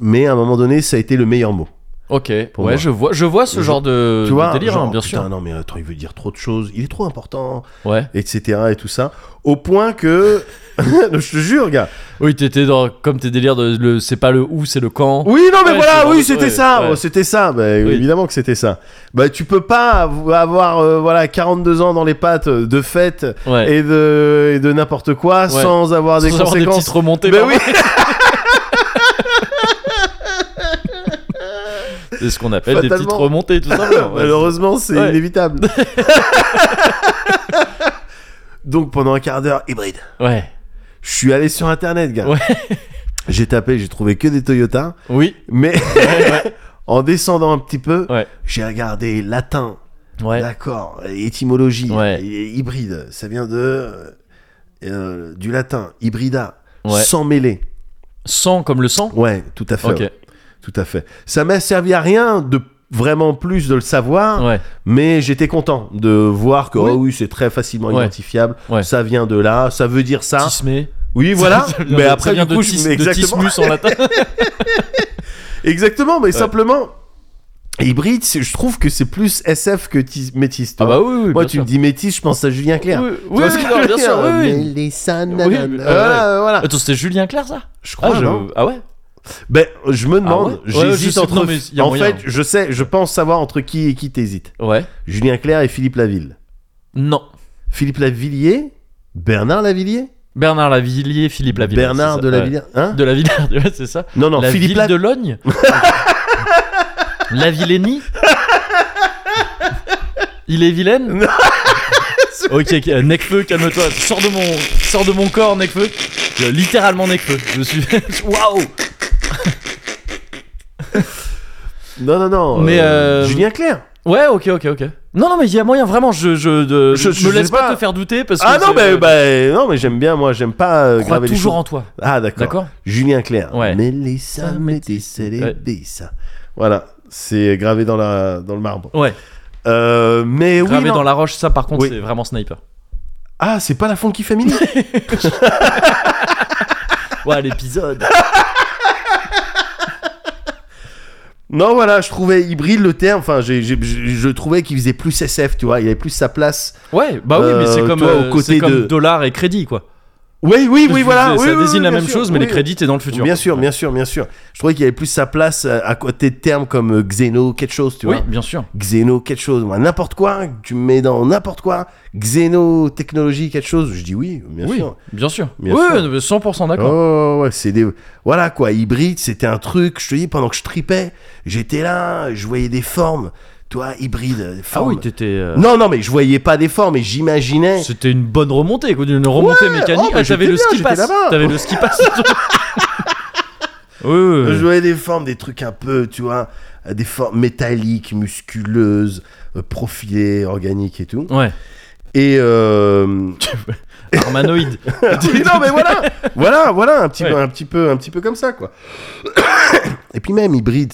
B: Mais à un moment donné, ça a été le meilleur mot.
A: Ok,
B: Pour
A: ouais,
B: moi.
A: je vois, je vois ce
B: Je-
A: genre de,
B: tu
A: de
B: vois,
A: délire,
B: genre,
A: hein, bien
B: putain,
A: sûr.
B: non mais euh, attends, il veut dire trop de choses, il est trop important,
A: Ouais.
B: etc. et tout ça, au point que, je te jure, gars.
A: Oui, t'étais dans comme tes délires de le, c'est pas le où, c'est le quand.
B: Oui, non mais
A: Ouais,
B: voilà,
A: c'est
B: oui,
A: vrai,
B: c'était
A: ouais,
B: ça,
A: ouais.
B: oh, c'était ça. Bah,
A: Oui.
B: Évidemment que c'était ça. Bah tu peux pas av- avoir euh, voilà 42 ans dans les pattes euh, de fête
A: Ouais.
B: et de et de n'importe quoi
A: Ouais.
B: sans avoir des
A: Sans avoir des
B: conséquences
A: petites remontées.
B: Ben
A: par-
B: oui.
A: C'est ce qu'on appelle des
B: Fatalement.
A: petites remontées, tout simplement. Ouais,
B: Malheureusement, c'est
A: Ouais.
B: inévitable. Donc pendant un quart d'heure, hybride.
A: Ouais.
B: Je suis allé sur internet, gars.
A: Ouais.
B: J'ai tapé, j'ai trouvé que des Toyota,
A: Oui.
B: mais
A: Ouais, ouais.
B: en descendant un petit peu,
A: Ouais.
B: j'ai regardé latin,
A: Ouais.
B: d'accord, étymologie,
A: Ouais.
B: et- hybride, ça vient de euh, du latin, hybrida,
A: Ouais.
B: sans mêler.
A: Sang comme le sang.
B: Ouais, tout à fait.
A: Ok.
B: ouais, Tout à fait. Ça m'a servi à rien de vraiment plus de le savoir,
A: Ouais.
B: Mais j'étais content de voir que,
A: Oui.
B: oh oui, c'est très facilement
A: Ouais.
B: identifiable.
A: Ouais.
B: Ça vient de là, ça veut dire ça.
A: Tismé.
B: Oui, voilà. mais après, du coup, je- mais
A: de
B: exactement,
A: tismus en latin.
B: exactement, mais
A: Ouais.
B: simplement, hybride, c'est- je trouve que c'est plus SF que tis- métis. toi.
A: Ah bah oui, oui,
B: Moi,
A: bien
B: tu
A: sûr.
B: me dis métis, je pense à Julien Clerc.
A: Oui,
B: Tu vois
A: oui,
B: ce que
A: oui,
B: je
A: non,
B: veux
A: bien
B: dire
A: sûr, oui, oui.
B: Mélissa,
A: Oui,
B: nanana.
A: mais-
B: Voilà, voilà.
A: Attends, c'était Julien Clerc ça
B: Je crois,
A: ah, je-
B: non
A: ah ouais
B: Ben, je me demande,
A: ouais Ouais, je
B: j'hésite
A: sais-
B: entre.
A: non, mais il y a
B: en
A: moyen.
B: fait, je sais, je pense savoir entre qui et qui t'hésites.
A: Ouais.
B: Julien Clerc et Philippe Laville.
A: Non.
B: Philippe Lavillier Bernard Lavillier
A: Bernard Lavillier, Philippe Lavillier.
B: Bernard
A: c'est
B: de
A: ça, ouais.
B: Lavillier. Hein
A: De Lavillier, ouais, c'est ça.
B: Non, non,
A: la
B: Philippe
A: ville
B: Lav-
A: de Logne La Villénie Il est vilaine
B: C'est
A: Ok, ok, euh, Necfeu, calme-toi. Sors de mon, sors de mon corps, Necfeu. Je- littéralement Necfeu. Je suis. Waouh.
B: Non, non, non.
A: Mais, euh,
B: Julien Clerc.
A: Ouais, ok, ok, ok. Non, non, mais il y a moyen vraiment. Je, je, de-
B: Je- je
A: me
B: sais
A: laisse pas.
B: pas.
A: te faire douter parce que.
B: Ah non,
A: c'est- euh,
B: mais, bah, non, mais j'aime bien, moi, j'aime pas euh,
A: Crois
B: graver les
A: toujours
B: choses.
A: en toi.
B: Ah, d'accord.
A: D'accord.
B: Julien Clerc.
A: Ouais.
B: Mélissa,
A: Ça,
B: Métissa, les
A: Ouais.
B: Bessa. Voilà, c'est gravé dans, la, dans le marbre.
A: Ouais.
B: Euh, mais oui.
A: Gravé
B: non.
A: dans la roche, ça par contre,
B: Oui.
A: c'est vraiment sniper.
B: Ah, c'est pas la Funky Family
A: Ouais, l'épisode.
B: Non, voilà, je trouvais, il brille le terme. Enfin, j'ai- j'ai- je je trouvais qu'il faisait plus SF, tu vois. Il avait plus sa place.
A: Ouais, bah oui, mais c'est
B: Euh,
A: comme,
B: toi, aux
A: euh, c'est
B: côtés
A: comme
B: de-
A: dollar et crédit, quoi.
B: Oui, oui, oui,
A: Je
B: voilà.
A: disais,
B: oui,
A: ça
B: oui,
A: désigne
B: oui,
A: la
B: bien
A: même
B: sûr,
A: chose, mais
B: oui.
A: les crédits, t'es dans le futur.
B: Bien sûr, bien sûr, bien sûr. Je trouvais qu'il avait plus sa place euh, à, à côté de termes comme euh, Xeno, quelque chose, tu
A: Oui,
B: vois.
A: bien sûr.
B: Xeno, quelque chose, moi, n'importe quoi, tu me mets dans n'importe quoi. Xeno, technologie, quelque chose. Je dis oui, bien
A: oui,
B: sûr.
A: bien sûr.
B: Bien
A: oui,
B: sûr.
A: oui, 100%
B: Oh,
A: d'accord.
B: ouais, c'est des. Voilà quoi, hybride, c'était un truc, je te dis, pendant que je tripais, j'étais là, je voyais des formes. Toi, hybride, des
A: ah
B: formes.
A: oui, t'étais. euh,
B: Oh, Non, non, mais je voyais pas des formes, mais j'imaginais.
A: C'était une bonne remontée, quoi, une remontée
B: Ouais,
A: mécanique.
B: oh, bah,
A: Ah, t'avais
B: j'étais
A: le
B: bien,
A: ski
B: j'étais
A: pass.
B: là-bas.
A: T'avais le ski pass. oui, oui, oui.
B: Je voyais des formes, des trucs un peu, tu vois, euh, des formes métalliques, musculeuses, euh, profilées, organiques et tout.
A: Ouais,
B: Et euh,
A: Armanoïde.
B: Oui, non mais voilà, voilà, voilà, un petit
A: Ouais.
B: peu, un petit peu, un petit peu comme ça quoi. Et puis même hybride,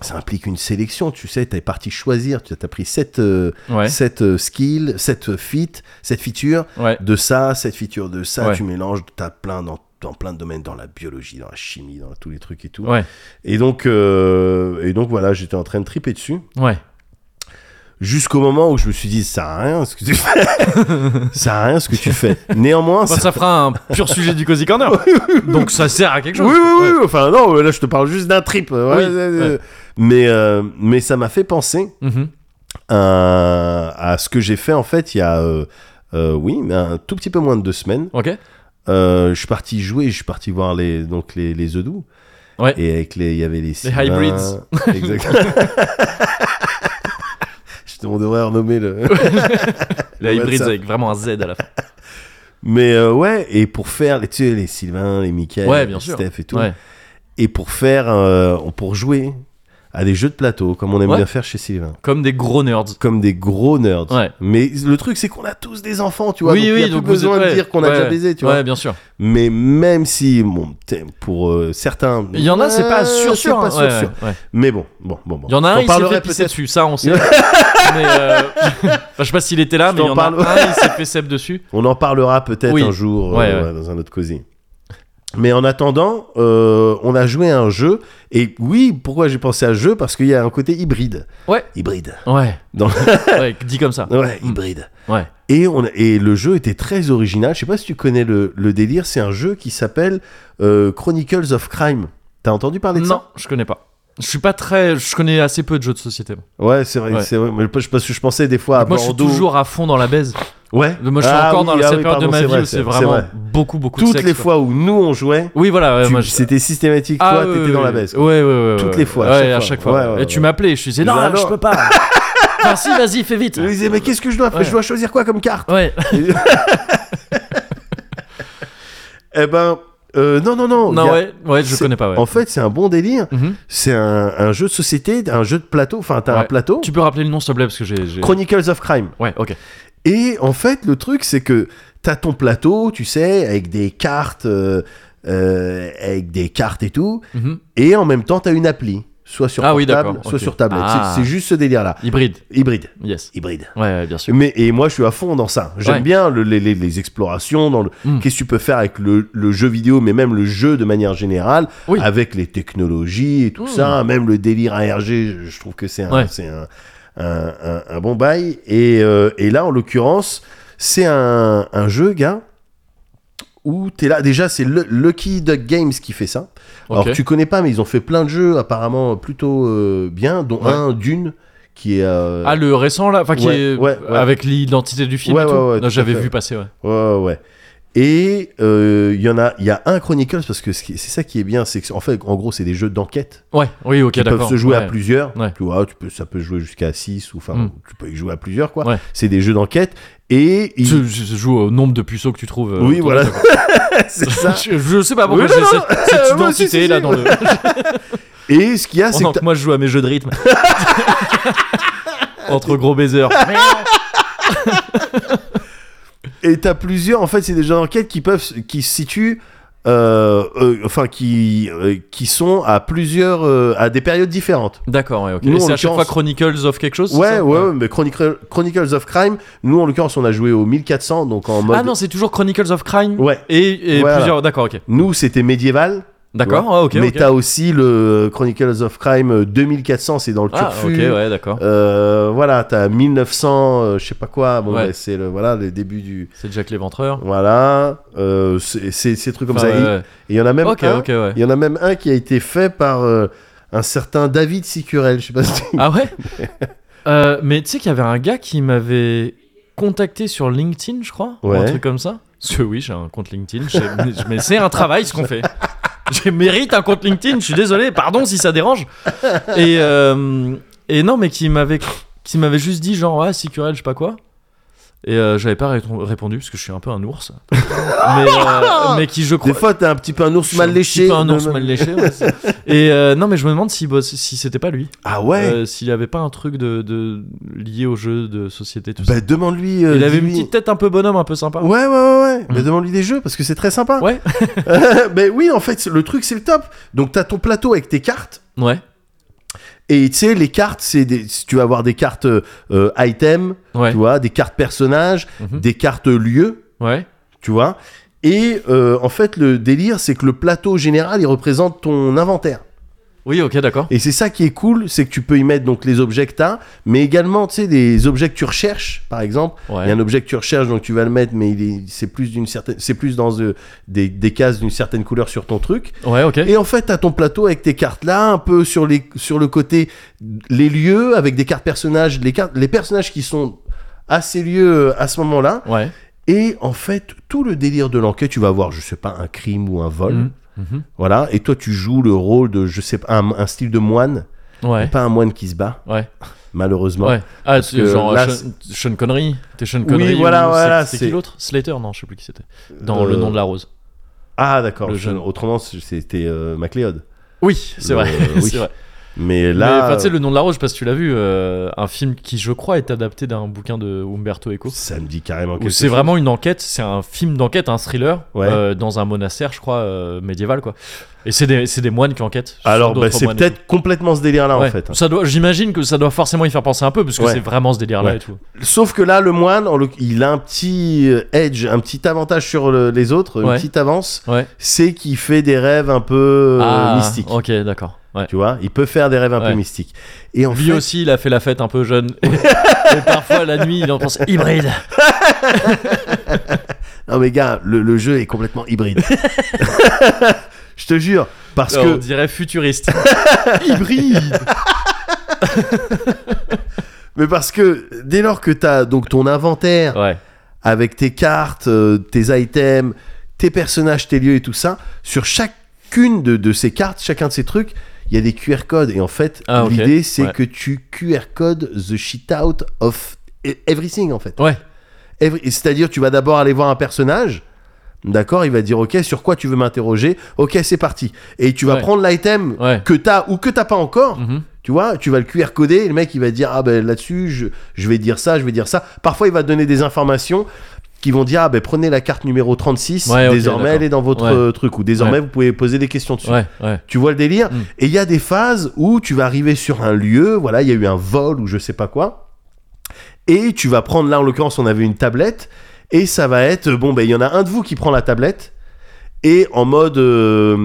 B: ça implique une sélection, tu sais, t'es parti choisir, tu as pris cette, euh,
A: Ouais,
B: cette euh, skill, cette fit, cette feature
A: ouais.
B: de ça, cette feature de ça,
A: Ouais.
B: tu mélanges, t'as plein dans dans plein de domaines, dans la biologie, dans la chimie, dans tous les trucs et tout.
A: Ouais,
B: Et donc, euh, et donc voilà, j'étais en train de triper dessus.
A: ouais.
B: Jusqu'au moment où je me suis dit, ça sert à rien ce que tu fais. ça sert à rien ce que tu fais. Néanmoins,
A: Enfin,
B: ça-
A: Bah, ça fera un pur sujet du Cozy Corner. Donc ça sert à quelque chose.
B: Oui, oui, oui. Enfin, non, là, je te parle juste d'un trip. Ouais,
A: Oui,
B: euh,
A: ouais.
B: Mais, euh, mais ça m'a fait penser
A: oui.
B: à, à ce que j'ai fait, en fait, il y a, euh, euh, oui, mais un tout petit peu moins de deux semaines.
A: Ok.
B: Euh, je suis parti jouer, je suis parti voir les, donc les, les œufs doux.
A: Ouais.
B: Et avec les, il y avait les Sylvains.
A: hybrids.
B: Exactement. Je- On devrait renommer le.
A: La
B: Ouais,
A: hybride
B: ça.
A: avec vraiment un Z à la fin.
B: Mais euh, ouais, et pour faire, les- tu sais, les Sylvains, les Michael,
A: Ouais,
B: les
A: bien sûr.
B: Steph et tout.
A: Ouais.
B: et pour faire euh, pour jouer à des jeux de plateau comme on aime
A: Ouais.
B: bien faire chez Sylvain
A: Comme des gros nerds.
B: comme des gros nerds
A: Ouais.
B: mais le truc c'est qu'on a tous des enfants tu vois
A: oui,
B: donc
A: oui,
B: il y a
A: donc
B: plus
A: vous
B: besoin
A: êtes-
B: de
A: ouais,
B: dire qu'on a
A: ouais,
B: déjà baisé tu
A: ouais,
B: vois
A: bien sûr.
B: mais même si bon t'es- pour euh, certains
A: Il y en a, c'est pas
B: Ouais,
A: sûr,
B: c'est
A: sûr.
B: pas
A: hein,
B: sûr,
A: ouais,
B: sûr.
A: ouais, ouais.
B: mais bon bon bon bon
A: Il y en a un,
B: J'en
A: il s'est
B: parlerai
A: fait pisser
B: peut-être
A: dessus, ça on sait. mais euh, enfin, je sais pas s'il était là,
B: Je
A: mais il y
B: t'en
A: en
B: parle.
A: a un, il s'est fait sep dessus.
B: On en parlera peut-être
A: Oui.
B: un jour euh,
A: Ouais, ouais.
B: ouais, dans un autre cosy. Mais en attendant, euh, on a joué à un jeu. Et oui, pourquoi j'ai pensé à ce jeu Parce qu'il y a un côté hybride.
A: Ouais.
B: Hybride.
A: Ouais.
B: Dans-
A: ouais, dit comme ça.
B: Ouais,
A: Mm.
B: hybride.
A: Ouais.
B: Et, on, a- et le jeu était très original. Je sais pas si tu connais le, le délire. C'est un jeu qui s'appelle euh, Chronicles of Crime. T'as entendu parler de
A: Non, je connais pas. Je suis pas très. Je connais assez peu de jeux de société. moi.
B: ça Ouais, c'est vrai.
A: Ouais.
B: C'est vrai. Mais je, parce que je pensais des fois à
A: Moi, je suis
B: Ah, Bordeaux.
A: toujours à fond dans la baise.
B: Ouais.
A: Moi, je suis
B: Ah
A: encore
B: oui,
A: dans la
B: ah
A: cette
B: oui,
A: période de
B: pardon,
A: ma
B: c'est
A: vie
B: vrai,
A: où c'est vraiment
B: vrai.
A: beaucoup, beaucoup de
B: Toutes
A: sexe,
B: les
A: quoi.
B: fois où nous on jouait,
A: Oui, voilà. ouais,
B: tu-
A: moi, je-
B: c'était systématique.
A: Ah,
B: toi,
A: ouais,
B: t'étais
A: ouais,
B: dans
A: ouais.
B: la baisse.
A: Ouais, ouais, ouais,
B: Toutes
A: ouais.
B: les fois, à
A: Ouais, à
B: chaque fois.
A: chaque fois.
B: Ouais, ouais,
A: Et
B: ouais.
A: tu m'appelais, je disais
B: Je
A: non,
B: disais,
A: je
B: Bah alors-
A: peux pas. Enfin, si, vas-y, fais vite.
B: Je me disais, mais qu'est-ce que je dois faire
A: Ouais.
B: Je dois choisir quoi comme carte
A: Ouais.
B: Eh ben, euh, non, non, non. il y
A: Non,
B: a-
A: ouais, ouais, je
B: c'est-
A: connais pas. Ouais.
B: En fait, c'est un bon délire.
A: Mhm.
B: C'est un, un jeu de société, un jeu de plateau. Enfin, t'as un
A: Ouais.
B: plateau.
A: Tu peux rappeler le nom, s'il te plaît, parce que j'ai. j'ai-
B: Chronicles of Crime.
A: Ouais, ok.
B: Et en fait, le truc, c'est que t'as ton plateau, tu sais, avec des cartes, euh, euh, avec des cartes et tout.
A: Mhm.
B: Et en même temps, t'as une appli, soit sur
A: Ah oui,
B: portable,
A: d'accord,
B: soit
A: ok.
B: sur tablette.
A: Ah.
B: C'est- C'est juste ce délire-là.
A: Hybride,
B: Hybride,
A: yes.
B: hybride.
A: Ouais, ouais, bien sûr.
B: Mais, et moi, je suis à fond dans ça. J'aime
A: Ouais.
B: bien le- les, les- les explorations, dans le,
A: Mm.
B: qu'est-ce que tu peux faire avec le, le jeu vidéo, mais même le jeu de manière générale,
A: Oui.
B: avec les technologies et tout
A: Mm.
B: ça, même le délire ARG, je je trouve que c'est un,
A: Ouais.
B: c'est un, un- un- un bon bail. Et, euh, et là, en l'occurrence, c'est un, un jeu, gars, où t'es là. Déjà, c'est le- Lucky Duck Games qui fait ça. Alors,
A: Ok.
B: tu connais pas, mais ils ont fait plein de jeux apparemment plutôt euh, bien, dont
A: Ouais.
B: un d'une qui est. euh,
A: Ah, le récent là, enfin qui
B: Ouais,
A: est
B: ouais, ouais.
A: avec l'identité du film
B: Ouais,
A: et tout.
B: ouais, ouais,
A: Non,
B: tout à
A: J'avais
B: fait.
A: vu passer, ouais.
B: Ouais, ouais. Et euh, il y en a, il y a un Chronicles parce que ce qui- c'est ça qui est bien, c'est que en fait, en gros, c'est des jeux d'enquête
A: Ouais, oui, ok,
B: qui peuvent
A: d'accord.
B: se jouer à
A: ouais.
B: plusieurs.
A: Ouais.
B: Tu vois, tu peux, ça peut se jouer jusqu'à 6 ou enfin,
A: Mm.
B: tu peux y jouer à plusieurs quoi.
A: Ouais.
B: C'est des jeux d'enquête et il-
A: Se, se joue au nombre de puceaux que tu trouves. euh,
B: oui
A: autour
B: voilà,
A: de toi.
B: c'est ça.
A: Je, je sais pas pourquoi
B: Oui,
A: j'ai
B: non, non.
A: cette, cette
B: Moi aussi,
A: identité
B: si,
A: là
B: si.
A: dans le.
B: Et ce qu'il y a, c'est
A: Pendant
B: que
A: que moi je joue à mes jeux de rythme. Entre gros baisers.
B: Et t'as plusieurs, en fait, c'est des jeux d'enquête qui peuvent, s- qui se situent, euh, euh, enfin, qui, euh, qui sont à plusieurs, euh, à des périodes différentes.
A: D'accord, ouais, ok.
B: Nous,
A: Et
B: en
A: c'est à chaque
B: l'occurrence-
A: fois Chronicles of quelque chose c'est
B: Ouais, ouais,
A: ça
B: ouais, mais Chronicle- Chronicles of Crime, nous en l'occurrence, on a joué au 1400, donc en mode.
A: Ah non, c'est toujours Chronicles of Crime
B: Ouais.
A: et, et
B: Voilà.
A: plusieurs. D'accord, ok.
B: Nous, c'était médiéval.
A: D'accord,
B: Ouais.
A: ah, ok.
B: mais
A: ok.
B: t'as aussi le Chronicles of Crime euh, 2400, c'est dans le
A: Ah, ok,
B: turfu.
A: ouais, d'accord.
B: Euh, voilà, t'as 1900, euh, je sais pas quoi. Bon,
A: Ouais.
B: bah, c'est le voilà le début du
A: C'est Jack l'Éventreur.
B: voilà. Euh, c'est c'est- ces trucs comme
A: Enfin,
B: ça.
A: ouais,
B: Et-
A: ouais.
B: Et il y en a même
A: Ok,
B: un-
A: ok, ouais.
B: Il y en a même un qui a été fait par euh, un certain David Sicurel. Je sais pas si tu-
A: Ah ouais Euh, Mais tu sais qu'il y avait un gars qui m'avait contacté sur LinkedIn, je crois, ou un
B: Ouais.
A: truc comme ça. Parce que oui, j'ai un compte LinkedIn, j'ai- mais c'est un travail ce qu'on fait. Je mérite un compte LinkedIn, je suis désolé, pardon si ça dérange. Et, euh, et non, mais qui m'avait qui m'avait juste dit genre, ouais, Sicurel, je sais pas quoi. Et euh, j'avais pas ré- répondu parce que je suis un peu un ours. mais, euh, mais qui, je crois,
B: Des fois, t'es un petit peu un ours
A: je suis
B: mal
A: un petit
B: léché.
A: peu un ours
B: Non, non.
A: mal léché. ouais, c'est- Et euh, non, mais je me demande si, boss- si c'était pas lui.
B: Ah ouais
A: Euh, S'il avait pas un truc de, de- lié au jeu de société, tout ça.
B: Bah, demande-lui. euh,
A: Il avait une
B: dis-lui-
A: petite tête un peu bonhomme, un peu sympa.
B: Ouais, ouais, ouais, ouais.
A: Mm.
B: Mais demande-lui des jeux parce que c'est très sympa. Euh,
A: Ouais.
B: Mais oui, en fait, c'est- le truc, c'est le top. Donc, t'as ton plateau avec tes cartes.
A: Ouais.
B: Et tu sais, les cartes, c'est des... si tu vas avoir des cartes euh, euh, item,
A: Ouais.
B: tu vois, des cartes personnages,
A: Mhm.
B: des cartes lieux,
A: Ouais.
B: tu vois. Et euh, en fait, le délire, c'est que le plateau général, il représente ton inventaire.
A: Oui, ok, d'accord.
B: Et c'est ça qui est cool, c'est que tu peux y mettre donc les objets que t'as, mais également tu sais des objets que tu recherches, par exemple. Il y
A: Ouais.
B: a un objet que tu recherches, donc tu vas le mettre, mais il est, c'est plus d'une certaine, c'est plus dans euh, des, des cases d'une certaine couleur sur ton truc.
A: Ouais, ok.
B: Et en fait, t'as ton plateau avec tes cartes là, un peu sur les, sur le côté les lieux avec des cartes personnages, les cartes, les personnages qui sont à ces lieux euh, à ce moment-là.
A: Ouais.
B: Et en fait, tout le délire de l'enquête, tu vas voir, je sais pas, un crime ou un vol, Mmh.
A: Mhm. Mhm.
B: voilà. Et toi, tu joues le rôle de, je sais pas, un- un style de moine.
A: Ouais.
B: Pas un moine qui se bat,
A: Ouais.
B: malheureusement.
A: Ouais. Ah,
B: Parce
A: c'est
B: que
A: genre
B: là,
A: Sean, Sean Connery. T'es Sean Connery.
B: Oui, voilà,
A: ou
B: voilà,
A: C'est c'est
B: c'est-
A: qui l'autre Slater, non, je sais plus qui c'était. Dans Le
B: Euh,
A: nom de la rose.
B: Ah, d'accord.
A: Le
B: je-
A: jeune.
B: Autrement, c'était euh, MacLeod.
A: Oui, c'est
B: le-
A: vrai.
B: euh, oui.
A: c'est vrai.
B: Mais
A: Mais,
B: là, euh,
A: enfin, tu sais, le nom de la rose, je sais pas si tu l'as vu, euh, un film qui, je crois, est adapté d'un bouquin de Umberto Eco.
B: ça me dit carrément
A: Où
B: que
A: C'est vraiment une enquête, c'est un film d'enquête, un thriller,
B: Ouais.
A: euh, dans un monastère, je crois, euh, médiéval, quoi. Et c'est des, c'est des moines qui enquêtent. sur
B: Alors, bah,
A: d'autres
B: c'est
A: moines et
B: peut-être complètement ce délire-là
A: tout. Ouais.
B: en fait. hein.
A: Ça doit, j'imagine que ça doit forcément y faire penser un peu, parce que
B: Ouais.
A: c'est vraiment ce délire-là
B: Ouais.
A: et tout.
B: Sauf que là, le moine, en l'oc- il a un petit euh, edge, un petit avantage sur le- les autres,
A: Ouais.
B: une petite avance.
A: Ouais.
B: C'est qu'il fait des rêves un peu euh,
A: Ah,
B: mystiques.
A: Ok, d'accord. Ouais.
B: Tu vois, il peut faire des rêves un
A: Ouais.
B: peu mystiques. Et en
A: Lui
B: fait,
A: aussi, il a fait la fête un peu jeune. Et, et parfois, la nuit, il en pense hybride.
B: non mais gars, le, le jeu est complètement hybride. Je te jure, parce
A: Alors,
B: que
A: On dirait futuriste.
B: hybride. Mais parce que dès lors que t'as donc ton inventaire
A: Ouais.
B: avec tes cartes, euh, tes items, tes personnages, tes lieux et tout ça, sur chacune de, de ces cartes, chacun de ces trucs, il y a des QR codes et en fait
A: Ah, ok.
B: l'idée c'est
A: Ouais.
B: que tu QR codes the shit out of e- everything en fait.
A: Ouais.
B: Every- C'est-à-dire tu vas d'abord aller voir un personnage. D'accord, il va te dire ok sur quoi tu veux m'interroger, ok c'est parti. Et tu vas
A: Ouais.
B: prendre l'item
A: Ouais.
B: que t'as ou que t'as pas encore,
A: Mhm.
B: tu vois, tu vas le QR coder, et le mec il va dire ah ben là-dessus je, je vais dire ça, je vais dire ça. Parfois il va te donner des informations qui vont dire ah ben prenez la carte numéro 36,
A: Ouais, ok,
B: désormais elle
A: d'accord.
B: est dans votre
A: Ouais.
B: euh, truc ou désormais
A: Ouais.
B: vous pouvez poser des questions dessus.
A: Ouais. Ouais.
B: Tu vois le délire
A: Mm.
B: Et il y a des phases où tu vas arriver sur un lieu, voilà, il y a eu un vol ou je sais pas quoi. Et tu vas prendre là en l'occurrence on avait une tablette et ça va être bon ben il y en a un de vous qui prend la tablette et en mode euh,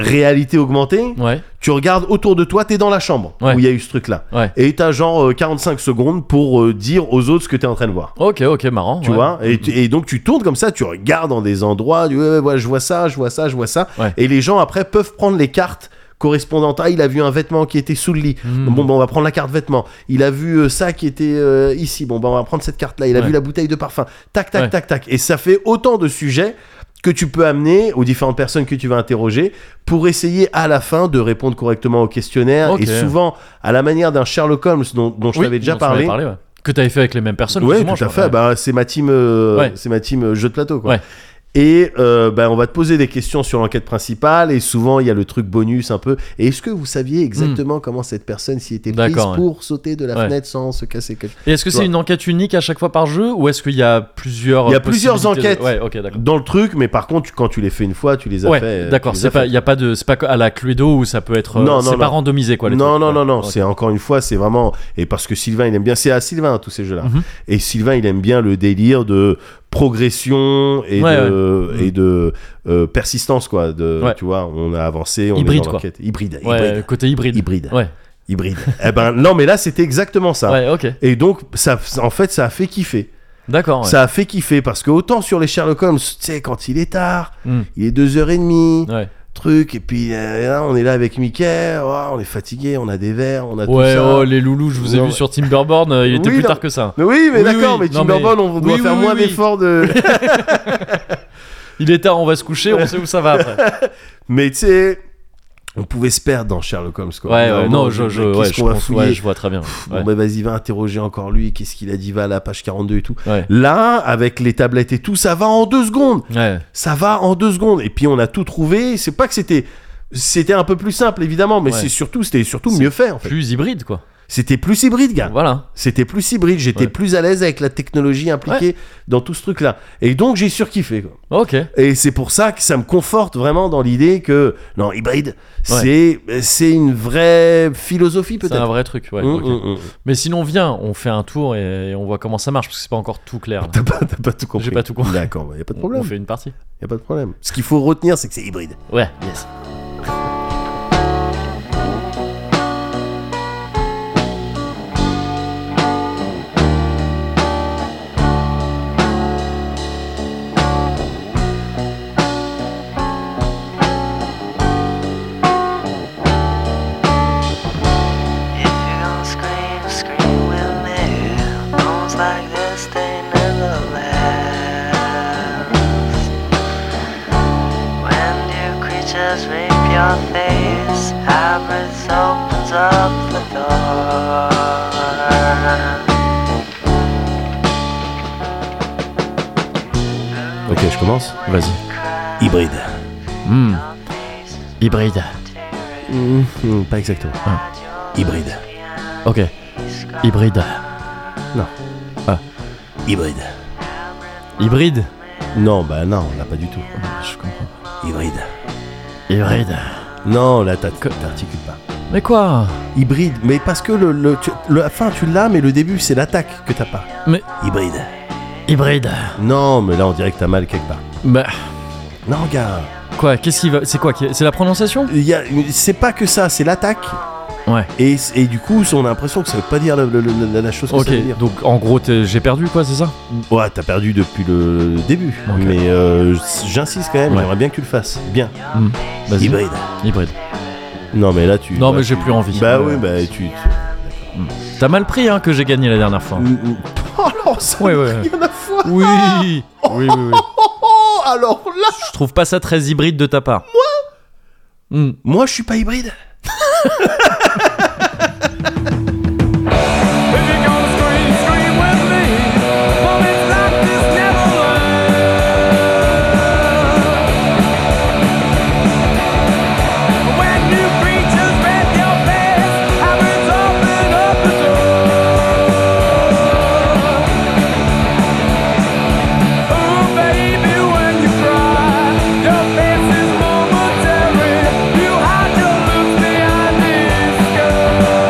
B: réalité augmentée,
A: Ouais.
B: tu regardes autour de toi, t'es dans la chambre
A: Ouais.
B: où il y a eu ce truc-là.
A: Ouais.
B: Et t'as genre euh, 45 secondes pour euh, dire aux autres ce que t'es en train de voir.
A: Ok, ok, marrant.
B: Tu
A: ouais.
B: vois et, tu- et donc tu tournes comme ça, tu regardes dans des endroits, tu, ouais, ouais, ouais, je vois ça, je vois ça, je vois ça.
A: Ouais.
B: Et les gens après peuvent prendre les cartes correspondante. Ah, il a vu un vêtement qui était sous le lit.
A: Hmm.
B: Bon, ben, on va prendre la carte vêtement. Il a vu euh, ça qui était euh, ici. Bon, ben, on va prendre cette carte-là. Il a
A: Ouais.
B: vu la bouteille de parfum. Tac, tac,
A: Ouais.
B: tac, tac. Et ça fait autant de sujets que tu peux amener aux différentes personnes que tu vas interroger pour essayer à la fin de répondre correctement au questionnaire.
A: Ok.
B: Et souvent, à la manière d'un Sherlock Holmes dont, dont je
A: Oui,
B: t'avais déjà
A: dont tu m'avais
B: parlé.
A: ouais. Que t'avais fait avec les mêmes personnes.
B: Ouais,
A: plus ou moins,
B: tout à
A: je
B: fait.
A: crois.
B: Bah, c'est ma team, euh,
A: Ouais.
B: c'est ma team euh, jeu de plateau, quoi.
A: Ouais.
B: Et euh, bah, on va te poser des questions sur l'enquête principale et souvent il y a le truc bonus un peu. Et est-ce que vous saviez exactement comment cette personne s'y était prise
A: Hmm. D'accord, ouais.
B: pour sauter de la
A: Ouais.
B: fenêtre sans se casser quelque
A: Et est-ce que
B: Tu
A: c'est
B: vois.
A: une enquête unique à chaque fois par jeu ou est-ce qu'il y a plusieurs
B: Il y a plusieurs
A: possibilités de-
B: enquêtes.
A: Ouais, ok, d'accord.
B: Dans le truc, mais par contre tu- quand tu les fais une fois, tu les as fait. euh,
A: Ouais, d'accord.
B: tu les
A: C'est
B: as
A: pas,
B: fait.
A: il y a pas de, c'est pas à la Cluedo où ça peut être, euh,
B: Non, non,
A: c'est pas
B: non.
A: randomisé quoi. Les
B: non,
A: trucs,
B: non,
A: ouais.
B: non, non,
A: Ok.
B: c'est encore une fois, c'est vraiment. Et parce que Sylvain, il aime bien. C'est à Sylvain, tous ces jeux-là.
A: Mhm.
B: Et Sylvain, il aime bien le délire de progression et
A: Ouais,
B: de,
A: ouais.
B: Et de euh, persistance, quoi. De,
A: Ouais.
B: Tu vois, on a avancé, on
A: Hybride,
B: est dans
A: quoi.
B: l'enquête. Hybride,
A: Ouais,
B: hybride.
A: côté hybride.
B: Hybride.
A: Ouais.
B: hybride. eh ben, non, mais là, c'était exactement ça.
A: Ouais, ok.
B: Et donc, ça, en fait, ça a fait kiffer.
A: D'accord. ouais.
B: Ça a fait kiffer parce que autant sur les Sherlock Holmes, tu sais, quand il est tard,
A: Mm.
B: il est 2h30,
A: Ouais.
B: truc, et puis euh, là, on est là avec Mickey, oh, on est fatigué, on a des verres, on a tout
A: Ouais,
B: ça.
A: oh les loulous, je vous ai
B: Non,
A: vu
B: mais-
A: sur Timberborn, euh, il était
B: Oui,
A: plus
B: non.
A: tard que ça.
B: Mais oui, mais
A: Oui,
B: d'accord,
A: oui.
B: mais
A: Non,
B: Timberball, on doit
A: oui,
B: faire
A: oui,
B: moins
A: oui.
B: d'efforts de.
A: Il est tard, on va se coucher, on sait où ça va après.
B: mais tu sais, on pouvait se perdre dans Sherlock Holmes, quoi.
A: Ouais, ouais,
B: Vraiment,
A: non, je,
B: mais
A: je,
B: qu'est-ce
A: ouais, je,
B: qu'on va
A: pense-
B: fouiller
A: ouais, je vois très bien.
B: Bon,
A: Ouais.
B: bah, vas-y, va interroger encore lui, qu'est-ce qu'il a dit, va à la page 42 et tout.
A: Ouais.
B: Là, avec les tablettes et tout, ça va en deux secondes.
A: Ouais.
B: ça va en deux secondes. Et puis on a tout trouvé. C'est pas que c'était c'était un peu plus simple évidemment, mais
A: Ouais.
B: c'est surtout c'était surtout
A: C'est
B: mieux fait. En fait.
A: Plus hybride quoi.
B: C'était plus hybride, gars.
A: Voilà.
B: C'était plus hybride. J'étais
A: Ouais.
B: plus à l'aise avec la technologie impliquée dans tout ce truc là. Et donc j'ai surkiffé. Quoi.
A: Ok.
B: Et c'est pour ça que ça me conforte vraiment dans l'idée que non hybride, c'est c'est une vraie philosophie
A: C'est un
B: peut-être.
A: vrai truc. Ouais.
B: Hum,
A: ok.
B: hum, hum.
A: Mais sinon, viens, on fait un tour et, et on voit comment ça marche parce que c'est pas encore tout clair. là.
B: T'as pas, t'as pas tout compris.
A: J'ai pas tout compris.
B: D'accord, il y a pas de
A: On-
B: problème.
A: On fait une partie.
B: Y a pas de problème. Ce qu'il faut retenir, c'est que c'est hybride.
A: Ouais.
B: Yes.
D: If you're gonna scream, scream with me. Poems like this, they never last. When new creatures reap your face, Hybris opens up the door.
B: Ok, je commence.
A: Vas-y.
B: Hybride.
A: Hmm. Hybride.
B: Hum, hum, pas exactement. Hybride.
A: Ok. Hybride.
B: Hybride.
A: Hybride.
B: Non, bah non, là pas du tout.
A: Je comprends.
B: Hybride.
A: Hybride.
B: Non, là t'as- t'articules pas.
A: Mais quoi
B: Hybride, mais parce que le, le, tu- le- la fin tu l'as, mais le début c'est l'attaque que t'as pas.
A: Mais-
B: Hybride.
A: Hybride.
B: Non, mais là on dirait que t'as mal quelque part.
A: Bah.
B: Non, gars,
A: Quoi Qu'est-ce qui va C'est quoi qui- C'est la prononciation
B: il y a- c'est pas que ça, c'est l'attaque.
A: Ouais.
B: Et, et du coup, on a l'impression que ça veut pas dire le- le- le- la, la chose que
A: Ok.
B: ça veut dire.
A: Donc en gros, t'es- j'ai perdu quoi, c'est ça
B: Ouais, t'as perdu depuis le début.
A: Ok.
B: Mais euh, j'insiste quand même,
A: Ouais.
B: j'aimerais bien que tu le fasses. Bien.
A: Hmm. Vas-y.
B: Hybride.
A: Hybride.
B: Non, mais là tu.
A: Non,
B: ouais,
A: mais j'ai
B: tu-
A: plus envie.
B: Bah oui, bah tu. tu-
A: T'as mal pris hein que j'ai gagné la dernière fois.
B: Mm, mm. Oh non, ça
A: Ouais,
B: n'a
A: ouais.
B: rien à voir.
A: Oui. Oui, oui, oui.
B: Oh, alors là.
A: Je trouve pas ça très hybride de ta part. Hmm. Moi
B: Moi, je suis pas hybride.
E: Momentary, you hide your looks behind this girl.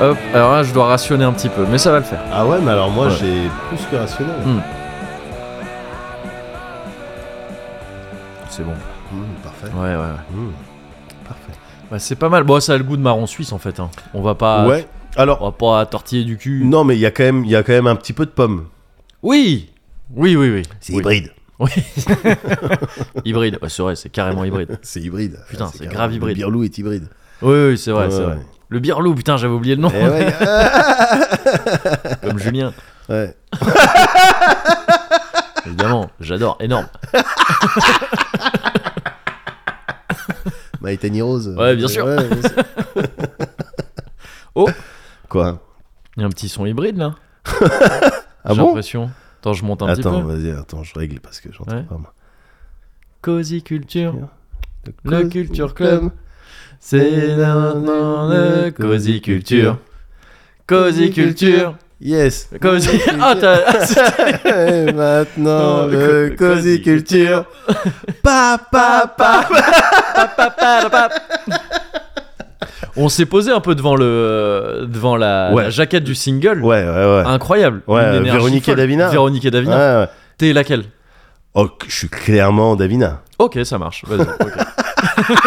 A: Hop, alors là, je dois rationner un petit peu, mais ça va le faire.
B: Ah ouais, mais alors moi
A: Ouais.
B: j'ai plus que rationnel.
A: Mm. C'est bon.
B: Mm, parfait.
A: Ouais, ouais, ouais.
B: Mm. Parfait.
A: Bah, c'est pas mal. Bon, ça a le goût de marron suisse en fait. hein. On va pas.
B: ouais. Alors,
A: On va pas tortiller du cul.
B: non, mais il y, a quand même- il y a quand même un petit peu de pomme.
A: Oui Oui, oui, oui.
B: C'est
A: Oui.
B: hybride.
A: Oui. hybride. Ouais, c'est vrai, c'est carrément hybride.
B: C'est hybride.
A: Putain, c'est
B: carrément-
A: grave hybride.
B: Le birlou est hybride.
A: Oui, oui, c'est vrai, c'est
B: Ouais,
A: vrai. Le birlou, putain, j'avais oublié le nom.
B: Eh ouais.
A: Comme Julien.
B: ouais.
A: Évidemment, j'adore, énorme.
B: My Tiny Bah, Rose.
A: Ouais, bien sûr.
B: Ouais, bien sûr.
A: Oh.
B: Quoi
A: Il y a un petit son hybride là.
B: Ah
A: J'ai
B: bon
A: l'impression. Attends, je monte un
B: Attends,
A: petit peu.
B: vas-y, attends, je règle parce que j'entends
A: Ouais.
B: pas moi.
A: Cozy Culture. Le Culture Club. C'est
B: C'est
A: maintenant
B: maintenant
A: le
B: le
A: Cozy
B: Cozy
A: Culture.
B: Culture.
A: Cozy Culture.
B: Yes.
A: Cozy. Ah, t'as. ah, c'est-
B: Et
A: Non,
B: maintenant le
A: co- Cozy
B: Cozy Culture. Papa, papa.
A: On s'est posé un peu devant le devant la,
B: Ouais.
A: la jaquette du single.
B: Ouais, ouais, ouais.
A: Incroyable.
B: Ouais,
A: Une
B: euh,
A: énergie
B: Véronique et
A: folle.
B: Davina.
A: Véronique et Davina.
B: Ouais, ouais.
A: T'es laquelle
B: Oh, je suis clairement Davina.
A: Ok, ça marche. Vas-y. ok.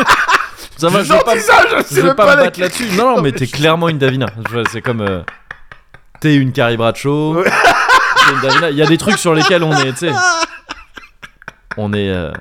A: ça marche.
B: Je
A: Je vais pas,
B: dis ça, je
A: je
B: sais
A: vais
B: même
A: pas,
B: pas
A: me
B: la-
A: battre là-dessus. Non, non, mais t'es clairement une Davina. Je vois, C'est comme euh, t'es une Carrie Bradshaw.
B: Ouais.
A: t'es une Davina. Il y a des trucs sur lesquels on est, tu sais, on est. euh,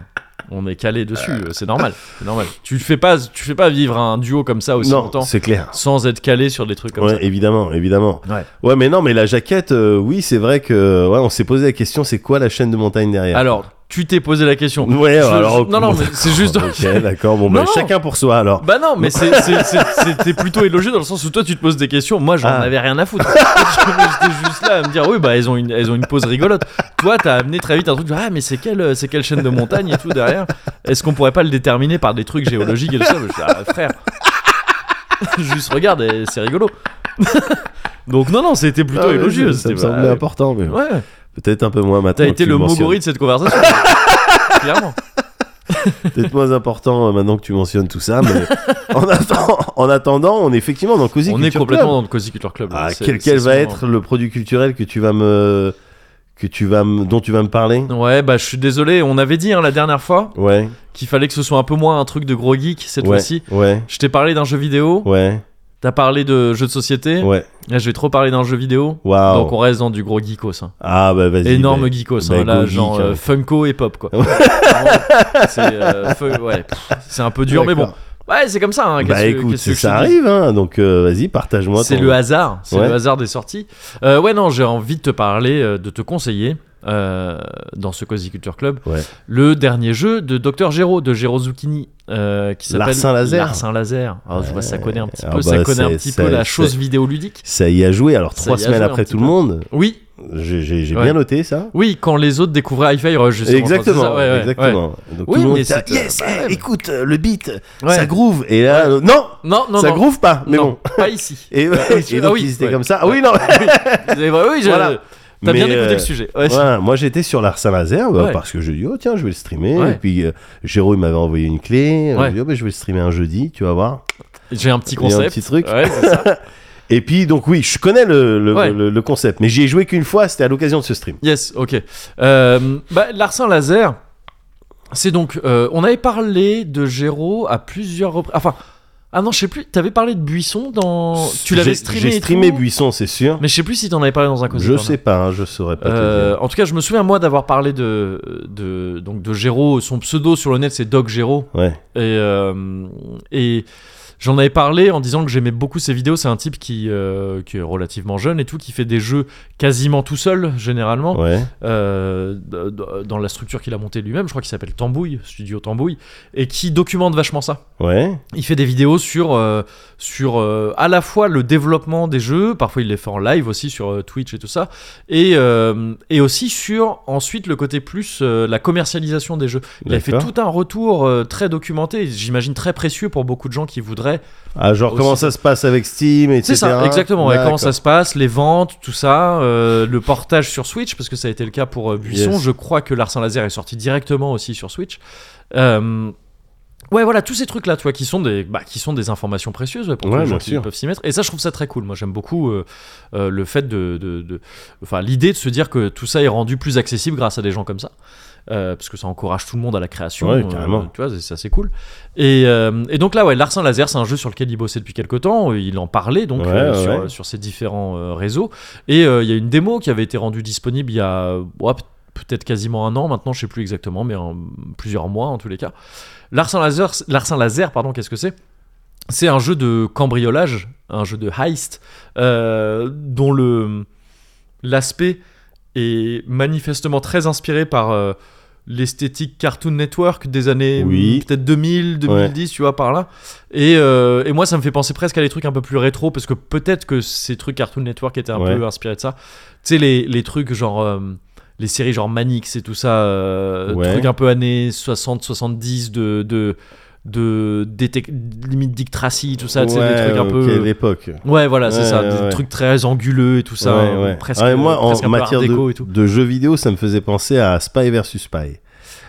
A: on est calé dessus, euh, c'est normal, c'est normal. Tu fais pas, tu fais pas vivre un duo comme ça aussi
B: Non,
A: longtemps
B: c'est clair.
A: sans être calé sur des trucs comme
B: Ouais, évidemment, évidemment.
A: ça. Ouais.
B: Ouais, mais non, mais la jaquette, euh, oui, c'est vrai que ouais, on s'est posé la question, c'est quoi la chaîne de montagne derrière
A: Alors, tu t'es posé la question.
B: Ouais,
A: Je-
B: alors.
A: je- non, non, mais c'est juste.
B: Ah, ok, d'accord. Bon, bah,
A: Non, non.
B: chacun pour soi, alors.
A: Bah non, mais c'est- c'est- c'est- c'était plutôt élogé dans le sens où toi tu te poses des questions, moi j'en
B: Ah.
A: avais rien à foutre. J'étais juste là à me dire oui bah elles ont une elles ont une pause rigolote. Toi t'as amené très vite un truc genre, ah mais c'est quelle c'est quelle chaîne de montagne et tout derrière. Est-ce qu'on pourrait pas le déterminer par des trucs géologiques et tout ça Je suis ah, frère. juste regarde et c'est rigolo. Donc non non c'était plutôt
B: Ah ouais,
A: élogieux.
B: Ça me
A: c'était pas-
B: semblait important, mais
A: Ouais.
B: peut-être un peu moins maintenant.
A: T'as
B: que tu
A: été le
B: mentionnes.
A: mogori de cette conversation. Clairement.
B: peut-être moins important euh, maintenant que tu mentionnes tout ça, mais en, atten- en attendant, on est effectivement dans Cozy
A: On est
B: Culture
A: complètement
B: Club.
A: dans le Cozy Culture Club.
B: Ah,
A: C'est-
B: quel,
A: c'est
B: quel va
A: souvent-
B: être le produit culturel que tu vas me que tu vas me- dont tu vas me parler
A: Ouais, bah je suis désolé, on avait dit hein, la dernière fois
B: Ouais,
A: qu'il fallait que ce soit un peu moins un truc de gros geek cette
B: ouais,
A: fois-ci.
B: ouais,
A: Je t'ai parlé d'un jeu vidéo,
B: ouais,
A: t'as parlé de jeux de société,
B: ouais.
A: là je vais trop parler d'un jeu vidéo.
B: Waouh.
A: Donc on reste dans du gros geekos. hein.
B: Ah bah vas-y.
A: Énorme
B: bah-
A: geekos,
B: bah,
A: hein, là
B: go
A: genre
B: geek,
A: euh,
B: hein.
A: Funko et Pop quoi. Vraiment, c'est euh, feu- ouais, pff, c'est un peu dur mais bon.
B: D'accord.
A: Ouais, c'est comme ça. hein, qu'est-ce
B: Bah
A: que-
B: écoute,
A: qu'est-ce que je
B: c'est-
A: te
B: ça
A: dis
B: arrive, hein, donc euh, vas-y, partage-moi.
A: C'est
B: ton-
A: le hasard, c'est
B: Ouais.
A: le hasard des sorties. Euh, ouais, non, j'ai envie de te parler, euh, de te conseiller euh, dans ce Cozy Culture Club
B: Ouais.
A: le dernier jeu de Dr. Gero, de Gero Zucchini, euh, qui s'appelle
B: Larsin Laser.
A: Larsin Laser. Alors, je vois, ça connaît un petit
B: Ah
A: peu,
B: bah,
A: ça connaît un
B: c'est-
A: petit
B: c'est-
A: peu la
B: c'est-
A: chose vidéoludique.
B: Ça y a joué, alors
A: Ça
B: trois
A: y a
B: semaines
A: joué un
B: après
A: petit
B: tout
A: peu.
B: le monde.
A: Oui,
B: J'ai j'ai- j'ai
A: Ouais.
B: bien noté ça.
A: oui, quand les autres découvraient Hi-Fi Rush, justement.
B: Exactement,
A: Enfin, c'est ça, ouais, ouais,
B: exactement.
A: Oui,
B: Donc, tout le monde
A: mais
B: était là,
A: c'est-
B: yes,
A: bah,
B: eh,
A: ouais, mais-
B: écoute, euh, le beat,
A: Ouais.
B: ça groove. Et là, euh, non,
A: Non, non,
B: ça
A: non.
B: groove pas, mais
A: Non,
B: bon.
A: Pas ici.
B: Et,
A: oui,
B: et donc,
A: ah oui,
B: ils étaient
A: ouais.
B: comme ça. Ah oui, non.
A: C'est vrai, oui, je-
B: Voilà.
A: t'as bien
B: Mais,
A: écouté
B: euh,
A: le sujet. Ouais.
B: voilà, moi j'étais sur l'Arsa Laser bah,
A: Ouais.
B: parce que je dis oh tiens je vais le streamer
A: Ouais.
B: et puis euh, Géraud il m'avait envoyé une clé
A: Ouais.
B: je dis oh, bah, je vais le streamer un jeudi tu vas voir
A: J'ai un petit
B: il y a
A: concept.
B: un petit truc
A: Ouais, c'est ça.
B: et puis donc oui je connais le, le,
A: Ouais.
B: le- le concept mais j'y ai joué qu'une fois c'était à l'occasion de ce stream
A: Yes, ok. Euh, bah, Larsin Laser, c'est donc. euh, on avait parlé de Géraud à plusieurs reprises. Enfin, ah non, je sais plus. T'avais parlé de Buisson dans. Tu l'avais
B: J'ai-
A: streamé.
B: j'ai
A: et
B: streamé
A: tout,
B: Buisson c'est sûr
A: Mais je sais plus si t'en avais parlé dans un cosy
B: je
A: corner.
B: sais pas hein, je saurais pas te
A: Euh,
B: dire
A: en tout cas, je me souviens moi d'avoir parlé de, de donc de Géraud. Son pseudo sur le net, c'est Doc Géraud.
B: ouais
A: Et, euh, et j'en avais parlé en disant que j'aimais beaucoup ses vidéos. C'est un type qui, euh, qui est relativement jeune et tout, qui fait des jeux quasiment tout seul, généralement
B: ouais
A: euh, d- d- dans la structure qu'il a montée lui-même, je crois qu'il s'appelle Tambouille, Studio Tambouille, et qui documente vachement ça.
B: ouais
A: Il fait des vidéos sur, euh, sur euh, à la fois le développement des jeux, parfois il les fait en live aussi sur euh, Twitch et tout ça, et, euh, et aussi sur ensuite le côté plus euh, la commercialisation des jeux. Il a fait
B: D'accord.
A: tout un retour euh, très documenté, et j'imagine très précieux pour beaucoup de gens qui voudraient
B: Ah, genre
A: Aussi.
B: comment ça se passe avec Steam, etc.
A: C'est ça, exactement. ouais, comment
B: D'accord.
A: ça se passe, les ventes, tout ça, euh, le portage sur Switch, parce que ça a été le cas pour euh, Buisson.
B: Yes.
A: Je crois que Larsen Laser est sorti directement aussi sur Switch. Euh, Ouais, voilà, tous ces trucs-là, tu vois, qui sont des, bah, qui sont des informations précieuses ouais, pour
B: Ouais,
A: que les gens
B: bien
A: qui
B: sûr.
A: peuvent s'y mettre. Et ça, je trouve ça très cool. Moi, j'aime beaucoup euh, euh, le fait de, de- de- enfin, l'idée de se dire que tout ça est rendu plus accessible grâce à des gens comme ça. Euh, parce que ça encourage tout le monde à la création, euh,
B: Ouais, carrément.
A: tu vois, c'est- c'est assez cool. Et, euh, et donc là, ouais, Larsen Laser, c'est un jeu sur lequel il bossait depuis quelques temps. Il en parlait donc
B: Ouais,
A: euh,
B: ouais,
A: sur,
B: ouais.
A: sur ses différents euh, réseaux. Et euh, il y a une démo qui avait été rendue disponible il y a ouais, peut-être quasiment un an maintenant, je sais plus exactement, mais en plusieurs mois en tous les cas. Larsen Laser, Larsen Laser pardon, qu'est-ce que c'est C'est un jeu de cambriolage, un jeu de heist, euh, dont le l'aspect est manifestement très inspiré par euh, l'esthétique Cartoon Network des années
B: Oui.
A: peut-être 2000, 2010, tu vois, par là. Et, euh, et moi, ça me fait penser presque à des trucs un peu plus rétro, parce que peut-être que ces trucs Cartoon Network étaient un
B: Ouais.
A: peu inspirés de ça. Tu sais, les, les trucs genre... euh, les séries genre Manix et tout ça, euh,
B: Ouais.
A: trucs un peu années 60-70 de, de, de détec- limite Dick Tracy, tout ça, tu sais, des trucs un peu...
B: l'époque.
A: Ouais, voilà, c'est
B: Ouais,
A: ça,
B: ouais,
A: des
B: ouais.
A: trucs très anguleux et tout ça,
B: Ouais,
A: euh,
B: ouais.
A: presque,
B: Ah, et moi, en
A: presque un peu art
B: matière
A: déco
B: de,
A: et tout.
B: de jeux vidéo, ça me faisait penser à Spy versus Spy.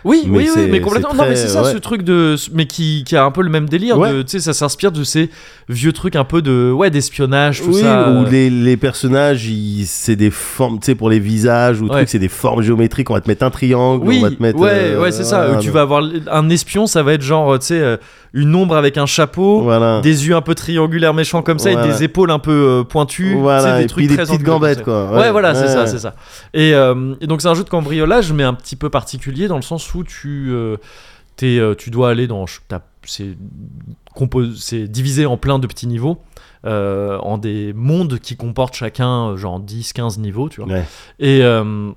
A: Oui,
B: Mais
A: oui, oui,
B: c'est-
A: mais complètement.
B: c'est
A: non, mais
B: très-
A: c'est ça,
B: ouais.
A: ce truc de, mais qui, qui a un peu le même délire.
B: Ouais.
A: de- Tu sais, ça s'inspire de ces vieux trucs un peu de, ouais, d'espionnage, tout
B: oui,
A: ça.
B: où
A: euh,
B: les, les personnages, ils- c'est des formes, tu sais, pour les visages ou
A: Ouais.
B: trucs, c'est des formes géométriques. On va te mettre un triangle,
A: Oui,
B: on va te mettre.
A: ouais,
B: euh,
A: ouais, c'est ça.
B: voilà,
A: où tu vas avoir l- un espion, ça va être genre, tu sais, euh, une ombre avec un chapeau,
B: Voilà.
A: des yeux un peu triangulaires méchants comme ça, et
B: Voilà.
A: des épaules un peu euh, pointues, tu sais,
B: Voilà,
A: des
B: et
A: trucs
B: puis des
A: très
B: petites
A: anguleux comme ça.
B: gambettes, quoi.
A: Ouais, voilà, c'est ça, c'est ça. Et, euh, et donc c'est un jeu de cambriolage, mais un petit peu particulier dans le sens où tu, euh, t'es, euh, tu dois aller dans... je- t'as- C'est compos- c'est divisé en plein de petits niveaux, euh, en des mondes qui comportent chacun euh, genre 10-15 niveaux, tu vois.
B: Ouais.
A: Et, euh,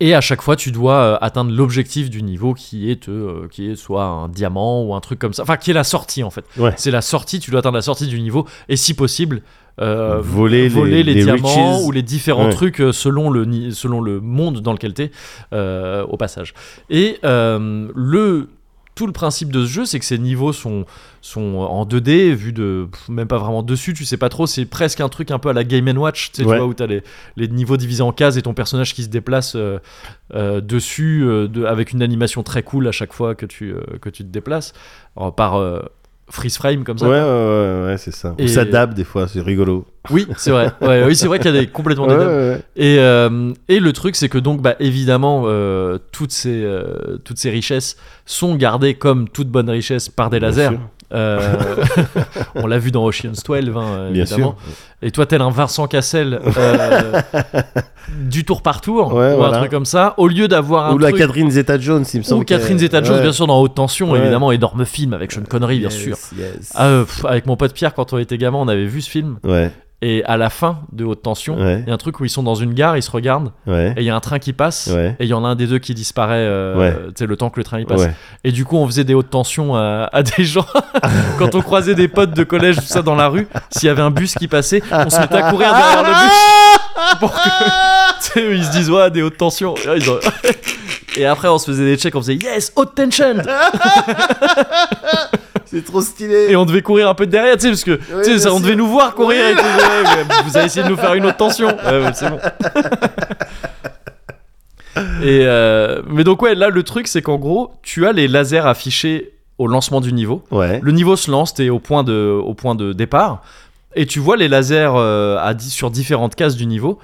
A: et à chaque fois, tu dois euh, atteindre l'objectif du niveau qui est, euh, qui est soit un diamant ou un truc comme ça. Enfin, qui est la sortie en fait.
B: Ouais.
A: C'est la sortie, tu dois atteindre la sortie du niveau et si possible. euh,
B: Voler
A: les,
B: les- les
A: diamants
B: riches.
A: ou les différents
B: Ouais.
A: trucs euh, selon le, ni- selon le monde dans lequel tu es, au passage. Et euh, le, tout le principe de ce jeu, c'est que ces niveaux sont, sont en 2D, vu de pff, même pas vraiment dessus, tu sais pas trop, c'est presque un truc un peu à la Game Watch, tu sais, tu
B: Ouais.
A: vois, où t'as les, les niveaux divisés en cases et ton personnage qui se déplace euh, euh, dessus euh, de- avec une animation très cool à chaque fois que tu, euh, que tu te déplaces, euh, par euh, freeze frame comme ça.
B: Ouais, ouais, ouais, ouais, c'est ça.
A: Et-
B: Ou ça dab des fois, c'est rigolo.
A: Oui, c'est vrai. Ouais, oui, c'est vrai qu'il y a des, complètement des
B: Ouais,
A: dames.
B: ouais, ouais.
A: Et, euh, et le truc, c'est que donc, bah, évidemment, euh, toutes, ces, euh, toutes ces richesses sont gardées comme toute bonne richesse par des
B: Bien
A: lasers.
B: sûr.
A: Euh, on l'a vu dans Ocean's 12, hein, euh,
B: Bien
A: évidemment.
B: sûr.
A: Et toi, tel un Vincent Cassel euh, du tour par tour,
B: Ouais,
A: ou
B: voilà.
A: un truc comme ça, au lieu d'avoir un
B: Ou la
A: truc.
B: Catherine Zeta-Jones, il me
A: ou
B: semble.
A: Catherine Zeta-Jones, bien sûr, dans Haute Tension,
B: Ouais.
A: évidemment, énorme film avec Sean Connery, bien sûr. Ah, euh, pff, avec mon pote Pierre, quand on était gamin, on avait vu ce film.
B: Ouais,
A: Et à la fin de Haute Tension, il
B: ouais,
A: y a un truc où ils sont dans une gare, ils se regardent,
B: ouais.
A: et il y a un train qui passe,
B: Ouais.
A: et il y en a un des deux qui disparaît, euh,
B: Ouais.
A: tu sais, le temps que le train y passe.
B: Ouais.
A: Et du coup, on faisait des hautes tensions à, à des gens. Quand on croisait des potes de collège, tout ça, dans la rue, s'il y avait un bus qui passait, on se mettait à courir derrière le bus.
B: Ah
A: Pour que, tu sais, eux, ils se disent, ouais, des hautes tensions. Et, là, ils ont- Et après, on se faisait des checks, on faisait, yes, haute tension.
B: C'est trop stylé.
A: Et on devait courir un peu derrière, tu sais, parce que,
B: Oui,
A: tu sais,
B: bien
A: ça, on
B: sûr.
A: devait nous voir courir. et tout. Ouais, ouais, vous avez essayé de nous faire une haute tension. Ouais, ouais, c'est bon. Et euh, mais donc ouais là le truc c'est qu'en gros tu as les lasers affichés au lancement du niveau
B: Ouais.
A: Le niveau se lance, t'es au point de, au point de départ, et tu vois les lasers euh, à, di- sur différentes cases du niveau,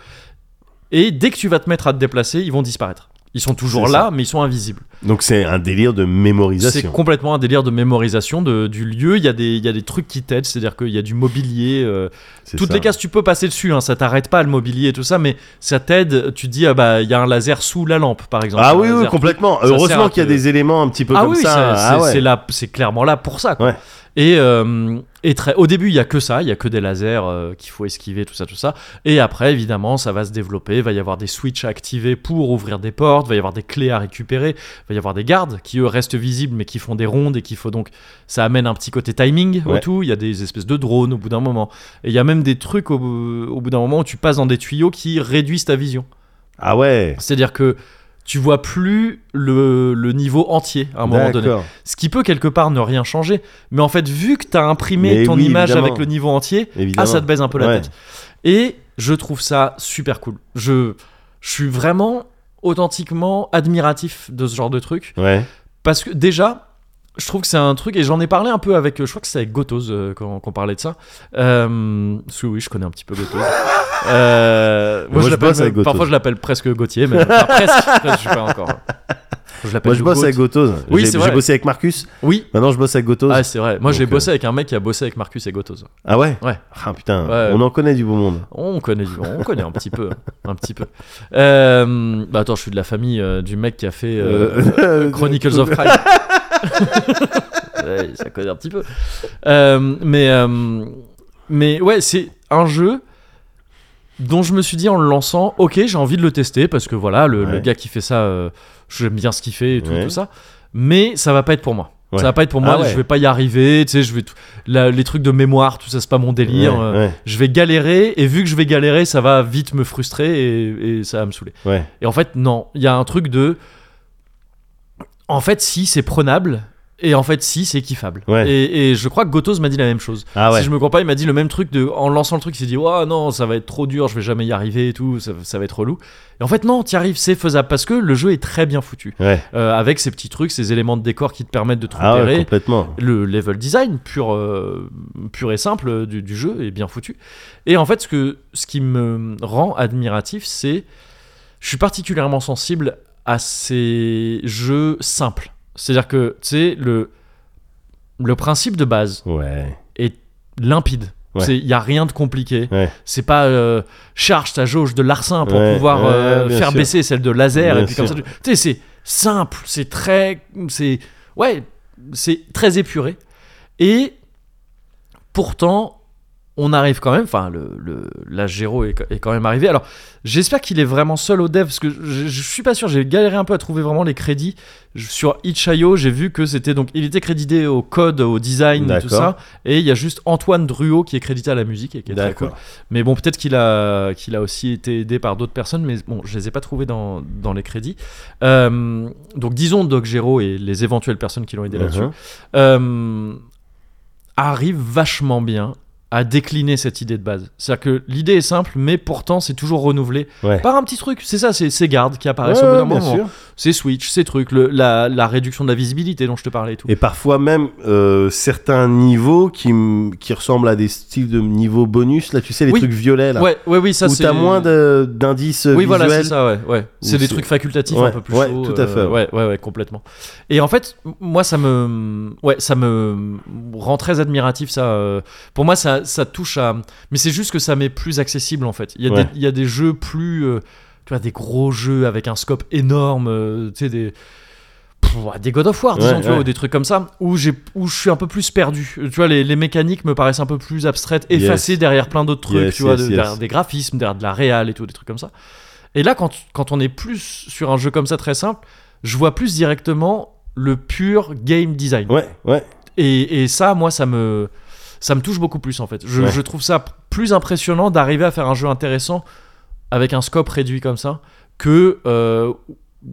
A: et dès que tu vas te mettre à te déplacer, ils vont disparaître. Ils sont toujours
B: C'est
A: là, mais ils sont invisibles.
B: Donc c'est un délire de mémorisation.
A: C'est complètement un délire de mémorisation de- du lieu. Il y, a des- il y a des trucs qui t'aident, c'est-à-dire qu'il y a du mobilier. euh,
B: C'est
A: toutes
B: ça.
A: les cases, tu peux passer dessus, hein, ça t'arrête pas le mobilier et tout ça, mais ça t'aide. Tu te dis, ah bah, il y a un laser sous la lampe, hein, par exemple.
B: Ah
A: Un
B: oui, oui,
A: laser
B: complètement.
A: sert
B: Heureusement
A: à
B: qu'il y a
A: te-
B: des éléments un petit peu
A: ah
B: comme
A: oui,
B: ça.
A: c'est-
B: Ah
A: c'est-
B: ouais.
A: c'est là- c'est clairement là pour ça. quoi.
B: Ouais.
A: Et, euh, et très, au début, il y a que ça, il y a que des lasers euh, qu'il faut esquiver, tout ça, tout ça. Et après, évidemment, ça va se développer. Il va y avoir des switches à activer pour ouvrir des portes. Il va y avoir des clés à récupérer. Il va y avoir des gardes qui eux restent visibles, mais qui font des rondes et qu'il faut donc. Ça amène un petit côté timing au
B: Ouais.
A: tout. Il y a des espèces de drones au bout d'un moment. Et il y a même des trucs au, au bout d'un moment où tu passes dans des tuyaux qui réduisent ta vision.
B: Ah ouais.
A: C'est-à-dire que tu vois plus le, le niveau entier à un moment donné. Ah,
B: D'accord.
A: Ce qui peut quelque part ne rien changer. Mais en fait, vu que tu as imprimé
B: Mais
A: ton
B: oui,
A: image
B: évidemment.
A: avec le niveau entier,
B: Évidemment.
A: ah, ça te baise un peu la
B: Ouais.
A: tête. Et je trouve ça super cool. Je, je suis vraiment authentiquement admiratif de ce genre de truc.
B: Ouais.
A: Parce que déjà, je trouve que c'est un truc, et j'en ai parlé un peu avec, euh, je crois que c'est avec Gotos euh, quand, quand on parlait de ça. Euh, parce que oui, je connais un petit peu Gotos. Euh,
B: Moi, je
A: l'appelle
B: bosse avec
A: même- Parfois,
B: Gotos.
A: je l'appelle presque Gauthier, mais enfin, presque, presque, je sais pas encore. Je l'appelle
B: Moi, je
A: du
B: bosse
A: Goat.
B: avec Gotos.
A: Oui,
B: J'ai-
A: c'est
B: J'ai
A: vrai.
B: bossé avec Marcus.
A: Oui,
B: Maintenant, je bosse avec Gotos.
A: ah, c'est vrai. Moi, j'ai
B: Donc, euh,
A: bossé avec un mec qui a bossé avec Marcus et Gotos.
B: Ah ouais
A: Ouais.
B: Ah putain,
A: Ouais.
B: on en connaît du beau monde.
A: On connaît, du- on connaît un petit peu, un petit peu. Euh, bah attends, je suis de la famille euh, du mec qui a fait euh,
B: Euh,
A: Chronicles of Crime. Ouais, ça connaît un petit peu. Euh, mais, euh, mais ouais, c'est un jeu dont je me suis dit en le lançant, ok, j'ai envie de le tester parce que voilà, le, le
B: Ouais.
A: gars qui fait ça, euh, j'aime bien ce qu'il fait et tout,
B: Ouais.
A: tout ça. Mais ça va pas être pour moi.
B: Ouais.
A: Ça va pas être pour moi.
B: Ah ouais.
A: Je vais pas y arriver. Tu sais, je vais tout- la- les trucs de mémoire, tout ça, c'est pas mon délire.
B: Ouais,
A: euh,
B: ouais,
A: je vais galérer et vu que je vais galérer ça va vite me frustrer et, et ça va me saouler
B: ouais.
A: et en fait non il y a un truc de en fait si c'est prenable et en fait si c'est kiffable
B: Ouais.
A: et, et je crois que Gotos m'a dit la même chose
B: Ah ouais.
A: si je me comprends pas il m'a dit le même truc de en lançant le truc il s'est dit oh non ça va être trop dur je vais jamais y arriver et tout ça, ça va être relou et en fait non t'y arrives c'est faisable parce que le jeu est très bien foutu
B: Ouais.
A: Euh, avec ces petits trucs ces éléments de décor qui te permettent de te
B: Ah ouais,
A: repérer
B: complètement.
A: le level design pur, euh, pur et simple euh, du, du jeu est bien foutu. Et en fait, ce, que, ce qui me rend admiratif, c'est je suis particulièrement sensible à ces jeux simples. C'est-à-dire que, tu sais, le, le principe de base
B: Ouais.
A: est limpide.
B: Ouais.
A: Il y n'y a rien de compliqué.
B: Ouais.
A: C'est pas euh, charge ta jauge de larcin pour
B: Ouais,
A: pouvoir
B: ouais,
A: euh,
B: bien
A: faire
B: sûr.
A: baisser celle de laser.
B: Bien
A: et puis comme ça,
B: sûr.
A: tu tu sais, c'est simple, c'est très. C'est. Ouais, c'est très épuré. Et pourtant, on arrive quand même. Enfin, le, le, la Géro est, est quand même arrivée. Alors, j'espère qu'il est vraiment seul au dev, parce que je, je suis pas sûr. J'ai galéré un peu à trouver vraiment les crédits. Je- sur itch.io, j'ai vu que c'était donc. Il était crédité au code, au design, et tout
B: D'accord.
A: ça. Et il y a juste Antoine Druot qui est crédité à la musique et qui est très cool.
B: D'accord.
A: Mais bon, peut-être qu'il a, qu'il a aussi été aidé par d'autres personnes, mais bon, je les ai pas trouvés dans, dans les crédits. Euh, donc disons Doc Gero et les éventuelles personnes qui l'ont aidé là-dessus
B: Mhm.
A: euh, arrive vachement bien à décliner cette idée de base. C'est-à-dire que l'idée est simple, mais pourtant c'est toujours renouvelé
B: Ouais.
A: par un petit truc. C'est ça, c'est ces gardes qui
B: Ouais,
A: apparaissent au bout d'un
B: ouais, bien
A: moment.
B: sûr.
A: Ces switches, ces trucs, le- la, la réduction de la visibilité dont je te parlais et tout.
B: Et parfois même euh, certains niveaux qui, m- qui ressemblent à des styles de niveaux bonus. Là, tu sais, les
A: Oui.
B: trucs violets, là.
A: ouais, ouais, oui, ça
B: où
A: c'est.
B: t'as moins de- d'indices
A: Oui,
B: visuels.
A: voilà, c'est ça, ouais. ouais. C'est des
B: euh, c'est-
A: trucs facultatifs
B: Ouais,
A: un peu plus
B: ouais,
A: chauds,
B: tout à fait,
A: euh,
B: ouais.
A: ouais, ouais, ouais, complètement. Et en fait, m- moi, ça me, ouais, ça me rend très admiratif. Ça, euh, pour moi, ça, ça touche à. Mais c'est juste que ça m'est plus accessible en fait. Il y a,
B: Ouais.
A: des, il y a des jeux plus, euh, tu vois, des gros jeux avec un scope énorme. euh, tu sais des. pff, ouais, des God of War, disons,
B: Ouais,
A: tu vois,
B: ouais.
A: ou des trucs comme ça, où, j'ai- où je suis un peu plus perdu. Tu vois, les, les mécaniques me paraissent un peu plus abstraites,
B: Yes.
A: effacées derrière plein d'autres trucs,
B: Yes,
A: tu vois,
B: yes,
A: de-
B: yes.
A: derrière des graphismes, derrière de la réal et tout, des trucs comme ça. Et là, quand, quand on est plus sur un jeu comme ça très simple, je vois plus directement le pur game design.
B: Ouais, ouais.
A: Et, et ça, moi, ça me, ça me touche beaucoup plus en fait. Je,
B: Ouais.
A: je trouve ça p- plus impressionnant d'arriver à faire un jeu intéressant avec un scope réduit comme ça que. euh,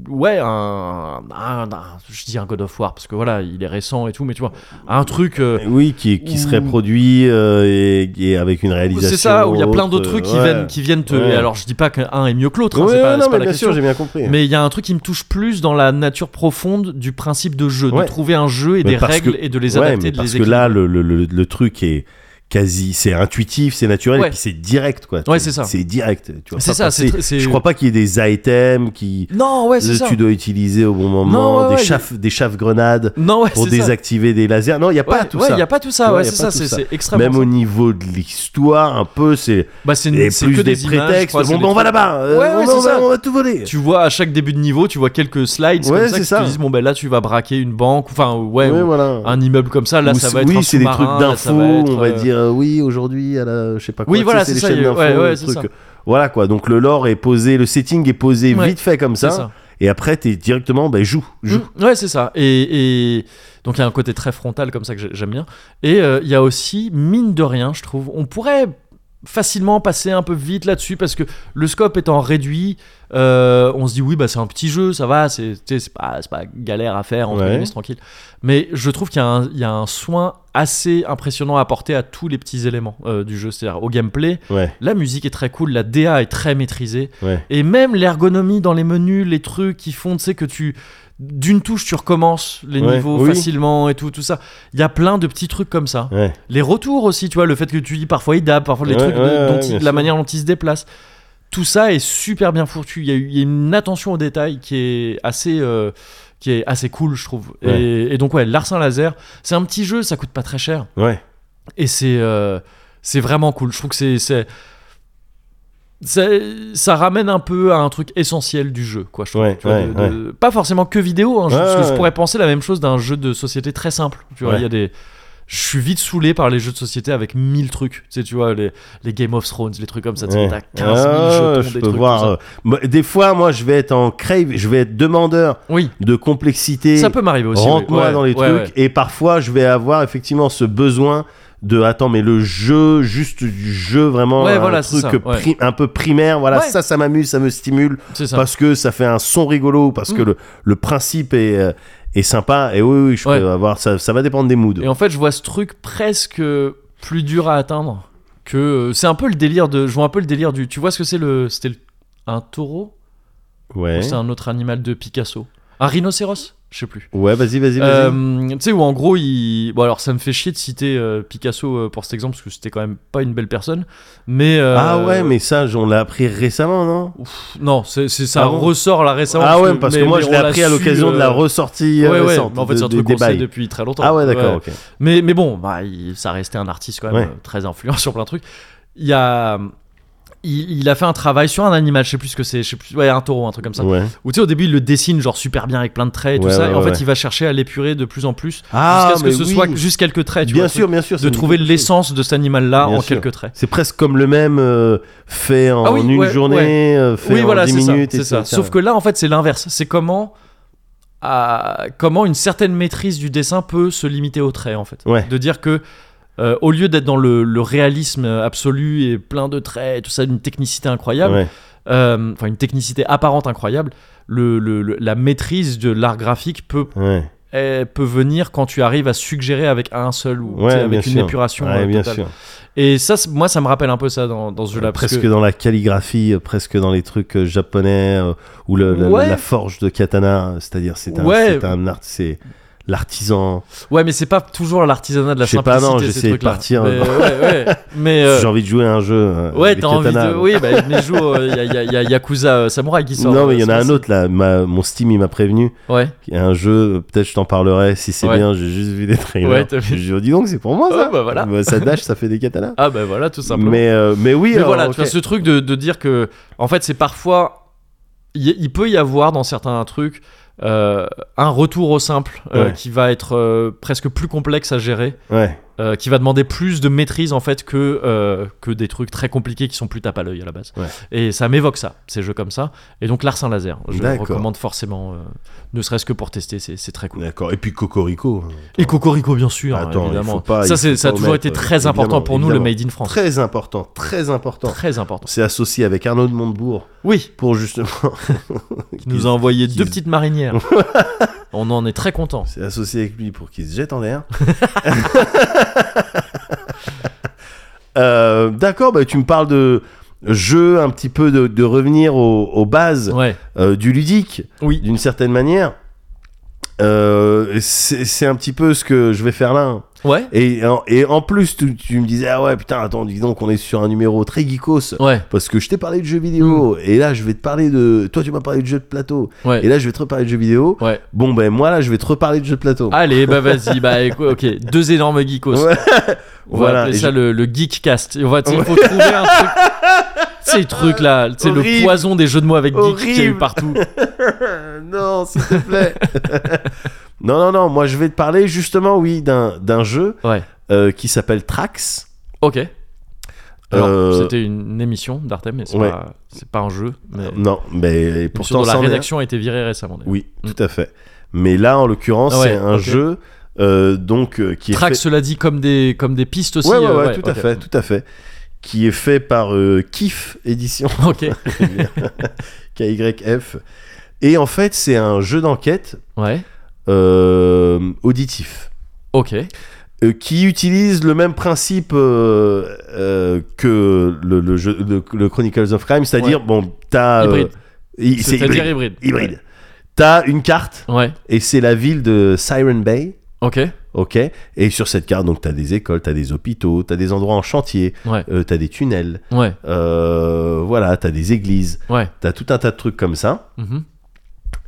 A: Ouais, un, un- un- Je dis un God of War parce que voilà, il est récent et tout, mais tu vois, un truc. euh,
B: Oui, qui, qui se
A: Ou-
B: reproduit euh, et, et avec une réalisation.
A: c'est ça, où il y a plein d'autres
B: autre,
A: trucs qui,
B: ouais.
A: viennent, qui viennent te.
B: Ouais.
A: et alors, je dis pas qu'un est mieux que l'autre, hein,
B: Ouais,
A: c'est pas,
B: ouais, non,
A: c'est pas
B: mais
A: la
B: bien
A: question.
B: sûr, j'ai bien compris. hein.
A: Mais il y a un truc qui me touche plus dans la nature profonde du principe de jeu,
B: Ouais.
A: de trouver un jeu et
B: Mais
A: des
B: parce
A: règles
B: que-
A: et de les
B: Ouais,
A: adapter,
B: mais
A: de
B: parce
A: les
B: que là, le, le- le- le truc est quasi, c'est intuitif, c'est naturel,
A: Ouais.
B: et puis c'est direct, quoi.
A: Ouais, c'est ça.
B: C'est direct. Tu vois,
A: C'est
B: pas
A: ça,
B: passer-
A: c'est tr- c'est-
B: Je crois pas qu'il y ait des items qui
A: Non, ouais,
B: euh,
A: c'est ça.
B: tu dois utiliser au bon moment,
A: Non, ouais,
B: des
A: ouais,
B: chaffes, des chaffes grenades
A: Non, ouais,
B: pour
A: c'est ça.
B: désactiver des lasers. Non, il y a pas
A: Ouais,
B: tout
A: ouais,
B: ça.
A: y a pas tout ça,
B: Tu vois,
A: ouais,
B: y a
A: c'est ça,
B: pas tout
A: c'est
B: ça.
A: c'est extrêmement.
B: Même
A: simple.
B: au niveau de l'histoire, un peu, c'est
A: Bah, c'est
B: et
A: c'est que
B: plus des
A: images, je crois,
B: prétextes.
A: c'est
B: Bon,
A: des
B: bon, on va
A: trucs-
B: là-bas. euh,
A: Ouais, ouais,
B: on va-
A: c'est ça.
B: on va tout voler.
A: Tu vois à chaque début de niveau, tu vois quelques slides
B: Ouais,
A: comme ça
B: c'est
A: qui
B: ça.
A: te disent bon ben là tu vas braquer une banque, enfin ouais,
B: Ouais,
A: ou
B: voilà.
A: un immeuble comme ça, là
B: Ou
A: ça
B: c'est-
A: va être
B: oui,
A: un
B: c'est des trucs
A: sous-marin, là, ça
B: d'info,
A: va être,
B: on va
A: euh,
B: dire euh, oui, aujourd'hui à la je sais pas quoi,
A: Oui,
B: tu sais,
A: voilà,
B: c'est
A: c'est
B: les
A: ça,
B: chaînes
A: il y a-
B: d'info,
A: ouais, ouais,
B: les
A: c'est
B: trucs.
A: ça.
B: Voilà quoi. Donc le lore est posé, le setting est posé
A: Ouais.
B: vite fait comme
A: c'est
B: ça, et après t'es directement bah joue, joue.
A: Mm, ouais, c'est ça. Et, et- donc il y a un côté très frontal comme ça que j'ai- j'aime bien. Et euh, il y a aussi, mine de rien, je trouve, on pourrait facilement passer un peu vite là-dessus parce que le scope étant réduit, Euh, on se dit oui bah c'est un petit jeu ça va c'est tu sais, c'est pas, c'est pas galère à faire entre
B: Ouais.
A: guillemets, c'est tranquille mais je trouve qu'il y, a un- il y a un soin assez impressionnant à apporter à tous les petits éléments euh, du jeu c'est-à-dire au gameplay
B: Ouais,
A: la musique est très cool la DA est très maîtrisée
B: ouais.
A: et même l'ergonomie dans les menus, les trucs qui font, tu sais, que tu. D'une touche, tu recommences les
B: Ouais,
A: niveaux
B: oui.
A: facilement et tout, tout ça. Il y a plein de petits trucs comme ça.
B: Ouais,
A: Les retours aussi, tu vois, le fait que tu dis parfois il dab, parfois les
B: Ouais,
A: trucs, de,
B: ouais,
A: dont
B: ouais,
A: il-
B: bien
A: la
B: sûr.
A: manière dont ils se déplacent. Tout ça est super bien foutu. Il y a, eu- il y a une attention aux détails qui est assez, euh, qui est assez cool, je trouve.
B: Ouais.
A: Et, et donc, ouais, Larsin Laser, c'est un petit jeu, ça coûte pas très cher.
B: ouais.
A: Et c'est euh, c'est vraiment cool. Je trouve que c'est- c'est c'est- ça ramène un peu à un truc essentiel du jeu, quoi. Je trouve,
B: Ouais,
A: tu vois,
B: ouais,
A: de- de- Pas forcément que vidéo, hein, je-
B: Ouais,
A: parce que je
B: ouais.
A: pourrais penser la même chose d'un jeu de société très simple. Tu vois, il
B: Ouais.
A: y a des je suis vite saoulé par les jeux de société avec 1000 trucs. Tu sais, tu vois, les, les Game of Thrones, les trucs comme ça. tu sais,
B: Ouais.
A: T'as 15 000
B: Ah,
A: jetons,
B: je
A: des
B: peux
A: trucs
B: voir.
A: comme ça.
B: euh, moi, des fois, moi, je vais être en crave, je vais être demandeur
A: Oui,
B: de complexité.
A: ça peut m'arriver aussi. oui.
B: Rentre-moi
A: Ouais,
B: dans les
A: ouais, ouais.
B: trucs. Et parfois, je vais avoir effectivement ce besoin de attends, mais le jeu, juste du jeu, vraiment
A: Ouais,
B: un
A: voilà, c'est
B: truc
A: ça, ouais.
B: pri- un peu primaire. Voilà,
A: Ouais.
B: ça, ça m'amuse, ça me stimule
A: C'est ça.
B: parce que ça fait un son rigolo, parce que
A: Mm.
B: le, le principe est, euh, est sympa. Et oui, oui, je
A: Ouais.
B: peux avoir ça. Ça va dépendre des moods.
A: Et en fait, je vois ce truc presque plus dur à atteindre que euh, c'est un peu le délire de je vois un peu le délire du tu vois ce que c'est le c'était le- un taureau
B: Ouais.
A: ou c'est un autre animal de Picasso un rhinocéros je sais plus
B: Ouais, vas-y, vas-y, vas-y.
A: Euh, tu sais où en gros il bon alors ça me fait chier de citer euh, Picasso euh, pour cet exemple parce que c'était quand même pas une belle personne mais euh,
B: Ah ouais, mais ça, on l'a appris récemment, non
A: non c'est c'est- ça
B: Ah bon
A: ressort là récemment
B: Ah ouais,
A: que-
B: parce que
A: mais-
B: moi
A: mais
B: je
A: on
B: l'ai
A: l'a
B: appris à
A: su,
B: l'occasion de la
A: euh,
B: ressortie
A: ouais,
B: euh,
A: ouais,
B: récente.
A: mais en fait
B: de-
A: c'est un
B: des
A: truc qu'on sait
B: bails.
A: depuis très longtemps
B: Ah ouais,
A: Ouais.
B: d'accord, ok.
A: Mais, mais bon, bah, il- ça restait un artiste quand même
B: Ouais.
A: euh, très influent sur plein de trucs. Il y a. euh, Il, il a fait un travail sur un animal, je sais plus ce que c'est, je sais plus, ouais, un taureau, un truc comme ça.
B: Ouais.
A: Ou tu sais, au début, il le dessine genre super bien avec plein de traits et tout
B: Ouais,
A: ça.
B: ouais,
A: et en
B: ouais,
A: fait,
B: ouais.
A: il va chercher à l'épurer de plus en plus
B: Ah,
A: jusqu'à ce que
B: mais
A: ce
B: oui.
A: soit juste quelques traits, Ah, tu
B: Bien
A: vois,
B: sûr, bien sûr.
A: de
B: ça me
A: trouver
B: dit quelque chose.
A: l'essence de cet animal-là
B: Bien
A: en
B: sûr.
A: quelques traits.
B: C'est presque comme le même euh, fait en
A: Ah oui,
B: une
A: ouais,
B: journée, euh, fait
A: oui,
B: en
A: voilà,
B: 10
A: c'est ça,
B: minutes.
A: c'est
B: et
A: ça.
B: tout
A: Sauf que là, en fait, c'est l'inverse. C'est comment, à- comment une certaine maîtrise du dessin peut se limiter aux traits, en fait.
B: Ouais.
A: De dire que, euh, au lieu d'être dans le, le réalisme absolu et plein de traits, et tout ça, d'une technicité incroyable,
B: Ouais.
A: euh, enfin une technicité apparente incroyable, le- le- le- la maîtrise de l'art graphique peut,
B: Ouais,
A: elle peut venir quand tu arrives à suggérer avec un seul ou tu
B: Ouais,
A: sais,
B: bien
A: avec une
B: sûr.
A: épuration
B: Ouais,
A: euh,
B: bien
A: totale.
B: sûr.
A: Et ça, c'est- moi, ça me rappelle un peu ça dans, dans ce jeu-là. parce
B: presque
A: que-
B: dans la calligraphie, euh, presque dans les trucs euh, japonais euh, ou le- la,
A: Ouais.
B: la forge de katana. C'est-à-dire, c'est un,
A: Ouais.
B: c'est un art, c'est l'artisan.
A: Ouais, mais c'est pas toujours l'artisanat de la
B: Je sais
A: simplicité.
B: pas, non,
A: ces
B: j'essaie de
A: trucs-là.
B: partir.
A: Mais, ouais, ouais. Mais, euh,
B: Si J'ai envie de jouer à un jeu. euh,
A: ouais,
B: avec
A: t'as envie
B: katana,
A: de. Oui, bah, mais joue. Il y, a- y a- y a Yakuza euh, Samurai qui sort.
B: non, mais il y
A: euh,
B: en
A: ce
B: a un
A: mois-ci.
B: autre là. Ma- mon Steam, il m'a prévenu.
A: Ouais.
B: Il y a un jeu, euh, peut-être je t'en parlerai si c'est
A: Ouais.
B: bien. J'ai juste vu des trailers.
A: Ouais, t'as vu.
B: je dis donc, c'est pour moi
A: Ouais,
B: ça.
A: bah, voilà.
B: ça dash, ça fait des katanas.
A: Ah, bah voilà, tout simplement.
B: Mais, euh, mais oui,
A: Mais
B: alors,
A: voilà,
B: ok.
A: tu vois, ce truc de, de dire que. En fait, c'est parfois. Il y- il peut y avoir dans certains trucs euh, un retour au simple euh,
B: Ouais.
A: qui va être euh, presque plus complexe à gérer,
B: Ouais,
A: euh, qui va demander plus de maîtrise en fait que, euh, que des trucs très compliqués qui sont plus tape à l'œil à la base.
B: Ouais.
A: Et ça m'évoque ça, ces jeux comme ça. Et donc Larsen Laser, je le
B: D'accord.
A: recommande forcément, euh, ne serait-ce que pour tester, c'est c'est très cool.
B: d'accord. Et puis Cocorico. hein.
A: Et Cocorico, bien sûr,
B: Attends, il
A: évidemment.
B: faut pas-
A: ça,
B: il
A: c'est-
B: faut
A: ça a
B: pas
A: toujours
B: omettre,
A: été très
B: euh,
A: important pour nous,
B: évidemment,
A: le Made in France.
B: Très important, très important.
A: Très important.
B: C'est associé avec Arnaud de Montebourg
A: Oui,
B: pour justement.
A: qui nous a envoyé
B: qui-
A: deux petites marinières. On en est très content.
B: C'est associé avec lui pour qu'il se jette en l'air. Euh, d'accord, bah, tu me parles de jeu, un petit peu de, de revenir aux, aux bases
A: Ouais.
B: euh, du ludique.
A: Oui.
B: d'une certaine manière. euh, c'est c'est un petit peu ce que je vais faire là. hein.
A: Ouais.
B: Et en, et en plus, tu, tu me disais, ah ouais, putain, attends, dis donc, on est sur un numéro très geekos.
A: Ouais.
B: Parce que je t'ai parlé de jeux vidéo. Et là, je vais te parler de. Toi, tu m'as parlé de jeux de plateau.
A: Mm. Ouais.
B: Et là, je vais te reparler de jeux vidéo.
A: Ouais.
B: Bon, ben moi, là, je vais te reparler de jeux de plateau.
A: Allez, bah vas-y, bah écoute, ok, deux énormes geekos.
B: Ouais.
A: On va
B: Voilà,
A: appeler
B: et
A: ça
B: je-
A: le, le geek cast. Et on va, tu sais, il faut trouver un truc. C'est le truc là, c'est le
B: Horrible.
A: poison des jeux de mots avec geek qu'il y a eu
B: Horrible.
A: partout.
B: Euh, non, s'il te plaît. non, non, non, moi, je vais te parler justement, oui, d'un d'un jeu
A: Ouais.
B: euh, qui s'appelle Trax.
A: Ok. Alors,
B: Euh,
A: c'était une émission d'Artem, mais c'est
B: ouais.
A: pas, c'est pas un jeu. Mais...
B: Non, mais
A: Bien sûr,
B: pourtant,
A: dont la
B: c'en est un.
A: rédaction a été virée récemment. d'ailleurs.
B: Oui,
A: Mm.
B: tout à fait. Mais là, en l'occurrence,
A: Ah ouais,
B: c'est un
A: ok.
B: jeu euh, donc euh, qui est
A: Trax
B: fait-
A: cela dit comme des, comme des pistes aussi.
B: Ouais, ouais,
A: euh,
B: ouais, tout à
A: ok.
B: fait, tout à fait. qui est fait par euh, Kif Édition,
A: Ok.
B: KYF. Et en fait, c'est un jeu d'enquête
A: Ouais.
B: euh, auditif
A: Ok.
B: euh, qui utilise le même principe euh, euh, que le, le jeu, le, le Chronicles of Crime, c'est-à-dire, bon, t'as. euh,
A: Hybride.
B: i- c'est
A: C'est-à-dire
B: hybride.
A: hybride.
B: Hybride. T'as une carte,
A: Ouais.
B: et c'est la ville de Siren Bay.
A: Ok.
B: Ok, et sur cette carte, donc t'as des écoles, t'as des hôpitaux, t'as des endroits en chantier,
A: Ouais.
B: euh, t'as des tunnels,
A: Ouais.
B: euh, voilà, t'as des églises,
A: Ouais.
B: t'as tout un tas de trucs comme ça.
A: Mhm.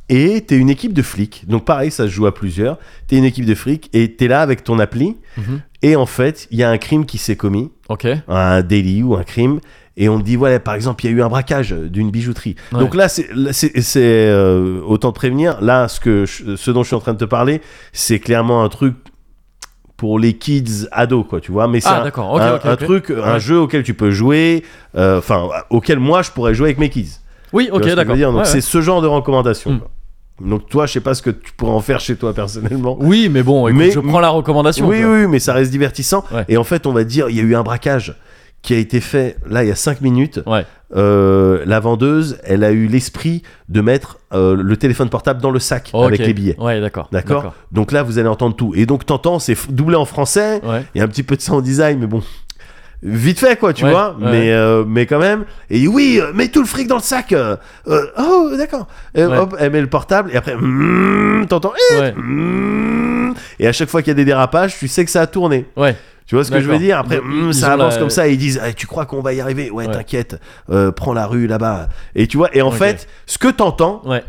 B: Et t'es une équipe de flics, donc pareil, ça se joue à plusieurs. T'es une équipe de flics et t'es là avec ton appli.
A: Mhm.
B: Et en fait, il y a un crime qui s'est commis,
A: Ok.
B: un délit ou un crime, et on te dit, voilà, par exemple, il y a eu un braquage d'une bijouterie.
A: Ouais.
B: Donc là, c'est là, c'est- c'est, euh, autant te prévenir. Là, ce, que je- ce dont je suis en train de te parler, c'est clairement un truc pour les kids ados, quoi, tu vois. Mais c'est
A: Ah,
B: un-
A: d'accord. Ok.
B: un,
A: ok.
B: un
A: ok.
B: truc, un
A: Ouais.
B: jeu auquel tu peux jouer, euh, enfin, auquel moi je pourrais jouer avec mes kids.
A: Oui.
B: Tu
A: Ok.
B: vois ce que je veux
A: D'accord.
B: dire Donc
A: Ouais,
B: c'est
A: ouais.
B: ce genre de recommandation.
A: Mm.
B: quoi. Donc toi, je sais pas ce que tu pourrais en faire chez toi personnellement.
A: Oui, mais bon, écoute,
B: Mais-
A: je prends la recommandation.
B: Oui,
A: quoi.
B: oui, mais ça reste divertissant.
A: Ouais.
B: Et en fait, on va dire, il y a eu un braquage qui a été fait là il y a 5 minutes.
A: Ouais.
B: Euh, la vendeuse, elle a eu l'esprit de mettre euh, le téléphone portable dans le sac
A: Ok.
B: avec les billets.
A: Ouais. D'accord.
B: D'accord Donc là, vous allez entendre tout. Et donc, t'entends, c'est f- doublé en français.
A: Ouais.
B: Il y a un petit peu de ça en design, mais bon. Vite fait, quoi, tu
A: Ouais,
B: vois.
A: ouais.
B: Mais, euh, mais quand même. Et oui, euh, mets tout le fric dans le sac. euh, euh, oh, d'accord. Et
A: Ouais.
B: Hop, elle met le portable. Et après, mm, t'entends. eh,
A: Ouais.
B: mm. Et à chaque fois qu'il y a des dérapages, tu sais que ça a tourné.
A: Ouais.
B: Tu vois ce que je veux
A: D'accord.
B: dire Après,
A: Ils-
B: mm,
A: ils
B: ça
A: ont la-
B: avance comme ça et ils disent Eh, Tu crois qu'on va y arriver Ouais,
A: Ouais.
B: t'inquiète, euh, prends la rue là-bas. Et tu vois, et en
A: Ok.
B: fait, ce que t'entends,
A: Ouais.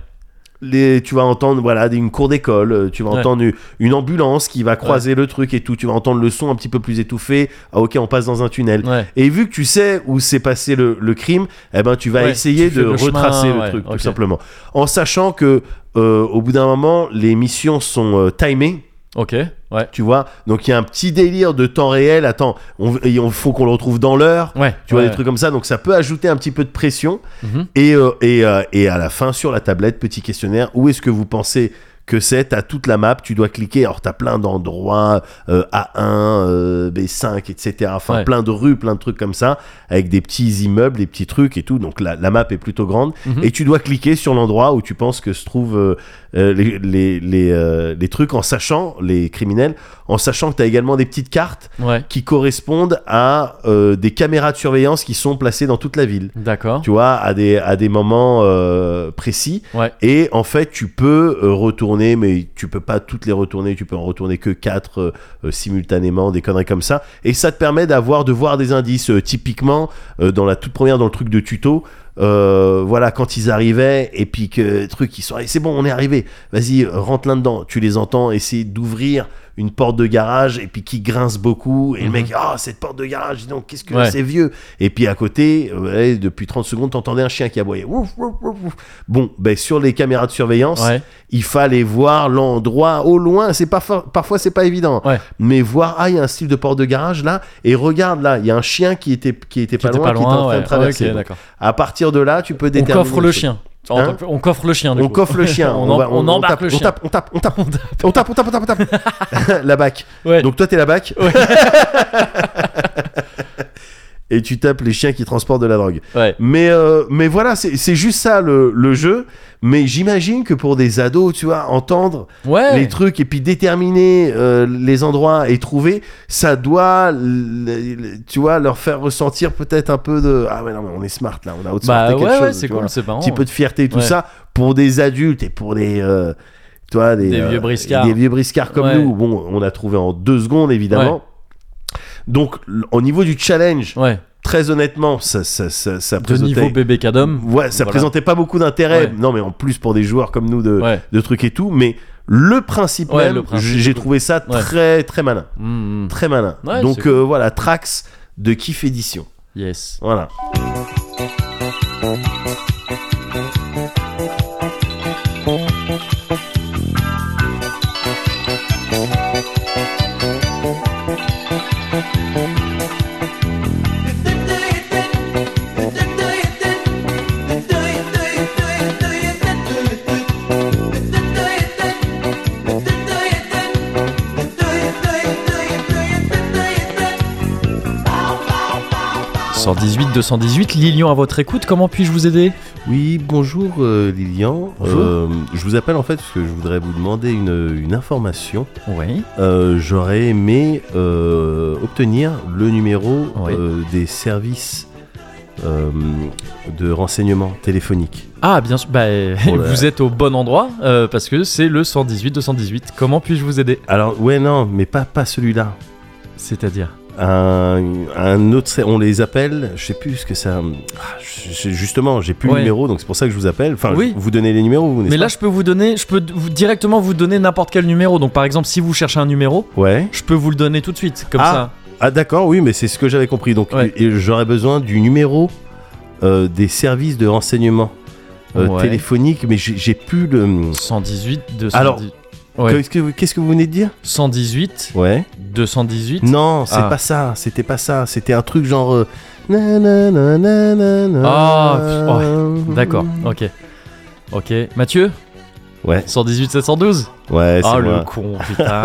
B: les, tu vas entendre voilà une cour d'école, euh, tu vas
A: Ouais.
B: entendre une, une ambulance qui va croiser le truc et tout, tu vas entendre le son un petit peu plus étouffé. Ah, ok, on passe dans un tunnel.
A: Ouais.
B: Et vu que tu sais où s'est passé le, le crime, eh ben tu vas
A: Ouais,
B: essayer
A: tu fais
B: de
A: le chemin,
B: retracer le
A: ouais,
B: truc
A: ok.
B: tout simplement, en sachant que euh, au bout d'un moment, les missions sont euh, timées.
A: Ok. Ouais.
B: Tu vois, donc il y a un petit délire de temps réel. Attends, on, et on- faut qu'on le retrouve dans l'heure.
A: Ouais.
B: Tu vois,
A: ouais.
B: des trucs comme ça. Donc ça peut ajouter un petit peu de pression.
A: Mhm.
B: Et, euh, et, euh, et à la fin, sur la tablette, petit questionnaire, où est-ce que vous pensez que c'est T'as toute la map, tu dois cliquer. Alors t'as plein d'endroits, euh, A1, euh, B5, etc. Enfin,
A: Ouais.
B: plein de rues, plein de trucs comme ça, avec des petits immeubles, des petits trucs et tout. Donc la, la map est plutôt grande.
A: Mhm.
B: Et tu dois cliquer sur l'endroit où tu penses que se trouvent euh, euh, les, les, les, euh, les trucs en sachant, les criminels, en sachant que t'as également des petites cartes
A: Ouais.
B: qui correspondent à euh, des caméras de surveillance qui sont placées dans toute la ville
A: D'accord.
B: tu vois, à des, à des moments euh, précis.
A: Ouais.
B: Et en fait, tu peux euh, retourner, mais tu peux pas toutes les retourner, tu peux en retourner que 4 simultanément, des conneries comme ça. Et ça te permet d'avoir, de voir des indices. Euh, typiquement, euh, dans la toute première, dans le truc de tuto, euh, voilà, quand ils arrivaient, et puis que truc, ils sont allés, c'est bon, on est arrivé, vas-y, euh, rentre là-dedans. Tu les entends essayer d'ouvrir une porte de garage, et puis qui grince beaucoup, et le
A: Mhm.
B: mec, ah, cette porte de garage, dis donc, qu'est-ce que
A: Ouais.
B: c'est vieux. Et puis à côté, euh, ouais, depuis 30 secondes, t'entendais un chien qui aboyait. Ouf, ouf, ouf, ouf. Bon, ben, sur les caméras de surveillance,
A: Ouais.
B: il fallait voir l'endroit au loin. C'est pas fa- parfois c'est pas évident, hein.
A: Ouais.
B: mais voir ah il y a un style de porte de garage là et regarde là, il y a un chien qui était qui était
A: Qui
B: pas
A: était
B: loin,
A: pas
B: qui était en
A: loin.
B: train
A: ouais.
B: de traverser.
A: Ok.
B: Donc,
A: D'accord.
B: à partir de là, tu peux
A: On
B: déterminer.
A: coffre le
B: les choses.
A: chien. En
B: Hein
A: tant que- on coffre le chien. du
B: On
A: coup.
B: coffre le chien.
A: on,
B: on,
A: en-
B: va-
A: on
B: on
A: embarque
B: tape,
A: le
B: on
A: chien.
B: tape, on tape, on tape, on tape, on tape, on tape, on tape. la bac.
A: Ouais.
B: Donc toi t'es la bac.
A: Ouais.
B: Et tu tapes les chiens qui transportent de la drogue.
A: ouais.
B: Mais, euh, mais voilà, c'est c'est juste ça le, le jeu. Mais j'imagine que pour des ados, tu vois, entendre
A: Ouais.
B: les trucs et puis déterminer euh, les endroits et trouver, ça doit, le- le- tu vois, leur faire ressentir peut-être un peu de Ah, mais non, mais on est smart là, on a outsmarté
A: Bah
B: quelque
A: ouais,
B: chose.
A: ouais, c'est
B: tu vois.
A: cool, c'est marrant.
B: Un petit peu de fierté, tout
A: Ouais.
B: ça, pour des adultes et pour des. euh, tu vois, des, euh,
A: Des vieux briscards.
B: Des vieux briscards comme
A: Ouais.
B: nous. Bon, on a trouvé en deux secondes, évidemment. Donc, l- au niveau du challenge,
A: Ouais.
B: très honnêtement, ça, ça, ça, ça
A: De
B: présentait-
A: niveau bébé cadom.
B: Ouais, ça
A: Voilà.
B: présentait pas beaucoup d'intérêt.
A: Ouais.
B: Non, mais en plus pour des joueurs comme nous de,
A: Ouais.
B: de trucs et tout. Mais le principe
A: Ouais,
B: même,
A: le principe,
B: j'ai j'ai
A: cool.
B: trouvé ça
A: Ouais.
B: très très malin,
A: Mm, mm.
B: très malin.
A: Ouais,
B: Donc
A: c'est cool.
B: euh, voilà, Trax de Kiff Edition.
A: Yes.
B: Voilà.
E: Sans
A: 118 218, Lilian à votre écoute, comment puis-je vous aider
B: Oui, bonjour euh, Lilian.
A: Bonjour.
B: Euh, je vous appelle en fait parce que je voudrais vous demander une, une information.
A: Oui.
B: Euh, J'aurais aimé euh, obtenir le numéro
A: Oui.
B: euh, des services euh, de renseignement téléphonique.
A: Ah, bien sûr, bah, euh,
B: Oh là.
A: vous êtes au bon endroit euh, parce que c'est le 118 218. Comment puis-je vous aider
B: Alors, ouais, non, mais pas, pas celui-là.
A: C'est-à-dire
B: Un, un autre, ser- on les appelle, je sais plus ce que ça. ah, je- je- Justement, j'ai plus
A: Ouais.
B: le numéro, donc c'est pour ça que je vous appelle. Enfin,
A: Oui.
B: je- vous donnez les numéros, vous n'est-ce
A: Mais là,
B: pas
A: je peux vous donner, je peux d- vous, directement vous donner n'importe quel numéro. Donc, par exemple, si vous cherchez un numéro,
B: Ouais.
A: je peux vous le donner tout de suite, comme
B: Ah. Ah d'accord, oui, mais c'est ce que j'avais compris. Donc
A: Ouais.
B: et j'aurais besoin du numéro euh, des services de renseignement euh,
A: Ouais.
B: téléphonique, mais j'ai j'ai plus le.
A: ça. 118 218.
B: Alors,
A: Ouais.
B: Qu'est-ce que, vous- qu'est-ce que vous venez de dire
A: 118
B: Ouais.
A: 218.
B: Non, c'est
A: Ah.
B: pas ça. C'était pas ça. C'était un truc genre. euh, nanananana.
A: Ah, pff, D'accord, ok. Ok, Mathieu
B: Ouais.
A: 118 712
B: Ouais, c'est
A: Ah le
B: moi.
A: con, putain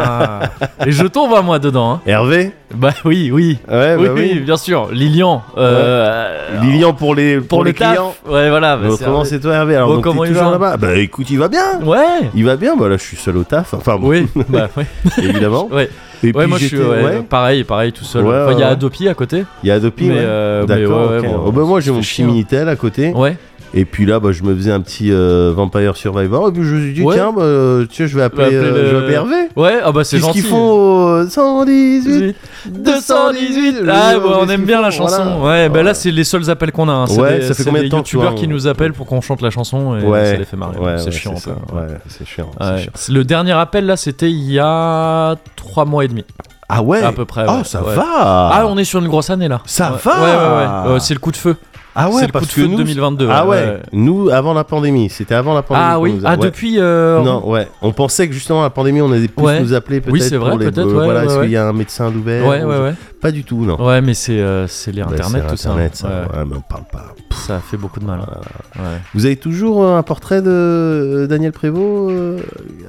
A: Et je tombe à moi dedans, hein.
B: Hervé
A: Bah oui, oui
B: Ouais,
A: oui,
B: bah
A: oui, bien sûr, Lilian. euh,
B: Lilian pour les
A: pour, le
B: client.
A: taf. Ouais, voilà. bah, c'est-
B: Autrement, c'est toi, Hervé. Alors,
A: Bon,
B: donc, t'es
A: comment il
B: toujours
A: va
B: là-bas. Bah, écoute, il va bien.
A: Ouais.
B: Il va bien. Bah, là, je suis seul au taf. Enfin, Ah bon,
A: Oui, bah ouais.
B: évidemment.
A: Ouais,
B: Et
A: ouais
B: puis,
A: moi je suis
B: j'étais-
A: ouais,
B: ouais.
A: pareil, pareil tout seul.
B: Ouais,
A: Enfin, il y a
B: ouais.
A: Adopi à côté.
B: Il y a Adopi,
A: mais
B: ouais.
A: euh, mais
B: D'accord.
A: ouais,
B: ok.
A: ouais, bon,
B: Oh, bah, moi, j'ai mon
A: c'est
B: petit
A: chiant.
B: Minitel à côté.
A: Ouais.
B: Et puis là, bah, je me faisais un petit euh, Vampire Survivor. Et puis, je me suis dit,
A: Ouais. Bah,
B: tiens, bah, euh, tu sais, je vais appeler,
A: appeler
B: euh, je vais
A: le-
B: appeler Hervé.
A: Ouais, ah bah c'est
B: Qu'est-ce
A: gentil.
B: qu'ils font au 118
A: 218 Ah
B: Le-
A: ouais, on
B: qu'est-ce
A: aime
B: qu'ils
A: bien la
B: font,
A: chanson.
B: voilà.
A: Ouais, bah là c'est les seuls appels qu'on a. hein. C'est
B: Ouais,
A: des-
B: ça fait
A: c'est
B: combien de
A: des
B: temps, tu
A: youtubeurs
B: vois,
A: qui
B: on-
A: nous appellent pour qu'on chante la chanson et ça les fait marrer.
B: Ouais,
A: c'est
B: ouais,
A: chiant un
B: ça.
A: peu.
B: Ouais, c'est chiant. c'est
A: Ouais.
B: chiant.
A: Le dernier appel là c'était il y a 3 mois et demi
B: Ah ouais
A: à peu près.
B: Oh,
A: ouais,
B: ça
A: ouais.
B: va
A: Ah, on est sur une grosse année là.
B: Ça
A: Ouais,
B: va
A: Ouais, ouais, ouais. Euh, c'est le coup de feu.
B: Ah ouais,
A: c'est le
B: parce
A: coup de feu
B: que nous,
A: de 2022.
B: Ah ouais,
A: ouais.
B: nous avant la pandémie, c'était avant la pandémie.
A: Ah
B: qu'on
A: oui,
B: nous a-
A: ah
B: ouais.
A: depuis. euh,
B: Non, ouais. On pensait que justement la pandémie, on allait plus
A: Ouais.
B: nous appeler peut-être.
A: Oui, c'est vrai,
B: pour les-
A: peut-être,
B: euh,
A: ouais,
B: voilà,
A: ouais,
B: est-ce
A: ouais.
B: qu'il y a un médecin d'ouvert
A: Ouais, ouais,
B: ou-
A: ouais.
B: Pas du tout, non.
A: Ouais, mais c'est euh, c'est les
B: Bah,
A: internet,
B: c'est
A: tout
B: Internet,
A: ça. hein. Ouais,
B: Ouais, mais on parle pas.
A: Ça fait beaucoup de mal. hein. Ouais.
B: Vous avez toujours euh, un portrait de euh, Daniel Prévost euh,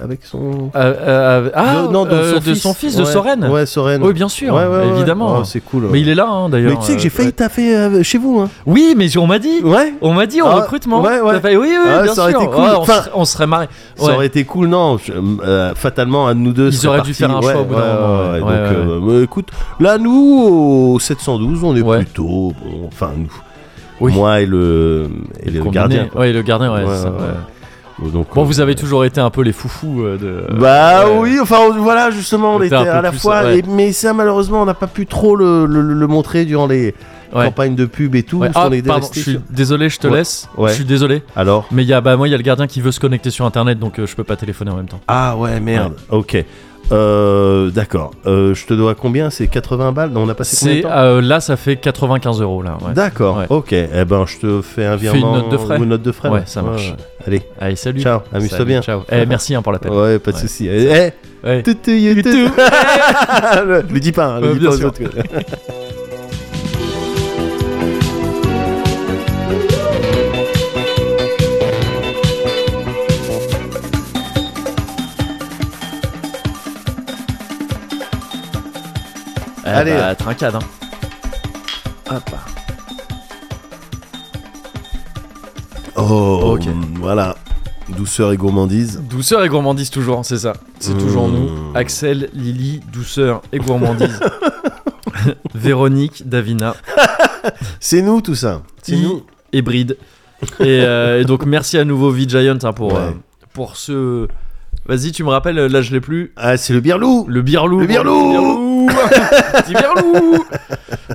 B: avec son.
A: Euh, euh, euh, ah,
B: De- non, de,
A: euh,
B: son
A: de
B: fils.
A: son fils, de
B: Ouais.
A: Soren.
B: Ouais, Soren.
A: Oui, bien sûr,
B: Ouais, ouais, ouais.
A: évidemment.
B: Oh, c'est cool.
A: mais il est là, hein, d'ailleurs.
B: Mais tu sais que j'ai
A: euh,
B: failli
A: ouais.
B: taffer euh, chez vous, hein.
A: Oui, mais on m'a dit.
B: Ouais.
A: On m'a dit en
B: Ah,
A: recrutement.
B: ouais, ouais.
A: T'as failli- Oui, oui,
B: Ah,
A: bien
B: ça aurait
A: sûr.
B: été cool.
A: Ouais, on,
B: Enfin,
A: serait, on serait marré.
B: Ça
A: Ouais.
B: aurait été cool, non je- euh, Fatalement, un de nous deux
A: Ils
B: serait
A: auraient dû
B: parti.
A: faire un
B: Ouais,
A: choix au bout
B: ouais,
A: d'un moment,
B: ouais,
A: ouais.
B: donc,
A: Ouais, ouais,
B: euh, bah, écoute, là, nous, au 712, on est
A: Ouais.
B: plutôt... bon, enfin, nous.
A: Oui.
B: Moi et le, et le
A: Combiné.
B: gardien. quoi.
A: Ouais, le gardien, ouais.
B: Ouais,
A: c'est ça,
B: ouais,
A: ouais.
B: Donc,
A: Bon,
B: euh,
A: vous avez toujours été un peu les foufous euh, de.
B: Bah
A: ouais.
B: oui, enfin on- voilà, justement, on
A: C'était
B: était
A: un peu
B: à la
A: plus,
B: fois...
A: ouais.
B: et- mais ça, malheureusement, on n'a pas pu trop le, le- le montrer durant les
A: Ouais.
B: campagnes de pub et tout.
A: Ouais.
B: parce
A: Ah,
B: qu'on est
A: pardon,
B: resté
A: je suis
B: sur-
A: désolé, je te
B: Ouais.
A: laisse.
B: Ouais.
A: Je suis désolé.
B: Alors
A: Mais il y a, bah, moi, il y a le gardien qui veut se connecter sur internet, donc euh, je peux pas téléphoner en même temps.
B: Ah ouais, merde. Ok. Euh, D'accord. Euh, je te dois combien C'est 80 balles Non, on a passé Bah, combien de
A: C'est
B: temps
A: euh, là, ça fait 95 euros là. Ouais.
B: D'accord,
A: Ouais.
B: ok. Eh ben, je te fais un
A: Fais une
B: virement.
A: note de frais.
B: ou une note de frais.
A: Ouais, ça marche.
B: Allez,
A: Allez, salut.
B: ciao, amuse-toi
A: Salut,
B: bien.
A: Ciao. Eh, merci hein, pour l'appel.
B: Ouais, pas de
A: Ouais.
B: soucis. Eh,
A: Ouais.
B: toutou, you too. Le le dis pas, hein, le
A: Ouais,
B: dis
A: bien
B: pas aux
A: sûr.
B: autres.
A: Eh,
B: Allez.
A: bah, trincade. Hein.
B: Oh,
A: Ok.
B: voilà. Douceur et gourmandise.
A: Douceur et gourmandise toujours, hein, c'est ça. C'est
B: Mmh.
A: toujours nous. Axel, Lily, douceur et gourmandise. Véronique, Davina,
B: C'est nous tout ça. C'est
A: I
B: nous.
A: et Bride. Et, euh, et donc merci à nouveau V-Giant hein, pour,
B: Ouais.
A: euh, pour ce... Vas-y, tu me rappelles, euh, là je l'ai plus.
B: Ah, c'est le birlou.
A: Le birlou.
B: Le birlou.
A: Petit birlou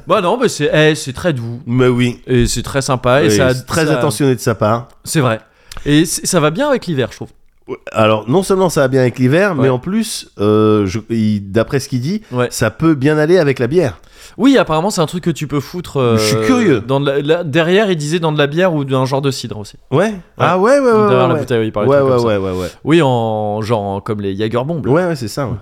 A: Bah non, mais c'est eh, c'est très doux.
B: Mais oui.
A: Et c'est très sympa. et
B: Oui,
A: ça,
B: c'est très
A: ça-
B: attentionné de sa part.
A: C'est vrai. Et c'est- ça va bien avec l'hiver, je trouve.
B: Alors, non seulement ça va bien avec l'hiver, mais
A: Ouais.
B: en plus, euh, je- il- d'après ce qu'il dit,
A: Ouais.
B: ça peut bien aller avec la bière.
A: Oui, apparemment, c'est un truc que tu peux foutre. euh,
B: Je suis curieux.
A: Dans de la, la- derrière, il disait dans de la bière ou d'un genre de cidre aussi.
B: Ouais. Ah ouais, ouais, ouais.
A: derrière
B: ouais,
A: la
B: ouais.
A: bouteille, il
B: Ouais,
A: parlait de
B: ouais,
A: trucs comme ça.
B: ouais, ouais, ouais.
A: Oui, en genre en- comme les Jagerbomb.
B: Ouais, ouais, c'est ça. ouais.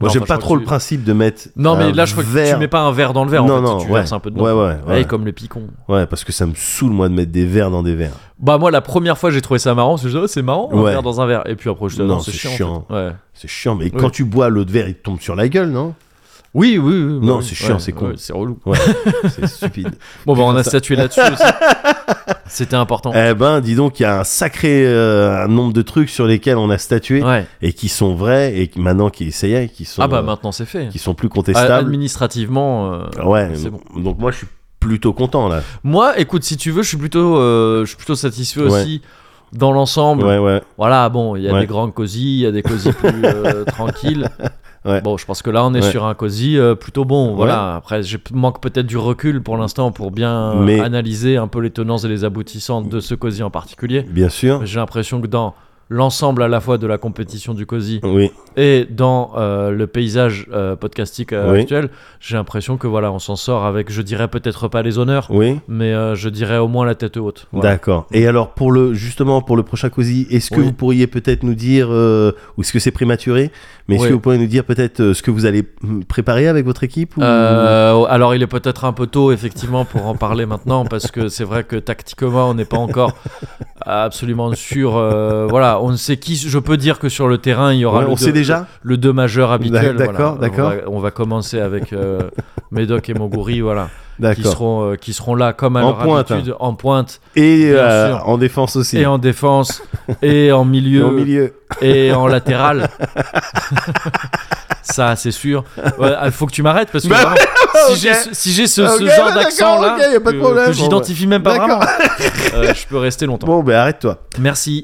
B: Moi,
A: Non,
B: j'aime
A: enfin,
B: pas
A: je crois
B: trop
A: que
B: le
A: tu-
B: principe de mettre.
A: Non, mais
B: un
A: là, je crois que
B: verre-
A: tu mets pas un verre dans le verre. en
B: Non,
A: fait,
B: non,
A: tu
B: ouais.
A: verses un peu dedans.
B: Ouais, ouais, ouais.
A: Ouais, comme le picon.
B: Ouais, parce que ça me saoule, moi, de mettre des verres dans des verres.
A: Bah, moi, la première fois, j'ai trouvé ça marrant. Parce que je me suis dit, oh, c'est marrant, un
B: Ouais.
A: verre dans un verre. Et puis après, je dis, ah,
B: Non,
A: c'est
B: c'est
A: chiant. en
B: chiant.
A: fait. Ouais.
B: C'est chiant, mais quand tu bois l'eau de verre, il te tombe sur la gueule, non
E: Oui, oui, oui. bah
B: Non,
E: oui.
B: c'est chiant,
E: Ouais,
B: c'est con.
E: ouais, c'est relou.
B: C'est stupide.
A: Bon, bah, on a
B: ça.
A: statué là-dessus aussi. C'était important.
B: Eh ben, dis donc, il y a un sacré euh, un nombre de trucs sur lesquels on a statué
A: Ouais.
B: et qui sont vrais et qui, maintenant qui essayent, qui sont,
A: Ah, bah,
B: euh,
A: maintenant, c'est fait.
B: qui sont plus
A: Ah,
B: contestables.
A: Administrativement. euh,
B: ouais.
A: c'est bon.
B: Donc moi, je suis plutôt content là.
A: Moi, écoute, si tu veux, je suis plutôt, euh, je suis plutôt satisfait
B: Ouais.
A: aussi dans l'ensemble.
B: Ouais, ouais.
A: Voilà, bon, il y a
B: Ouais.
A: des grands cosy, il y a des cosy plus euh, tranquilles.
B: Ouais.
A: Bon, je pense que là, on est
B: Ouais.
A: sur un cosy euh, plutôt bon. Voilà. Après, je manque peut-être du recul pour l'instant pour bien euh,
B: Mais-
A: analyser un peu les tenants et les aboutissants de ce cosy en particulier.
B: Bien sûr.
A: J'ai l'impression que dans l'ensemble à la fois de la compétition du cosy
B: Oui.
A: et dans euh, le paysage euh, podcastique euh,
B: Oui.
A: actuel, j'ai l'impression que voilà, on s'en sort avec, je dirais peut-être pas les honneurs,
B: Oui.
A: mais euh, je dirais au moins la tête haute. Voilà.
B: D'accord. Et alors pour le justement pour le prochain cosy, est-ce que
A: Oui.
B: vous pourriez peut-être nous dire euh, ou est-ce que c'est prématuré, mais est-ce
A: Oui.
B: que vous pourriez nous dire peut-être euh, ce que vous allez mm, préparer avec votre équipe ou...
A: Euh, alors il est peut-être un peu tôt effectivement pour en parler maintenant parce que c'est vrai que tactiquement on n'est pas encore absolument sûr. euh, voilà, on ne sait qui. Je peux dire que sur le terrain il y aura
B: Ouais,
A: le
B: on
A: deux-
B: sait déjà.
A: le 2 majeur habituel.
B: D'ac- d'accord,
A: voilà.
B: d'accord.
A: On va, on va commencer avec euh, Médoc et Moguri, voilà, qui
B: D'accord.
A: seront euh, qui seront là comme à
B: En
A: leur
B: pointe,
A: habitude en pointe
B: Et
A: Bien
B: euh,
A: sûr.
B: en défense aussi.
A: et en défense et en
B: Et
A: milieu,
B: au milieu.
A: et en latéral. Ça, c'est sûr. Il faut que tu m'arrêtes parce que
B: Bah,
A: vraiment, si
B: ok.
A: j'ai ce- si j'ai ce, ce
B: Ok,
A: genre
B: bah,
A: d'accent là,
B: d'accord, ok, y a pas de
A: que-
B: problème.
A: que
B: Bon,
A: j'identifie même pas
B: D'accord.
A: vraiment, euh, je peux rester longtemps.
B: Bon, ben arrête-toi.
A: Merci.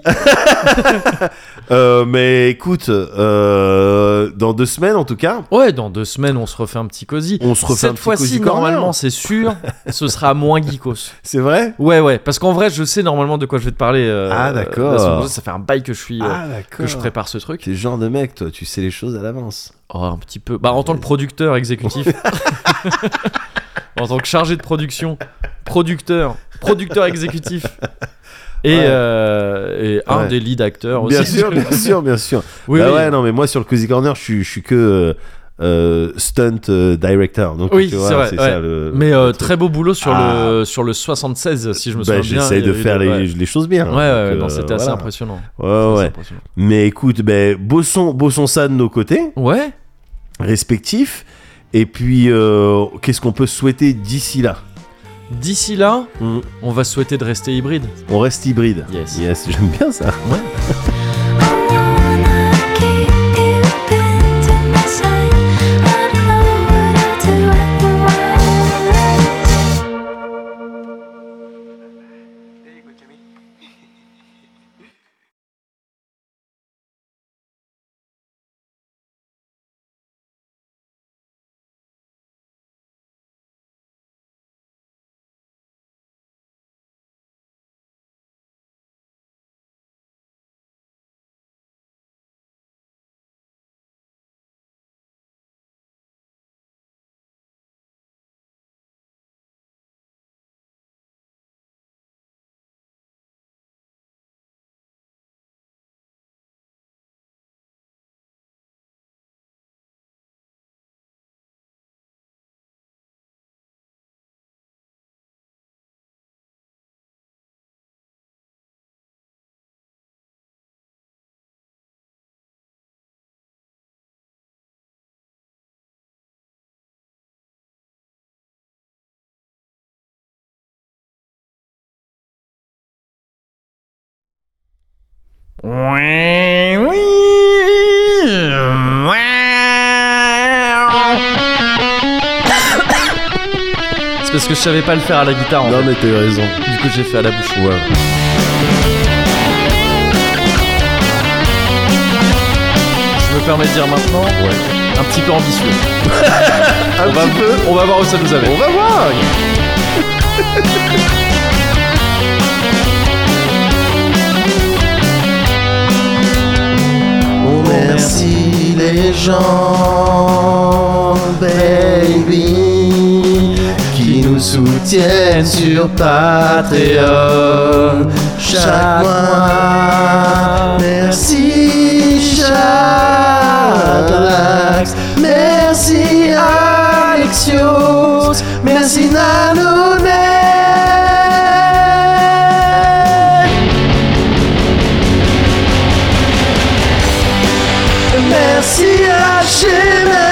B: Euh, mais écoute, euh, dans deux semaines en tout cas,
A: Ouais, dans deux semaines, on se refait un petit cosy.
B: on se refait
A: Cette
B: un petit cosy
A: fois-ci,
B: corner.
A: normalement, c'est sûr, ce sera moins geekos.
B: C'est vrai
A: Ouais, ouais, parce qu'en vrai, je sais normalement de quoi je vais te parler. euh,
B: Ah, d'accord. Ah,
A: la semaine prochaine. Ça fait un bail que je suis, euh,
B: d'accord.
A: que je prépare ce truc.
B: T'es le genre de mec, toi, tu sais les choses à l'avance.
A: Oh, un petit peu. Bah, en tant que producteur exécutif, en tant que chargé de production, producteur, producteur exécutif, et,
B: Ouais.
A: euh, et un
B: Ouais.
A: des lead acteurs aussi.
B: Bien sûr, bien sûr, bien sûr.
A: Oui,
B: bah
A: oui.
B: ouais, non, mais moi sur le Cozy Corner, je suis, je suis que euh, euh, stunt euh, director. Donc,
A: Oui,
B: tu vois,
A: c'est vrai,
B: ça
A: ouais.
B: le.
A: Mais euh,
B: le truc.
A: très beau boulot sur,
B: Ah.
A: le, sur le 76, si je me
B: Bah,
A: souviens bien.
B: j'essaye
A: Il y
B: de
A: a eu
B: faire
A: des-
B: les, les choses bien.
A: Ouais, ouais, ouais,
B: Donc,
A: non,
B: euh,
A: c'était assez
B: voilà.
A: impressionnant.
B: Ouais,
A: Assez
B: ouais.
A: impressionnant.
B: Mais écoute, ben, bossons, bossons ça de nos côtés,
A: Ouais,
B: respectifs. Et puis, euh, qu'est-ce qu'on peut souhaiter d'ici là
A: d'ici là,
B: Hmm.
A: on va souhaiter de rester hybride.
B: On reste hybride.
A: Yes.
B: Yes, j'aime bien ça.
A: C'est parce que je savais pas le faire à la guitare. en
B: Non, mais t'as raison.
A: fait. Du coup, j'ai fait à la bouche.
B: Ouais.
A: Je me permets de dire maintenant, un petit peu ambitieux.
B: Un
A: On va,
B: petit peu.
A: on va voir où ça nous
B: On
A: amène.
B: va voir. On remercie les gens, baby, qui nous soutiennent sur Patreon chaque mois. Merci Chablax, merci Alexios, merci Nanonet. Merci à Chimel.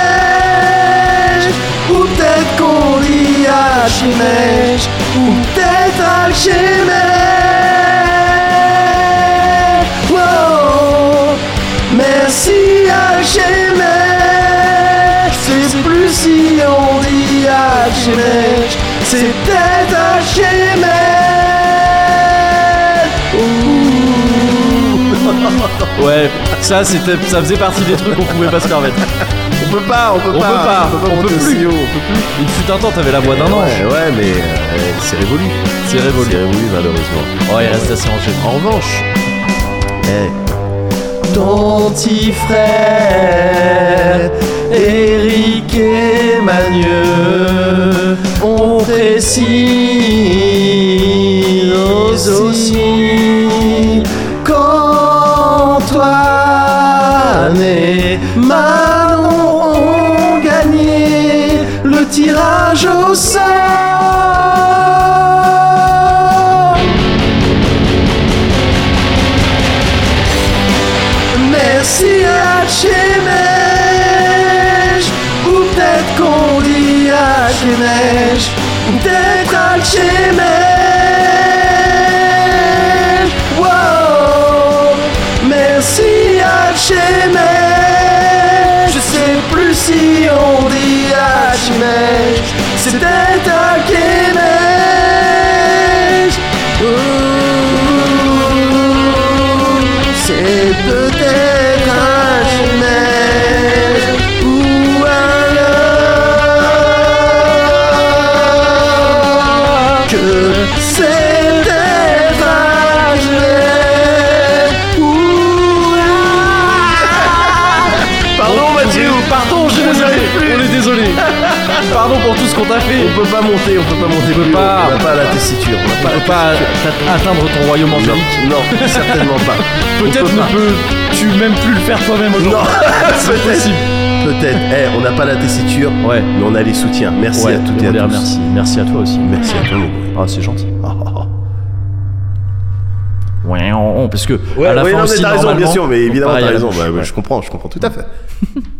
A: Archimède ou peut-être Archimède. Wow. Oh, Merci Archimède. C'est plus si on dit Archimède, c'est peut-être Archimède. Ouh.
B: Ouais, ça, c'était, ça faisait partie des trucs qu'on pouvait pas se permettre.
A: On peut pas, Ah, on peut
B: On peut
A: pas,
B: pas, on
A: monter
B: peut
A: aussi
B: plus.
A: haut, on peut plus.
B: Il fut un temps, t'avais la voix d'un
A: Ouais,
B: ange.
A: ouais, mais euh, c'est révolu.
B: C'est révolu.
A: C'est révolu, malheureusement.
B: Oh, il reste assez enchaîné.
A: En revanche, ton petit frère, Eric Emmanuel, on précise aussi qu'Antoine et Manon ont gagné le tirage au sort. Merci Alchemège Ou peut-être qu'on dit Alchemège Ou peut-être Alchemège Wow Merci Alchemège Je sais plus si on dit Alchemège C'est peut-être Alchemège Ouh. C'est peut-être un chômage ou alors que c'est peut-être un chômage ou Pardon Mathieu, pardon, je ne savais
B: On est désolé. Pardon pour tout ce qu'on t'a fait.
A: On peut pas monter, on peut pas monter
B: peut
A: plus haut,
B: pas.
A: on n'a pas la tessiture, on
B: On
A: n'a pas la
B: peut pas t'at- atteindre ton royaume
A: Non,
B: angélique.
A: non, certainement pas. On
B: Peut-être
A: peut pas.
B: ne peux-tu même plus le faire toi-même aujourd'hui.
A: Non,
B: c'est possible.
A: Peut-être. Eh, on n'a pas la tessiture,
B: Ouais.
A: mais on a les soutiens. Merci
B: ouais,
A: à toutes et
B: on
A: à
B: les
A: tous.
B: remercie. Merci à toi aussi.
A: Merci à toi, mon bruit.
B: Ah, c'est gentil.
A: Oh, oh, oh.
B: Ouais, on- on- parce que
A: Ouais,
B: à la
A: oui,
B: fin
A: non, mais
B: aussi,
A: t'as raison,
B: normalement,
A: bien sûr, mais évidemment,
B: pareil,
A: t'as bah,
B: à la-
A: raison. Bah, ouais, Je comprends, je comprends tout à fait.